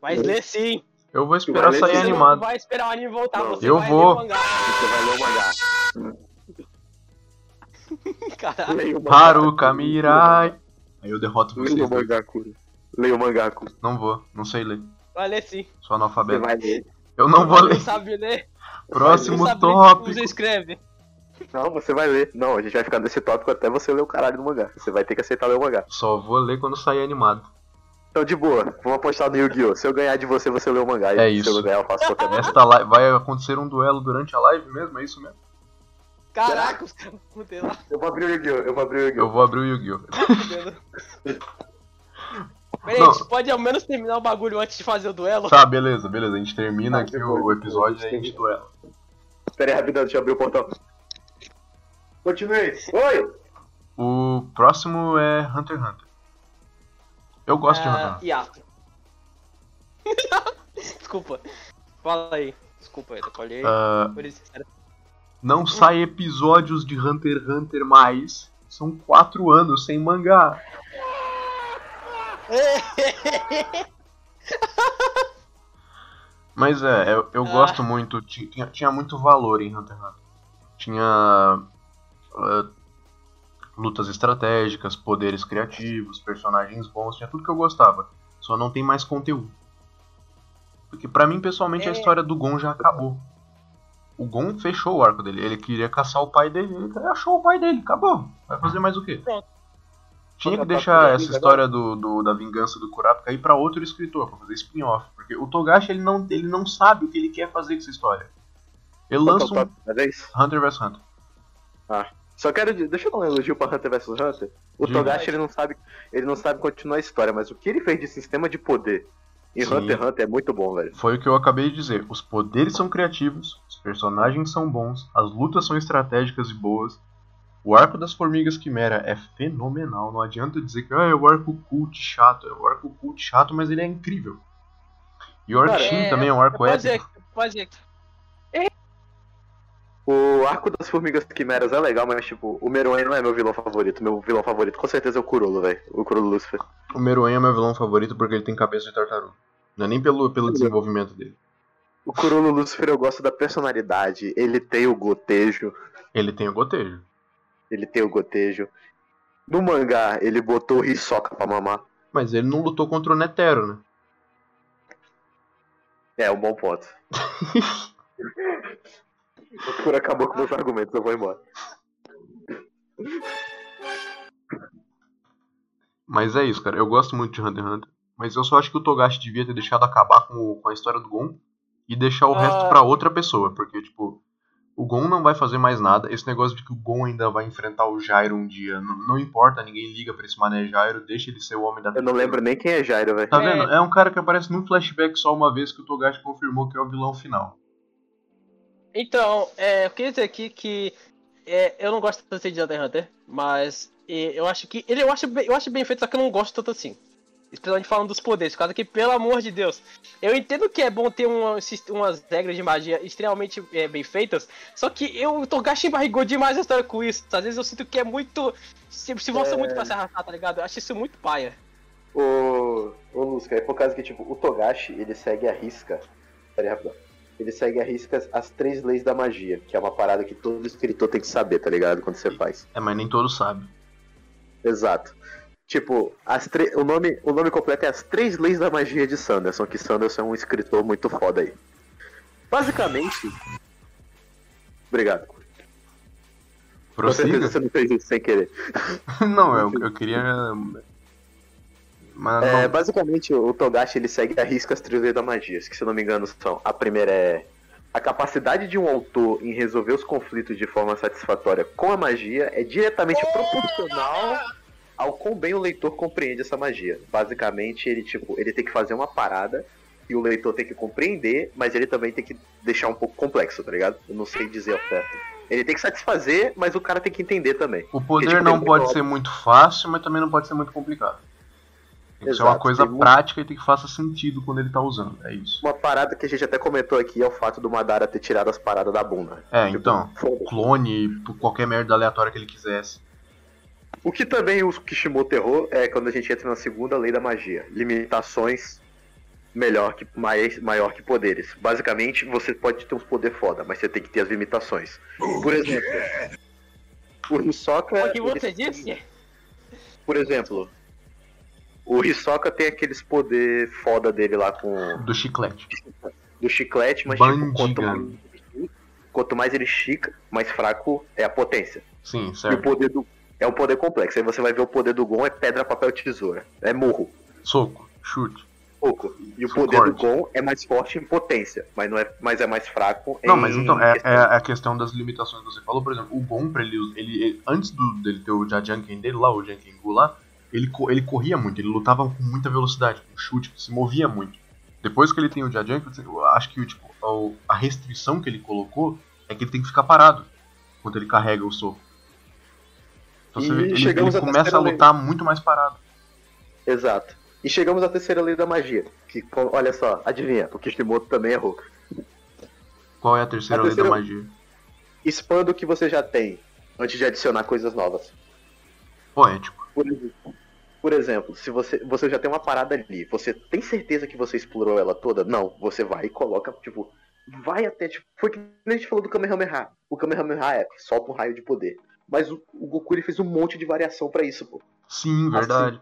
Mas lê sim. Eu vou esperar Vai ler sair esse Você não animado. vai esperar o anime voltar, Não, você eu vai vou. ler o mangá. Você vai ler o [LAUGHS] mangá. Caralho. Leia o mangá. Haruka Mirai. Aí eu derroto vocês. Leia o dois. mangá, Kuro. Leia o mangá, Kuro. Não vou, não sei ler. Vai ler sim. Sou Você analfabeto. vai ler. Eu não vou [LAUGHS] Não ler. sabe ler. não Próximo sabe ler como tópico. você escreve. Não, você vai ler. Não, a gente vai ficar nesse tópico até você ler o caralho do mangá. Você vai ter que aceitar ler o mangá. Só vou ler quando sair animado. Então, de boa, vamos apostar no Yu-Gi-Oh! Se eu ganhar de você, você lê o mangá. E É se isso. eu não ganhar, eu [LAUGHS] faço qualquer merda. Esta live vai acontecer um duelo durante a live mesmo, é isso mesmo? Caraca, os caras fuderam. Eu vou abrir o Yu-Gi-Oh! Eu vou abrir o Eu Yu-Gi-Oh! vou abrir o Yu-Gi-Oh. Peraí, Não. a gente pode ao menos terminar o bagulho antes de fazer o duelo? Tá, beleza, beleza. A gente termina Tá, aqui depois, o episódio e a depois. gente duela. Espera aí, rapidão, deixa eu abrir o portão. Continue. Oi! O próximo é Hunter x Hunter. Eu gosto de Hunter x Ah, hiato. [LAUGHS] Desculpa. Fala aí. Desculpa, eu atrapalhei. Hunter. Ah, Por isso, cara. Não sai episódios de Hunter x Hunter mais. São quatro anos sem mangá. Mas é, eu, eu Ah. gosto muito. ti- Tinha, tinha muito valor em Hunter x Hunter. Tinha. ah, lutas estratégicas, poderes criativos, personagens bons, tinha tudo que eu gostava. Só não tem mais conteúdo. Porque pra mim, pessoalmente, a É. história do Gon já acabou. O Gon fechou o arco dele. Ele queria caçar o pai dele. Ele achou o pai dele. Acabou. Vai fazer mais o quê? Pronto. Tinha que Contratar deixar Kurapika essa agora? história do, do- da vingança do Kurapika ir pra outro escritor, pra fazer spin-off. Porque o Togashi ele não, ele não sabe o que ele quer fazer com essa história. Ele Então, lança tá. um Vez. Hunter vs Hunter. Só quero. de- Deixa eu dar um elogio pra Hunter vs Hunter. O Diga. Togashi ele não sabe. Ele não sabe continuar a história, mas o que ele fez de sistema de poder em Sim. Hunter x Hunter é muito bom, velho. Foi o que eu acabei de dizer. Os poderes são criativos, os personagens são bons, as lutas são estratégicas e boas. O arco das formigas quimera é fenomenal. Não adianta dizer que ah, é o arco cult chato. É o arco cult chato, mas ele é incrível. E o arco Cara, Shin é- também é um arco Pode ir, épico. pode ir. O arco das formigas quimeras é legal, mas tipo, o Meruem não é meu vilão favorito. Meu vilão favorito com certeza é o Kurolo, velho. O Kurolo Lucifer. O Meruem é meu vilão favorito porque ele tem cabeça de tartaruga. Não é nem pelo, pelo desenvolvimento dele. O Kurolo Lucifer eu gosto da personalidade. Ele tem o gotejo. Ele tem o gotejo. Ele tem o gotejo. No mangá, ele botou o Hisoka pra mamar. Mas ele não lutou contra o Netero, né? É, um bom [LAUGHS] ponto. o Kuro acabou com meus argumentos, eu vou embora. Mas é isso, cara. Eu gosto muito de Hunter x Hunter. Mas eu só acho que o Togashi devia ter deixado acabar com, o- com a história do Gon e deixar o resto pra outra pessoa. Porque, tipo, o Gon não vai fazer mais nada. Esse negócio de que o Gon ainda vai enfrentar o Jairo um dia. Não, não importa, ninguém liga pra esse mané Jairo, deixa ele ser o homem da Eu não lembro nem quem é Jairo, velho. Tá vendo? É um cara que aparece num flashback só uma vez que o Togashi confirmou que é o vilão final. Então, é, eu queria dizer aqui que é, eu não gosto tanto assim de Hunter x Hunter, mas é, eu acho que. Ele eu acho, bem, eu acho bem feito, só que eu não gosto tanto assim. Especialmente falando dos poderes, por causa que, pelo amor de Deus, eu entendo que é bom ter uma, sis- umas regras de magia extremamente é, bem feitas, só que eu, o Togashi embarrigou demais a história com isso. Às vezes eu sinto que é muito. Se, se você muito pra se arrastar, tá ligado? Eu acho isso muito paia. Ô, ô Lusca, é por causa que, tipo, o Togashi, ele segue a risca. Pera aí, rapidão. Ele segue a risca as três leis da magia, que é uma parada que todo escritor tem que saber, tá ligado? Quando você faz. É, mas nem todos sabem. Exato. Tipo, as tre... o, nome, o nome completo é As Três Leis da Magia de Sanderson, que Sanderson é um escritor muito foda aí. Basicamente. Obrigado. Com certeza Prossiga? você não fez isso sem querer. [LAUGHS] não, eu, eu queria. Mas É, Ah, não- basicamente, o Togashi ele segue a risca as três leis da magia, que se eu não me engano são. A primeira é a capacidade de um autor em resolver os conflitos de forma satisfatória com a magia é diretamente proporcional ao quão bem o leitor compreende essa magia. Basicamente, ele tipo, ele tem que fazer uma parada e o leitor tem que compreender, mas ele também tem que deixar um pouco complexo, tá ligado? Eu não sei dizer ao certo. Ele tem que satisfazer, mas o cara tem que entender também. O Porque, poder tipo, não ele pode resolve. ser muito fácil, mas também não pode ser muito complicado. Tem que ser uma Exato, coisa tem muito- prática e tem que faça sentido quando ele tá usando. É isso. Uma parada que a gente até comentou aqui é o fato do Madara ter tirado as paradas da bunda. É, Tipo, então, foda-se. clone, por qualquer merda aleatória que ele quisesse. O que também o Kishimoto errou é quando a gente entra na segunda lei da magia. Limitações melhor que, mai- maior que poderes. Basicamente, você pode ter uns poderes foda, mas você tem que ter as limitações. Por exemplo, o Hisoka... O que você É, ele- disse? Por exemplo, o Hisoka tem aqueles poder foda dele lá com... Do chiclete. do chiclete, mas Bandiga. tipo, quanto mais, quanto mais ele estica, mais fraco é a potência. Sim, E o certo. poder do. É um poder complexo. Aí você vai ver o poder do Gon é pedra, papel, tesoura. É murro, Soco, chute. pouco. E o Sim, poder corte. do Gon é mais forte em potência, mas, não é, mas é mais fraco em. Não, mas então, é, é a questão das limitações que você falou. Por exemplo, o Gon, pra ele, ele, ele- antes do, dele ter o Jajanken dele lá, o Jankengu lá, ele, co- ele corria muito, ele lutava com muita velocidade, com chute, se movia muito. Depois que ele tem o Jajanken, eu acho que tipo, o- a restrição que ele colocou é que ele tem que ficar parado quando ele carrega o soco. Então você E vê, ele, ele chegamos à começa a terceira lei. lutar muito mais parado. Exato. E chegamos à terceira lei da magia. Que, co- olha só, adivinha, o Kishimoto também errou. Qual é a terceira, A lei da terceira- magia? Expanda o que você já tem antes de adicionar coisas novas. Poético. Por exemplo, por exemplo, se você, você já tem uma parada ali, você tem certeza que você explorou ela toda? Não, você vai e coloca, tipo, vai até, tipo, foi que a gente falou do Kamehameha. O Kamehameha é, solta um raio de poder. Mas o, o Goku ele fez um monte de variação pra isso, pô. Sim, verdade.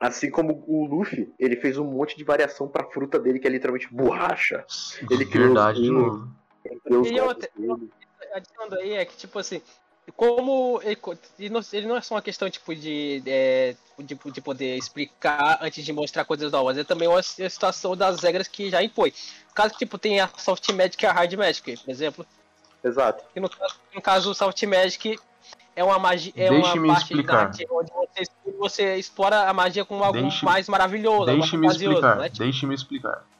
Assim como o Luffy, ele fez um monte de variação pra fruta dele, que é literalmente borracha. Ele criou verdade, de um- novo. Deus E gosta outra- dele. adicionando aí é que, tipo assim, como ele, co- ele não, ele não é só uma questão, tipo, de, é, de, de poder explicar antes de mostrar coisas novas, é também uma si- situação das regras que já impõe. Caso, tipo, tem a soft magic e a hard magic, por exemplo. Exato. E no, caso- no caso, o soft magic é uma magia... É Deixe-me uma parte explicar. da arte onde você, você explora a magia como algo Deixe- mais maravilhoso, algo Deixe-me fantasioso, explicar, né? deixe-me explicar.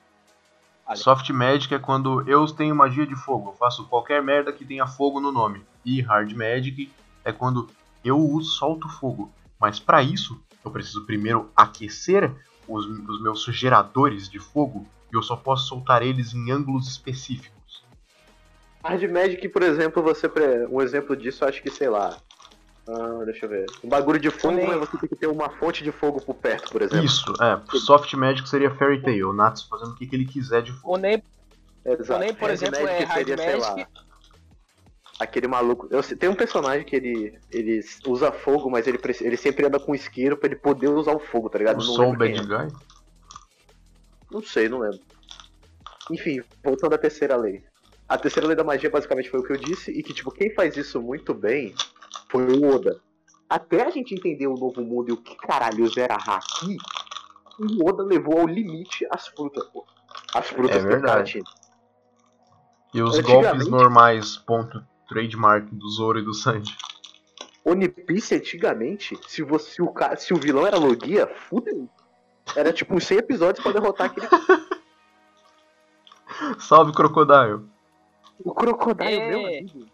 Olha. Soft Magic é quando eu tenho magia de fogo, eu faço qualquer merda que tenha fogo no nome. E Hard Magic é quando eu uso- solto fogo. Mas pra isso, eu preciso primeiro aquecer os, os meus geradores de fogo e eu só posso soltar eles em ângulos específicos. Hard Magic, por exemplo, você. pre- Um exemplo disso, eu acho que, sei lá. ah, deixa eu ver. Um bagulho de fogo, Também. mas você tem que ter uma fonte de fogo por perto, por exemplo. Isso, é. Soft Magic seria Fairy Tail, o Natsu fazendo o que, que ele quiser de fogo. O nem, Exato. nem, por exemplo, é que hard seria, sei magic. lá, Aquele maluco. Eu sei- tem um personagem que ele, ele usa fogo, mas ele, preci- ele sempre anda com isqueiro pra ele poder usar o fogo, tá ligado? O Eu não Soul lembro quem Bad é. Guy? Não sei, não lembro. Enfim, voltando à terceira lei. A terceira lei da magia basicamente foi o que eu disse, e que, tipo, quem faz isso muito bem foi o Oda. Até a gente entender o novo mundo e o que caralho era Haki, o Oda levou ao limite as frutas, pô. As frutas É que o verdade. cara tinha. E os Antigamente- golpes normais, ponto, trademark do Zoro e do Sanji. One Piece, antigamente, se, você, se, o, ca- se o vilão era Logia, fudeu. Era tipo uns 100 episódios pra derrotar aquele. Salve, Crocodile. O Crocodile, É. meu amigo.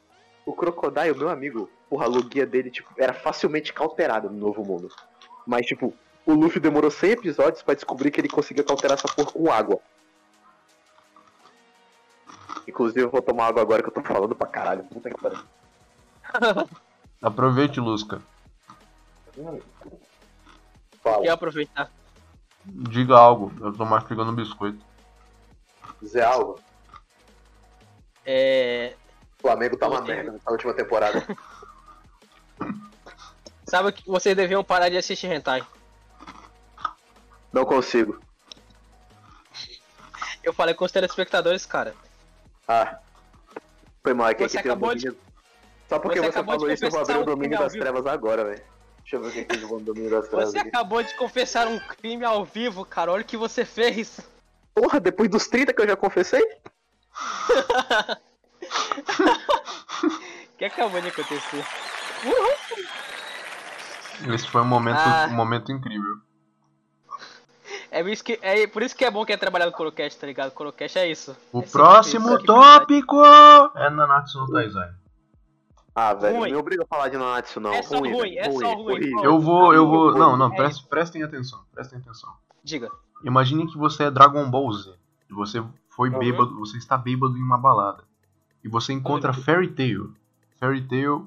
O Crocodile, meu amigo. Porra, a logia dele, tipo, era facilmente cauterada no Novo Mundo. Mas, tipo, o Luffy demorou 100 episódios pra descobrir que ele conseguia cauterar essa porra com água. Inclusive, eu vou tomar água agora que eu tô falando pra caralho. Puta que pariu. Aproveite, Lusca. Fala. Quer aproveitar? Diga algo. Eu tô mastigando um biscoito. Zé Alba, É. o Flamengo tá uma merda nessa última temporada. Sabe que vocês deviam parar de assistir Hentai. Não consigo. Eu falei com os telespectadores, cara. Ah. Foi mal, é que Você aqui tem um acabou de- domínio. Só porque Você você, acabou de falou isso, eu vou abrir confessar o um domínio final, das viu? trevas agora, velho. Deixa eu ver quem que eu vou no domínio das trevas. Você aqui. acabou de confessar um crime ao vivo, cara. Olha o que você fez. Porra, depois dos 30 que eu já confessei? O que acabou de acontecer? Esse foi um momento, Ah. um momento incrível. É por, isso que, é por isso que é bom que é trabalhar no Corocast, tá ligado? Corocast é isso. O É sempre isso, próximo é tópico é Nanatsu no Taizai. Ah, velho, Ruim. não me obriga a falar de Nanatsu, não. É só ruim, velho, é só ruim. horrível. Eu vou, eu vou. Não, não, É presta- prestem atenção. Prestem atenção. Diga. Imagine que você é Dragon Ball Z. E você foi Uhum. bêbado, você está bêbado em uma balada. E você encontra Uhum. Fairy Tail. Fairy Tail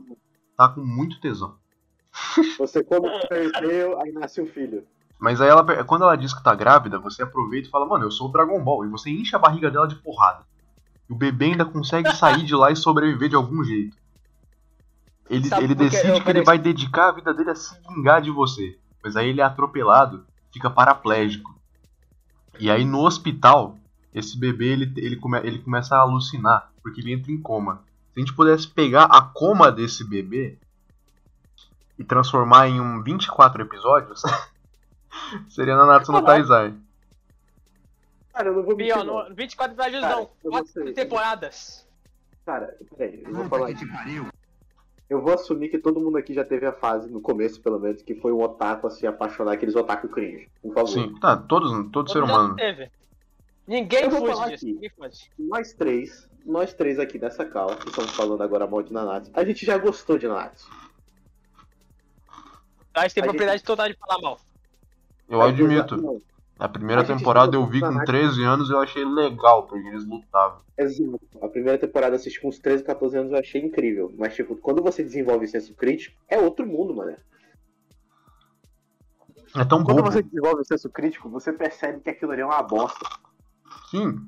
tá com muito tesão. Você come o perdeu, aí nasce o filho. Mas aí ela, per- quando ela diz que tá grávida, você aproveita e fala, mano, eu sou o Dragon Ball. E você enche a barriga dela de porrada. E o bebê ainda consegue sair de lá e sobreviver de algum jeito. Ele, Sabe ele por quê? Eu- decide que ele peraí. vai dedicar a vida dele a se vingar de você. Mas aí ele é atropelado, fica paraplégico. E aí no hospital, esse bebê ele, ele, come- ele começa a alucinar, porque ele entra em coma. Se a gente pudesse pegar a coma desse bebê e transformar em um 24 episódios, seria Nanatsu no Taizai. Cara, eu não vou mentir. Pior, não. no 24 episódios Cara, não. eu Quatro gostei. temporadas. Cara, peraí, eu vou falar Puta que te pariu. Eu vou assumir que todo mundo aqui já teve a fase, no começo pelo menos, que foi um otaku assim, apaixonar aqueles otaku cringe. Por favor. Sim, tá, todos, todo ser Todo mundo humano. Teve. Ninguém Eu vou fuge falar disso. aqui. Ninguém fuge. Nós três, nós três aqui dessa cala, que estamos falando agora mal de Nanatsu, a gente já gostou de Nanatsu. A gente tem A gente- propriedade total de falar mal. Eu admito. Não, A primeira é, A gente temporada eu estudou vi com Nanatsu. 13 anos e eu achei legal, porque eles lutavam. exato. É A primeira temporada eu assisti com uns 13, 14 anos, eu achei incrível. Mas, tipo, quando você desenvolve senso crítico, é outro mundo, mano. É tão Quando bobo. né? você desenvolve o senso crítico, você percebe que aquilo ali é uma bosta. Sim,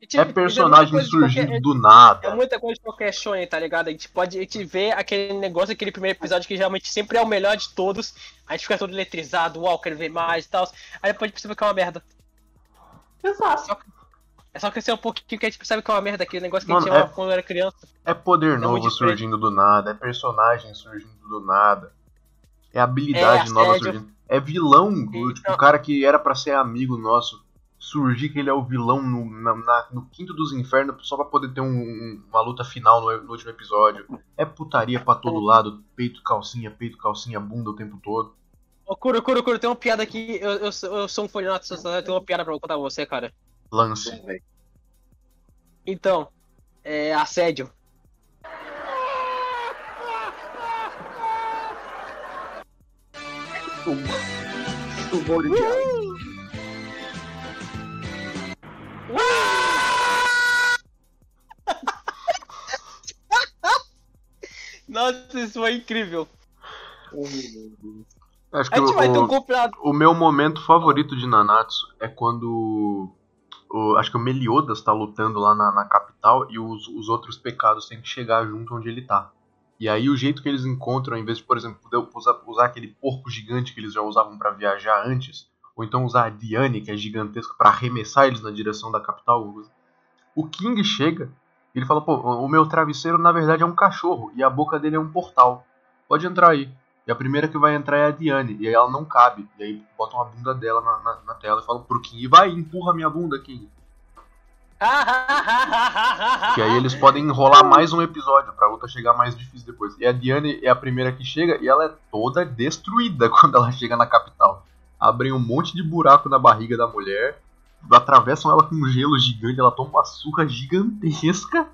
E tive- é e tem personagem muita coisa de surgindo qualquer- do É nada. muita coisa de qualquer shonen, tá ligado? A gente pode a gente vê aquele negócio, aquele primeiro episódio que geralmente sempre é o melhor de todos. A gente fica todo eletrizado, uau, quero ver mais e tal. Aí depois a gente percebe que é uma merda. Exato. É só crescer um pouquinho que a gente percebe que é uma merda, aquele negócio que a gente Mano, chamava quando era criança. É poder novo muito diferente. surgindo do nada, é personagem surgindo do nada. É habilidade É Então- nova assédio. surgindo. É vilão, Sim, tipo, não. o cara que era pra ser amigo nosso, surgir que ele é o vilão no, na- na- no quinto dos infernos só pra poder ter um- um- uma luta final no, no último episódio. É putaria pra todo lado, peito, calcinha, peito, calcinha, bunda o tempo todo. Ô, Curo, Curo, Curo, tem uma piada aqui. Eu, eu, sou- eu sou um folionato, eu tenho uma piada pra contar pra você, cara. Lance. Então, é assédio. Nossa, isso foi incrível. Acho A que gente vai ter o, um compilado. [LAUGHS] o meu momento favorito de Nanatsu é quando o- o- acho que o Meliodas tá lutando lá na, na capital e os, os outros pecados têm que chegar junto onde ele tá. E aí o jeito que eles encontram, ao invés de, por exemplo, poder usar, usar aquele porco gigante que eles já usavam pra viajar antes, ou então usar a Diane, que é gigantesca, pra arremessar eles na direção da capital, o King chega e ele fala, pô, o meu travesseiro na verdade é um cachorro e a boca dele é um portal. Pode entrar aí. E a primeira que vai entrar é a Diane. E aí ela não cabe. E aí botam a bunda dela na, na- na tela e falam pro King, vai, empurra minha bunda, King. Que aí eles podem enrolar mais um episódio pra luta chegar mais difícil depois. E a Diane é a primeira que chega e ela é toda destruída [LAUGHS] quando ela chega na capital. Abrem um monte de buraco na barriga da mulher, atravessam ela com um gelo gigante, ela toma uma surra gigantesca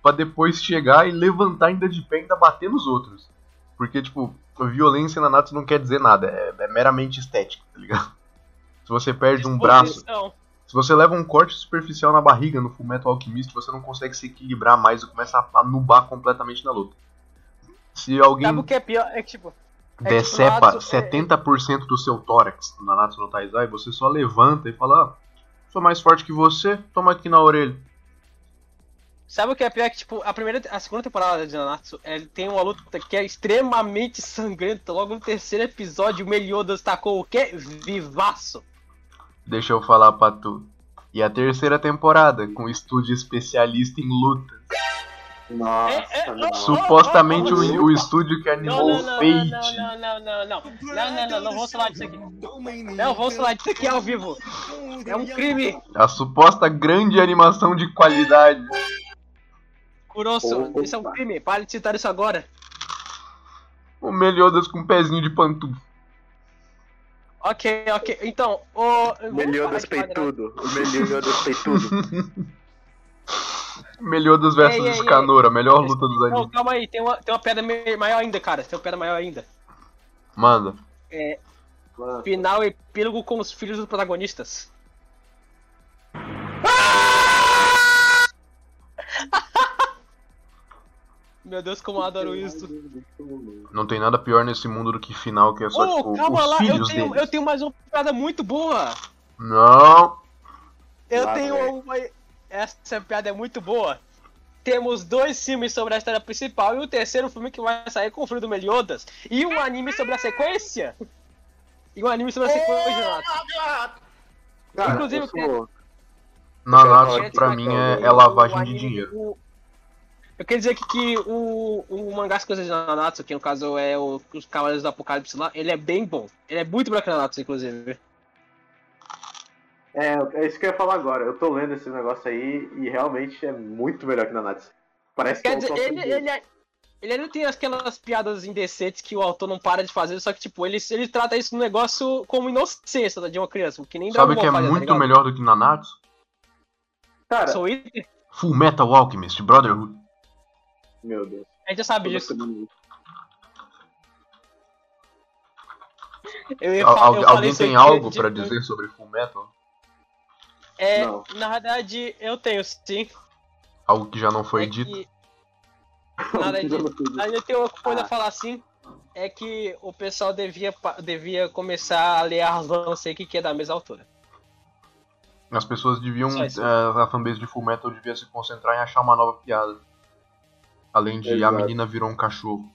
pra depois chegar e levantar ainda de pé e ainda bater nos outros. Porque, tipo, violência na Natsu não quer dizer nada, é, é meramente estético, tá ligado? Se você perde um braço, Exposição. se você leva um corte superficial na barriga no Fullmetal Alchemist, você não consegue se equilibrar mais e começa a a nubar completamente na luta. Se alguém Sabe o que é pior? É que, tipo, é que decepa Natsu- 70% do seu tórax na Natsu no Taizai, você só levanta e fala: ah, sou mais forte que você, toma aqui na orelha. Sabe o que é pior? É que, tipo, a primeira, a segunda temporada de Nanatsu, ele tem uma luta que é extremamente sangrenta. Logo no terceiro episódio, o Meliodas tacou o quê? Vivaço. Deixa eu falar pra tu. E a terceira temporada, com estúdio especialista em luta. Nossa, É, é, mano. Supostamente o, o estúdio que oh, Não, animou não, o não, Fate. não, não, não, não, não, não, não, não, não, não vamos falar disso aqui. Não vamos falar disso aqui ao vivo. É um crime. A suposta grande animação de qualidade. Kuroso, isso é um crime. Pare de citar isso agora. O Meliodas com um pezinho de pantufa. Ok, ok. Então, o. Meliodas peitudo. O Meliodas [LAUGHS] peitudo. Meliodas versus Ei, ei, ei. Escanora, a melhor luta dos Não, animes. calma aí, tem uma, tem uma pedra me- maior ainda, cara. Tem uma pedra maior ainda. Manda. Final é epílogo com os filhos dos protagonistas. [LAUGHS] Meu Deus, como eu adoro isso. Não tem nada pior nesse mundo do que final, que é só, Oh, tipo, calma os lá, eu filhos tenho, deles. eu tenho mais uma piada muito boa. Não, Eu Lá tenho vem. uma. Essa piada é muito boa. Temos dois filmes sobre a história principal e o terceiro filme que vai sair com o filho do Meliodas. E um anime sobre a sequência. E um anime sobre a sequência, Renato. Cara, Inclusive, eu sou- Nanatsu Eu pra quero mim dizer é, que é o lavagem de anime- dinheiro. o- Eu queria dizer que, que o, o mangá As Coisas de Nanatsu, que no caso é o, os Cavaleiros do Apocalipse lá, ele é bem bom. Ele é muito melhor que Nanatsu, inclusive. É, é isso que eu ia falar agora. Eu tô lendo esse negócio aí e realmente é muito melhor que Nanatsu. É Parece que Quer eu dizer, tô ele, aprendendo. ele, é- ele ainda tem aquelas piadas indecentes que o autor não para de fazer, só que, tipo, ele, ele trata isso no negócio como inocência de uma criança, que nem Sabe o Dragon que é Ball fazia, tá muito ligado? melhor do que Nanatsu? Cara, Sou Iter? Full Metal Alchemist Brotherhood. meu Deus. A gente já sabe toda disso. semana. Eu ia Al- fa- eu al- falei alguém isso tem aqui né? algo de- pra dizer sobre Full Metal? É, Não. na verdade, eu tenho sim. Algo que já não foi é dito? que- Nada Eu [LAUGHS] disso. não acredito. Aí eu tenho uma coisa Ah. a falar assim, é que o pessoal devia, pa- devia começar a ler Arlan Seiki, que é da mesma altura. As pessoas deviam. Só isso. eh, a fanbase de Full Metal devia se concentrar em achar uma nova piada. Além de Exato. a menina virou um cachorro.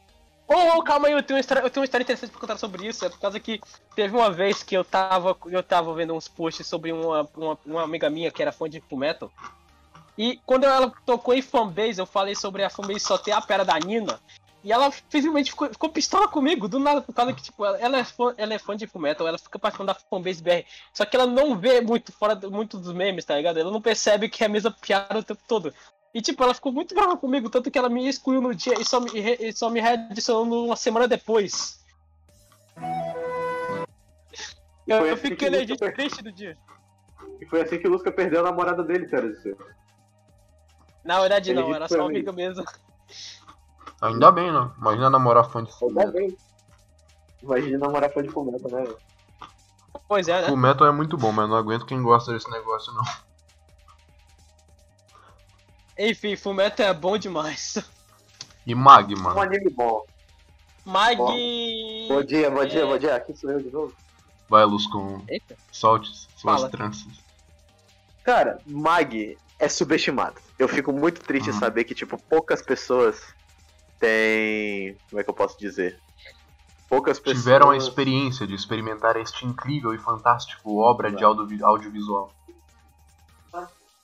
Oh, oh, calma aí, eu tenho, uma história, eu tenho uma história interessante pra contar sobre isso. É por causa que teve uma vez que eu tava, eu tava vendo uns posts sobre uma, uma, uma amiga minha que era fã de Fullmetal. E quando ela tocou em fanbase, eu falei sobre a fanbase só ter a pera da Nina. E ela simplesmente ficou, ficou pistola comigo, do nada, por causa que, tipo, ela, ela é, fã, ela é fã de Fullmetal, ela fica participando da fanbase BR. Só que ela não vê muito fora do- muito dos memes, tá ligado? Ela não percebe que é a mesma piada o tempo todo. E, tipo, ela ficou muito brava comigo, tanto que ela me excluiu no dia e só me, re- e só me readicionou uma semana depois. Eu, Foi eu assim que fiquei você- legítimo triste do dia. E [LAUGHS] foi assim que o Lusca perdeu a namorada dele, cara. isso. Na verdade, Ele não, era foi só um amigo. amigo mesmo. [LAUGHS] Ainda bem, né? Imagina namorar fã de Full Ainda Metal. Tá bem. Imagina namorar fã de fomento, né? velho? Pois é, né? O metal é muito bom, mas não aguento quem gosta desse negócio, não. Enfim, Fumeto é bom demais. [LAUGHS] E Um Magma, anime bom. Bom Mag. dia, bom dia, É. bom dia. Aqui sou eu de novo. vai, Luz, com... Eita. Solte suas Fala. tranças. Cara, Mag é subestimado. Eu fico muito triste em Uhum. saber que, tipo, poucas pessoas têm. Como é que eu posso dizer? Poucas pessoas. Tiveram a experiência de experimentar este incrível e fantástico obra de audio- audiovisual.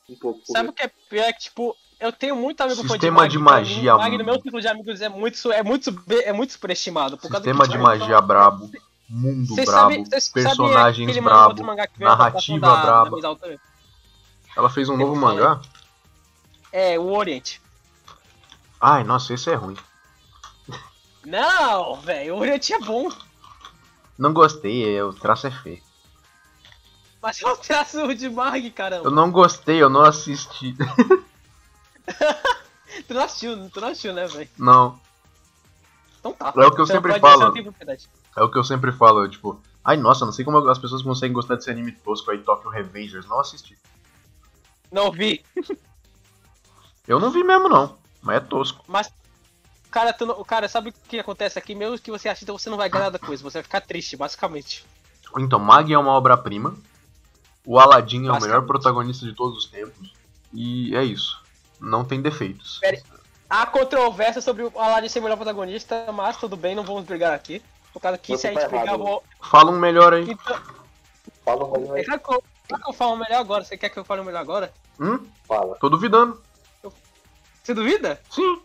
um pouco. Sabe o que é pior? É que, tipo, eu tenho muito amigo fã Sistema de magia, O Mag no mano. meu círculo de amigos é muito, su- é muito, sub- é muito superestimado. Por causa Sistema que, de tipo, magia brabo, mundo Vocês brabo, sabem- vocês sabem personagens aquele mangá, outro brabo. mangá que veio né, na narrativa adaptação da- braba. da Miss Altura? Ela fez um novo Eu falei. mangá? É, o Orient. Ai, nossa, esse é ruim. Não, velho, o Orient é bom. Não gostei, é, o traço é feio. Mas é o traço de Mag, Eu caramba. não gostei, eu não assisti. [LAUGHS] Tu não assistiu, tu não assistiu, né, velho? Não, Então tá. É o que eu Então sempre pode- falo. você não tem propriedade. é o que eu sempre falo, eu, tipo, ai nossa, não sei como as pessoas conseguem gostar desse anime tosco aí, Tokyo Revengers. Não assisti. Não vi. Eu não vi mesmo, não, mas é tosco. Cara, tu não- cara, sabe o que acontece aqui? Mesmo que você assista, você não vai ganhar nada com isso. Você vai ficar triste, basicamente. Então, Mag é uma obra-prima. O Aladdin é o melhor Basicamente. protagonista de todos os tempos. E é isso. Não tem defeitos. Pera- Há controvérsia sobre o Aladdin ser o melhor protagonista, mas tudo bem, não vamos brigar aqui. Por causa que Você se a tá gente brigar, eu errado. vou. Fala um melhor aí. Então, Fala uma coisa, é mas claro que eu, claro que eu falo melhor agora. Você quer que eu fale o melhor agora? Hum? fala. Tô duvidando. Você duvida? Sim.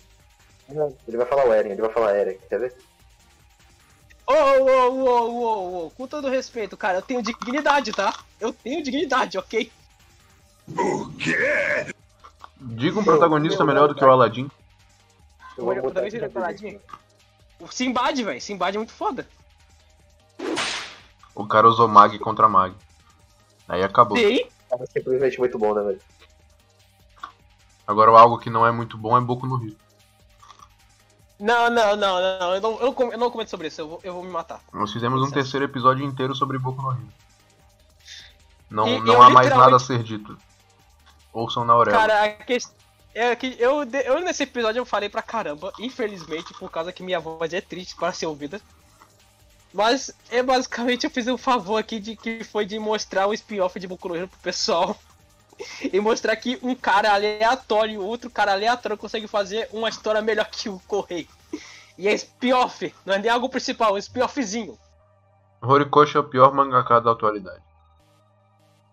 Ele vai falar o Eren, ele vai falar Eren, quer ver? Ô, ô, ô, ô, ô, ô, com todo respeito, cara, eu tenho dignidade, tá? Eu tenho dignidade, ok? O quê? Diga um protagonista melhor do que o Aladdin. Eu Olha, botar talvez aqui ele na vai TV. O Simbad, velho, Simbad é muito foda. O cara usou Mag contra Mag. Aí acabou. Sim, Cara, é simplesmente muito bom, né, velho? Agora algo que não é muito bom é Boku no Rio. Não, não, não, não, eu não, eu não, com- eu não comento sobre isso, eu vou, eu vou me matar. Nós fizemos um Certo. terceiro episódio inteiro sobre Boku no Rio. Não, E- não eu há mais literalmente- nada a ser dito. Ouçam na orelha. Cara, a questão é que eu, de- eu nesse episódio eu falei pra caramba, infelizmente, por causa que minha voz é triste para ser ouvida. Mas, é basicamente, eu fiz um favor aqui de que foi de mostrar o spin-off de Boku no Hero pro pessoal. [LAUGHS] E mostrar que um cara aleatório e outro cara aleatório consegue fazer uma história melhor que o Correio. E é spin-off, não é nem algo principal, é um spin-offzinho. Horikoshi é o pior mangaka da atualidade.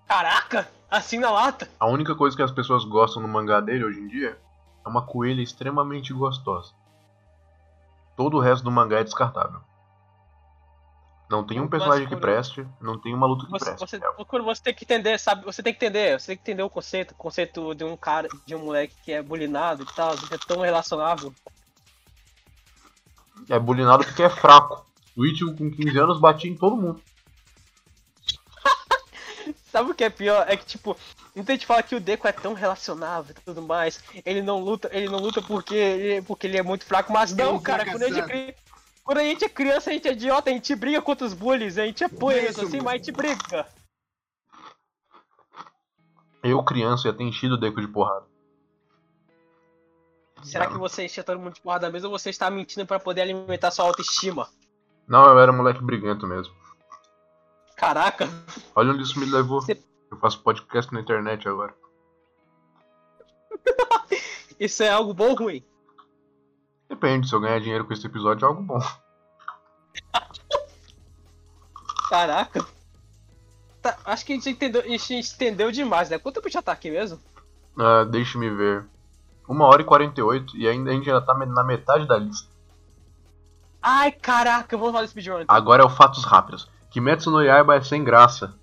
Caraca, assim na lata. A única coisa que as pessoas gostam no mangá dele hoje em dia é uma coelha extremamente gostosa. Todo o resto do mangá é descartável. Não tem um Mas personagem que quando- preste, não tem uma luta que Você, preste. você, É quando você tem que entender, sabe? Você tem que entender, você tem que entender o conceito, o conceito de um cara, de um moleque que é bulinado e tal, que é tão relacionável. [LAUGHS] É bulinado porque é fraco. O Ichigo com 15 anos batia em todo mundo. Sabe o que é pior? É que tipo, muita gente fala que o Deco é tão relacionável e tudo mais. Ele não luta, ele não luta porque ele, porque ele é muito fraco, mas É não, um cara, quando a gente é fracassado. cri- quando a gente é criança, a gente é idiota, a gente briga contra os bullies, a gente apoia eles Isso, assim, mano. mas a gente briga. Eu, criança, ia ter enchido o Deco de porrada. Será que você enche todo mundo de porrada mesmo ou você está mentindo pra poder alimentar sua autoestima? Não, eu era moleque briguento mesmo. Caraca. [LAUGHS] Olha onde isso me levou. Você- Eu faço podcast na internet agora. Isso é algo bom ou ruim? Depende, se eu ganhar dinheiro com esse episódio é algo bom. Caraca. Tá, acho que a gente entendeu, a gente estendeu demais, né? Quanto tempo já tá aqui mesmo? Ah, Deixe-me ver. 1 hora e 48 e ainda a gente ainda tá me- na metade da lista. Ai, caraca, vamos falar de speedrun. então. Agora é o Fatos Rápidos. Kimetsu no Yaiba é sem graça.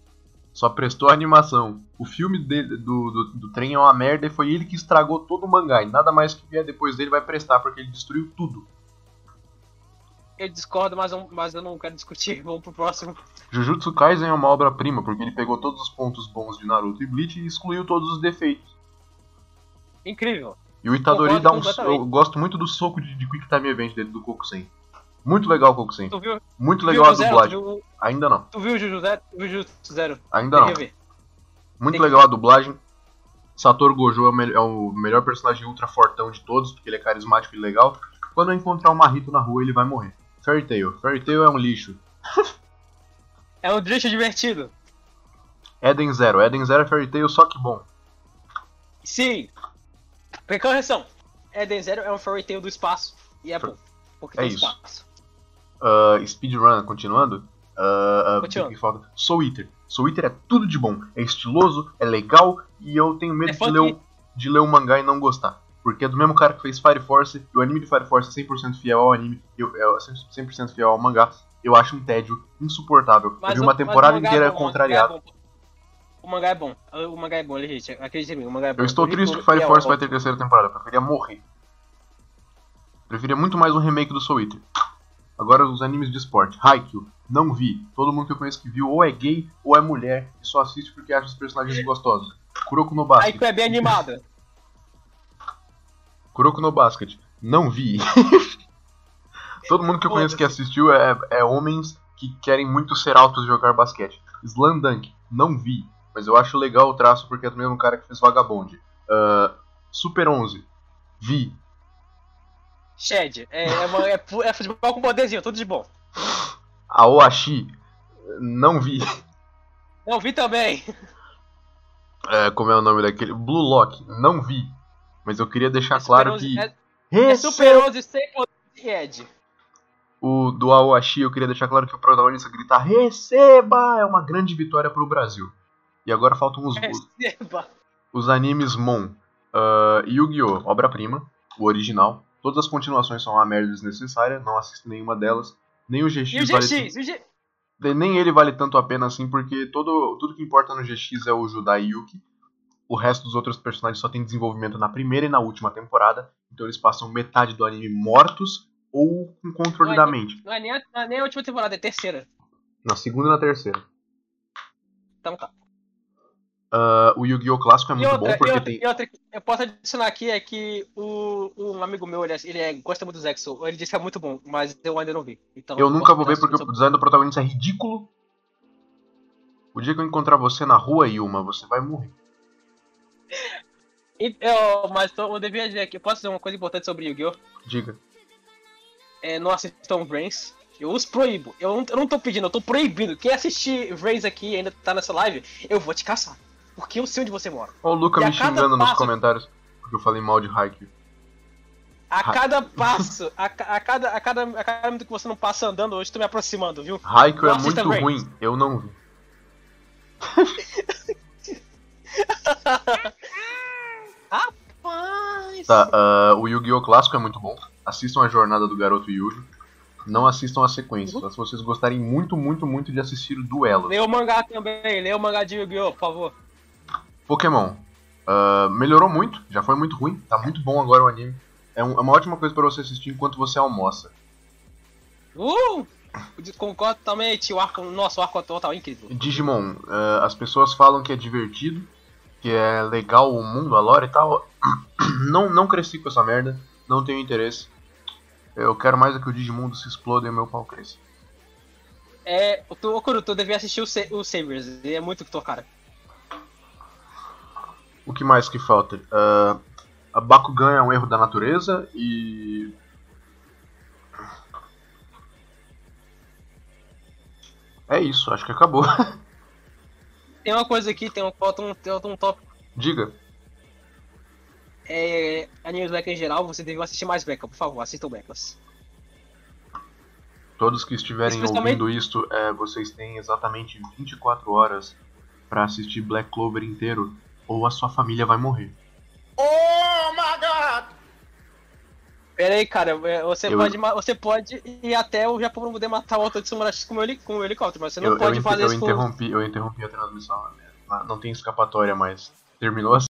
Só prestou a animação. O filme dele- do, do, do trem é uma merda e foi ele que estragou todo o mangá. E nada mais que vier depois dele vai prestar, porque ele destruiu tudo. Eu discordo, mas, eu- mas eu não quero discutir. [LAUGHS] Vamos pro próximo. Jujutsu Kaisen é uma obra-prima, porque ele pegou todos os pontos bons de Naruto e Bleach e excluiu todos os defeitos. Incrível. E o Itadori Concordo dá um. completamente. Eu gosto muito do soco de, de Quick Time Event dele do Kokusen. Muito legal o Kokusen. Tu viu, Muito viu legal a o Zero? Tu dublagem. viu, Ainda não. tu viu o Juju Zero? Tu viu o Jujutsu Zero? Ainda Tem não. que ver. Muito Tem que- legal a dublagem. Satoru Gojo é o, mel- é o melhor personagem ultra fortão de todos, porque ele é carismático e legal. Quando eu encontrar um marrito na rua, ele vai morrer. Fairy Tail. Fairy Tail é um lixo. É um trecho divertido. Eden Zero. Eden Zero é Fairy Tail, só que bom. Sim. Com correção. Eden Zero é um fairy tale do espaço. E é bom. Porque É tem isso. espaço. Ah, speedrun, continuando. Ah, ah, Continua. Big Falcon. Soul Eater. Soul Eater é tudo de bom. É estiloso, é legal e eu tenho medo É de, funky. ler o, de ler o mangá e não gostar. Porque é do mesmo cara que fez Fire Force e o anime de Fire Force é 100% fiel ao anime, eu, é 100% fiel ao mangá. Eu acho um tédio insuportável. eu vi o- uma temporada mangá é inteira bom, contrariado. O mangá é bom. O mangá é bom, ele gente. Acredita em mim, o mangá é bom. Eu estou Ele triste que tudo- Fire ele é Force bom. vai ter terceira temporada. Eu preferia morrer. Preferia muito mais um remake do Soul Eater. Agora os animes de esporte. Haikyuu. Não vi. Todo mundo que eu conheço que viu ou é gay ou é mulher e só assiste porque acha os personagens gostosos. Kuroko no Basket. Haiku é bem animada. Kuroko no Basket. Não vi. Todo mundo que eu conheço que assistiu é, é homens que querem muito ser altos e jogar basquete. Slam Dunk. Não vi. Mas eu acho legal o traço porque é do mesmo cara que fez Vagabond. Ah, Super 11. Vi. Shed. É, é, uma- é fu- é futebol com poderzinho, tudo de bom. A Oashi, não vi. [LAUGHS] Não vi também. É, como é o nome daquele? Blue Lock, não vi. Mas eu queria deixar Tá claro Super que. 11 É, é Esse Super 11 sem poder de Shed. O do Aoashi, eu queria deixar claro que o protagonista gritar Receba! É uma grande vitória pro Brasil. E agora faltam É. os, os, Receba. os animes Mon. Ah, Yu-Gi-Oh! Obra-prima, o original. Todas as continuações são uma merda desnecessária, não assisto nenhuma delas. Nem o GX, E o vale- GX? E o G- Daí Nem ele vale tanto a pena assim, porque todo, tudo que importa no GX é o Judai Yuki. O resto dos outros personagens só tem desenvolvimento na primeira e na última temporada. Então eles passam metade do anime mortos ou com controle Olha. da mente. Não é nem a, não é nem a última temporada, é a terceira. Na segunda e na terceira. Então tá. Ah, o Yu-Gi-Oh! clássico é E muito outra, bom e porque outra, tem. e outra que eu posso adicionar aqui é que o, um amigo meu, ele, ele é- gosta muito do Zexo. Ele disse que é muito bom, mas eu ainda não vi. Então, Eu nunca posso vou ver dar- porque o design do protagonista é ridículo. O dia que eu encontrar você na rua, Yuma, você vai morrer. E- Eu, mas tô- eu devia dizer aqui, eu posso dizer uma coisa importante sobre Yu-Gi-Oh! Diga. É, não assistam Brains. Eu os proíbo. Eu não, eu não tô pedindo, eu tô proibindo. Quem assistir Brains aqui e ainda tá nessa live, eu vou te caçar. Porque eu sei onde você mora. Olha o Luca E a me cada xingando nos passo- comentários porque eu falei mal de Haikyuu. A cada passo, a, ca- a cada, a, cada, a cada minuto que você não passa andando, eu estou me aproximando, viu? Haikyuu é Não assista muito Brains. ruim, eu não vi. Mas... Tá, ah, o Yu-Gi-Oh! clássico é muito bom. Assistam a jornada do garoto Yuji. Não assistam a sequência, Uhum. mas se vocês gostarem muito, muito, muito de assistir o duelo. Lê o mangá também, lê o mangá de Yu-Gi-Oh, por favor. Pokémon. ah, melhorou muito, já foi muito ruim, tá muito bom agora o anime. É, um- é uma ótima coisa pra você assistir enquanto você almoça. Uh! Concordo totalmente, o arco, nossa, o arco atual tá incrível. Digimon, ah, as pessoas falam que é divertido, que é legal o mundo, a lore e tal. [CLEARS THROAT] Não, não cresci com essa merda, não tenho interesse. Eu quero mais é que o Digimundo se exploda e o meu pau cresça. É, o tu, Okuro, tu devia assistir o, Sa- o Sabers, é muito que tua cara. O que mais que falta? Ah, a Bakugan é um erro da natureza e. É isso, acho que acabou. [LAUGHS] Tem uma coisa aqui, tem um, falta um, tem um tópico. Diga. É, animes Black em geral, você devia assistir mais Becca, por favor, assistam Beccas. Todos que estiverem Especialmente- ouvindo isto, é, vocês têm exatamente 24 horas pra assistir Black Clover inteiro, ou a sua família vai morrer. Pera aí, cara, é, você, Eu- pode, ma- você pode ir até o Japão pra poder matar o autor de Sumurashi com o heli- com o helicóptero, mas você não eu, eu pode inter- fazer eu isso com interrompi, eu interrompi a transmissão. né? Não tem escapatória, mas terminou assim.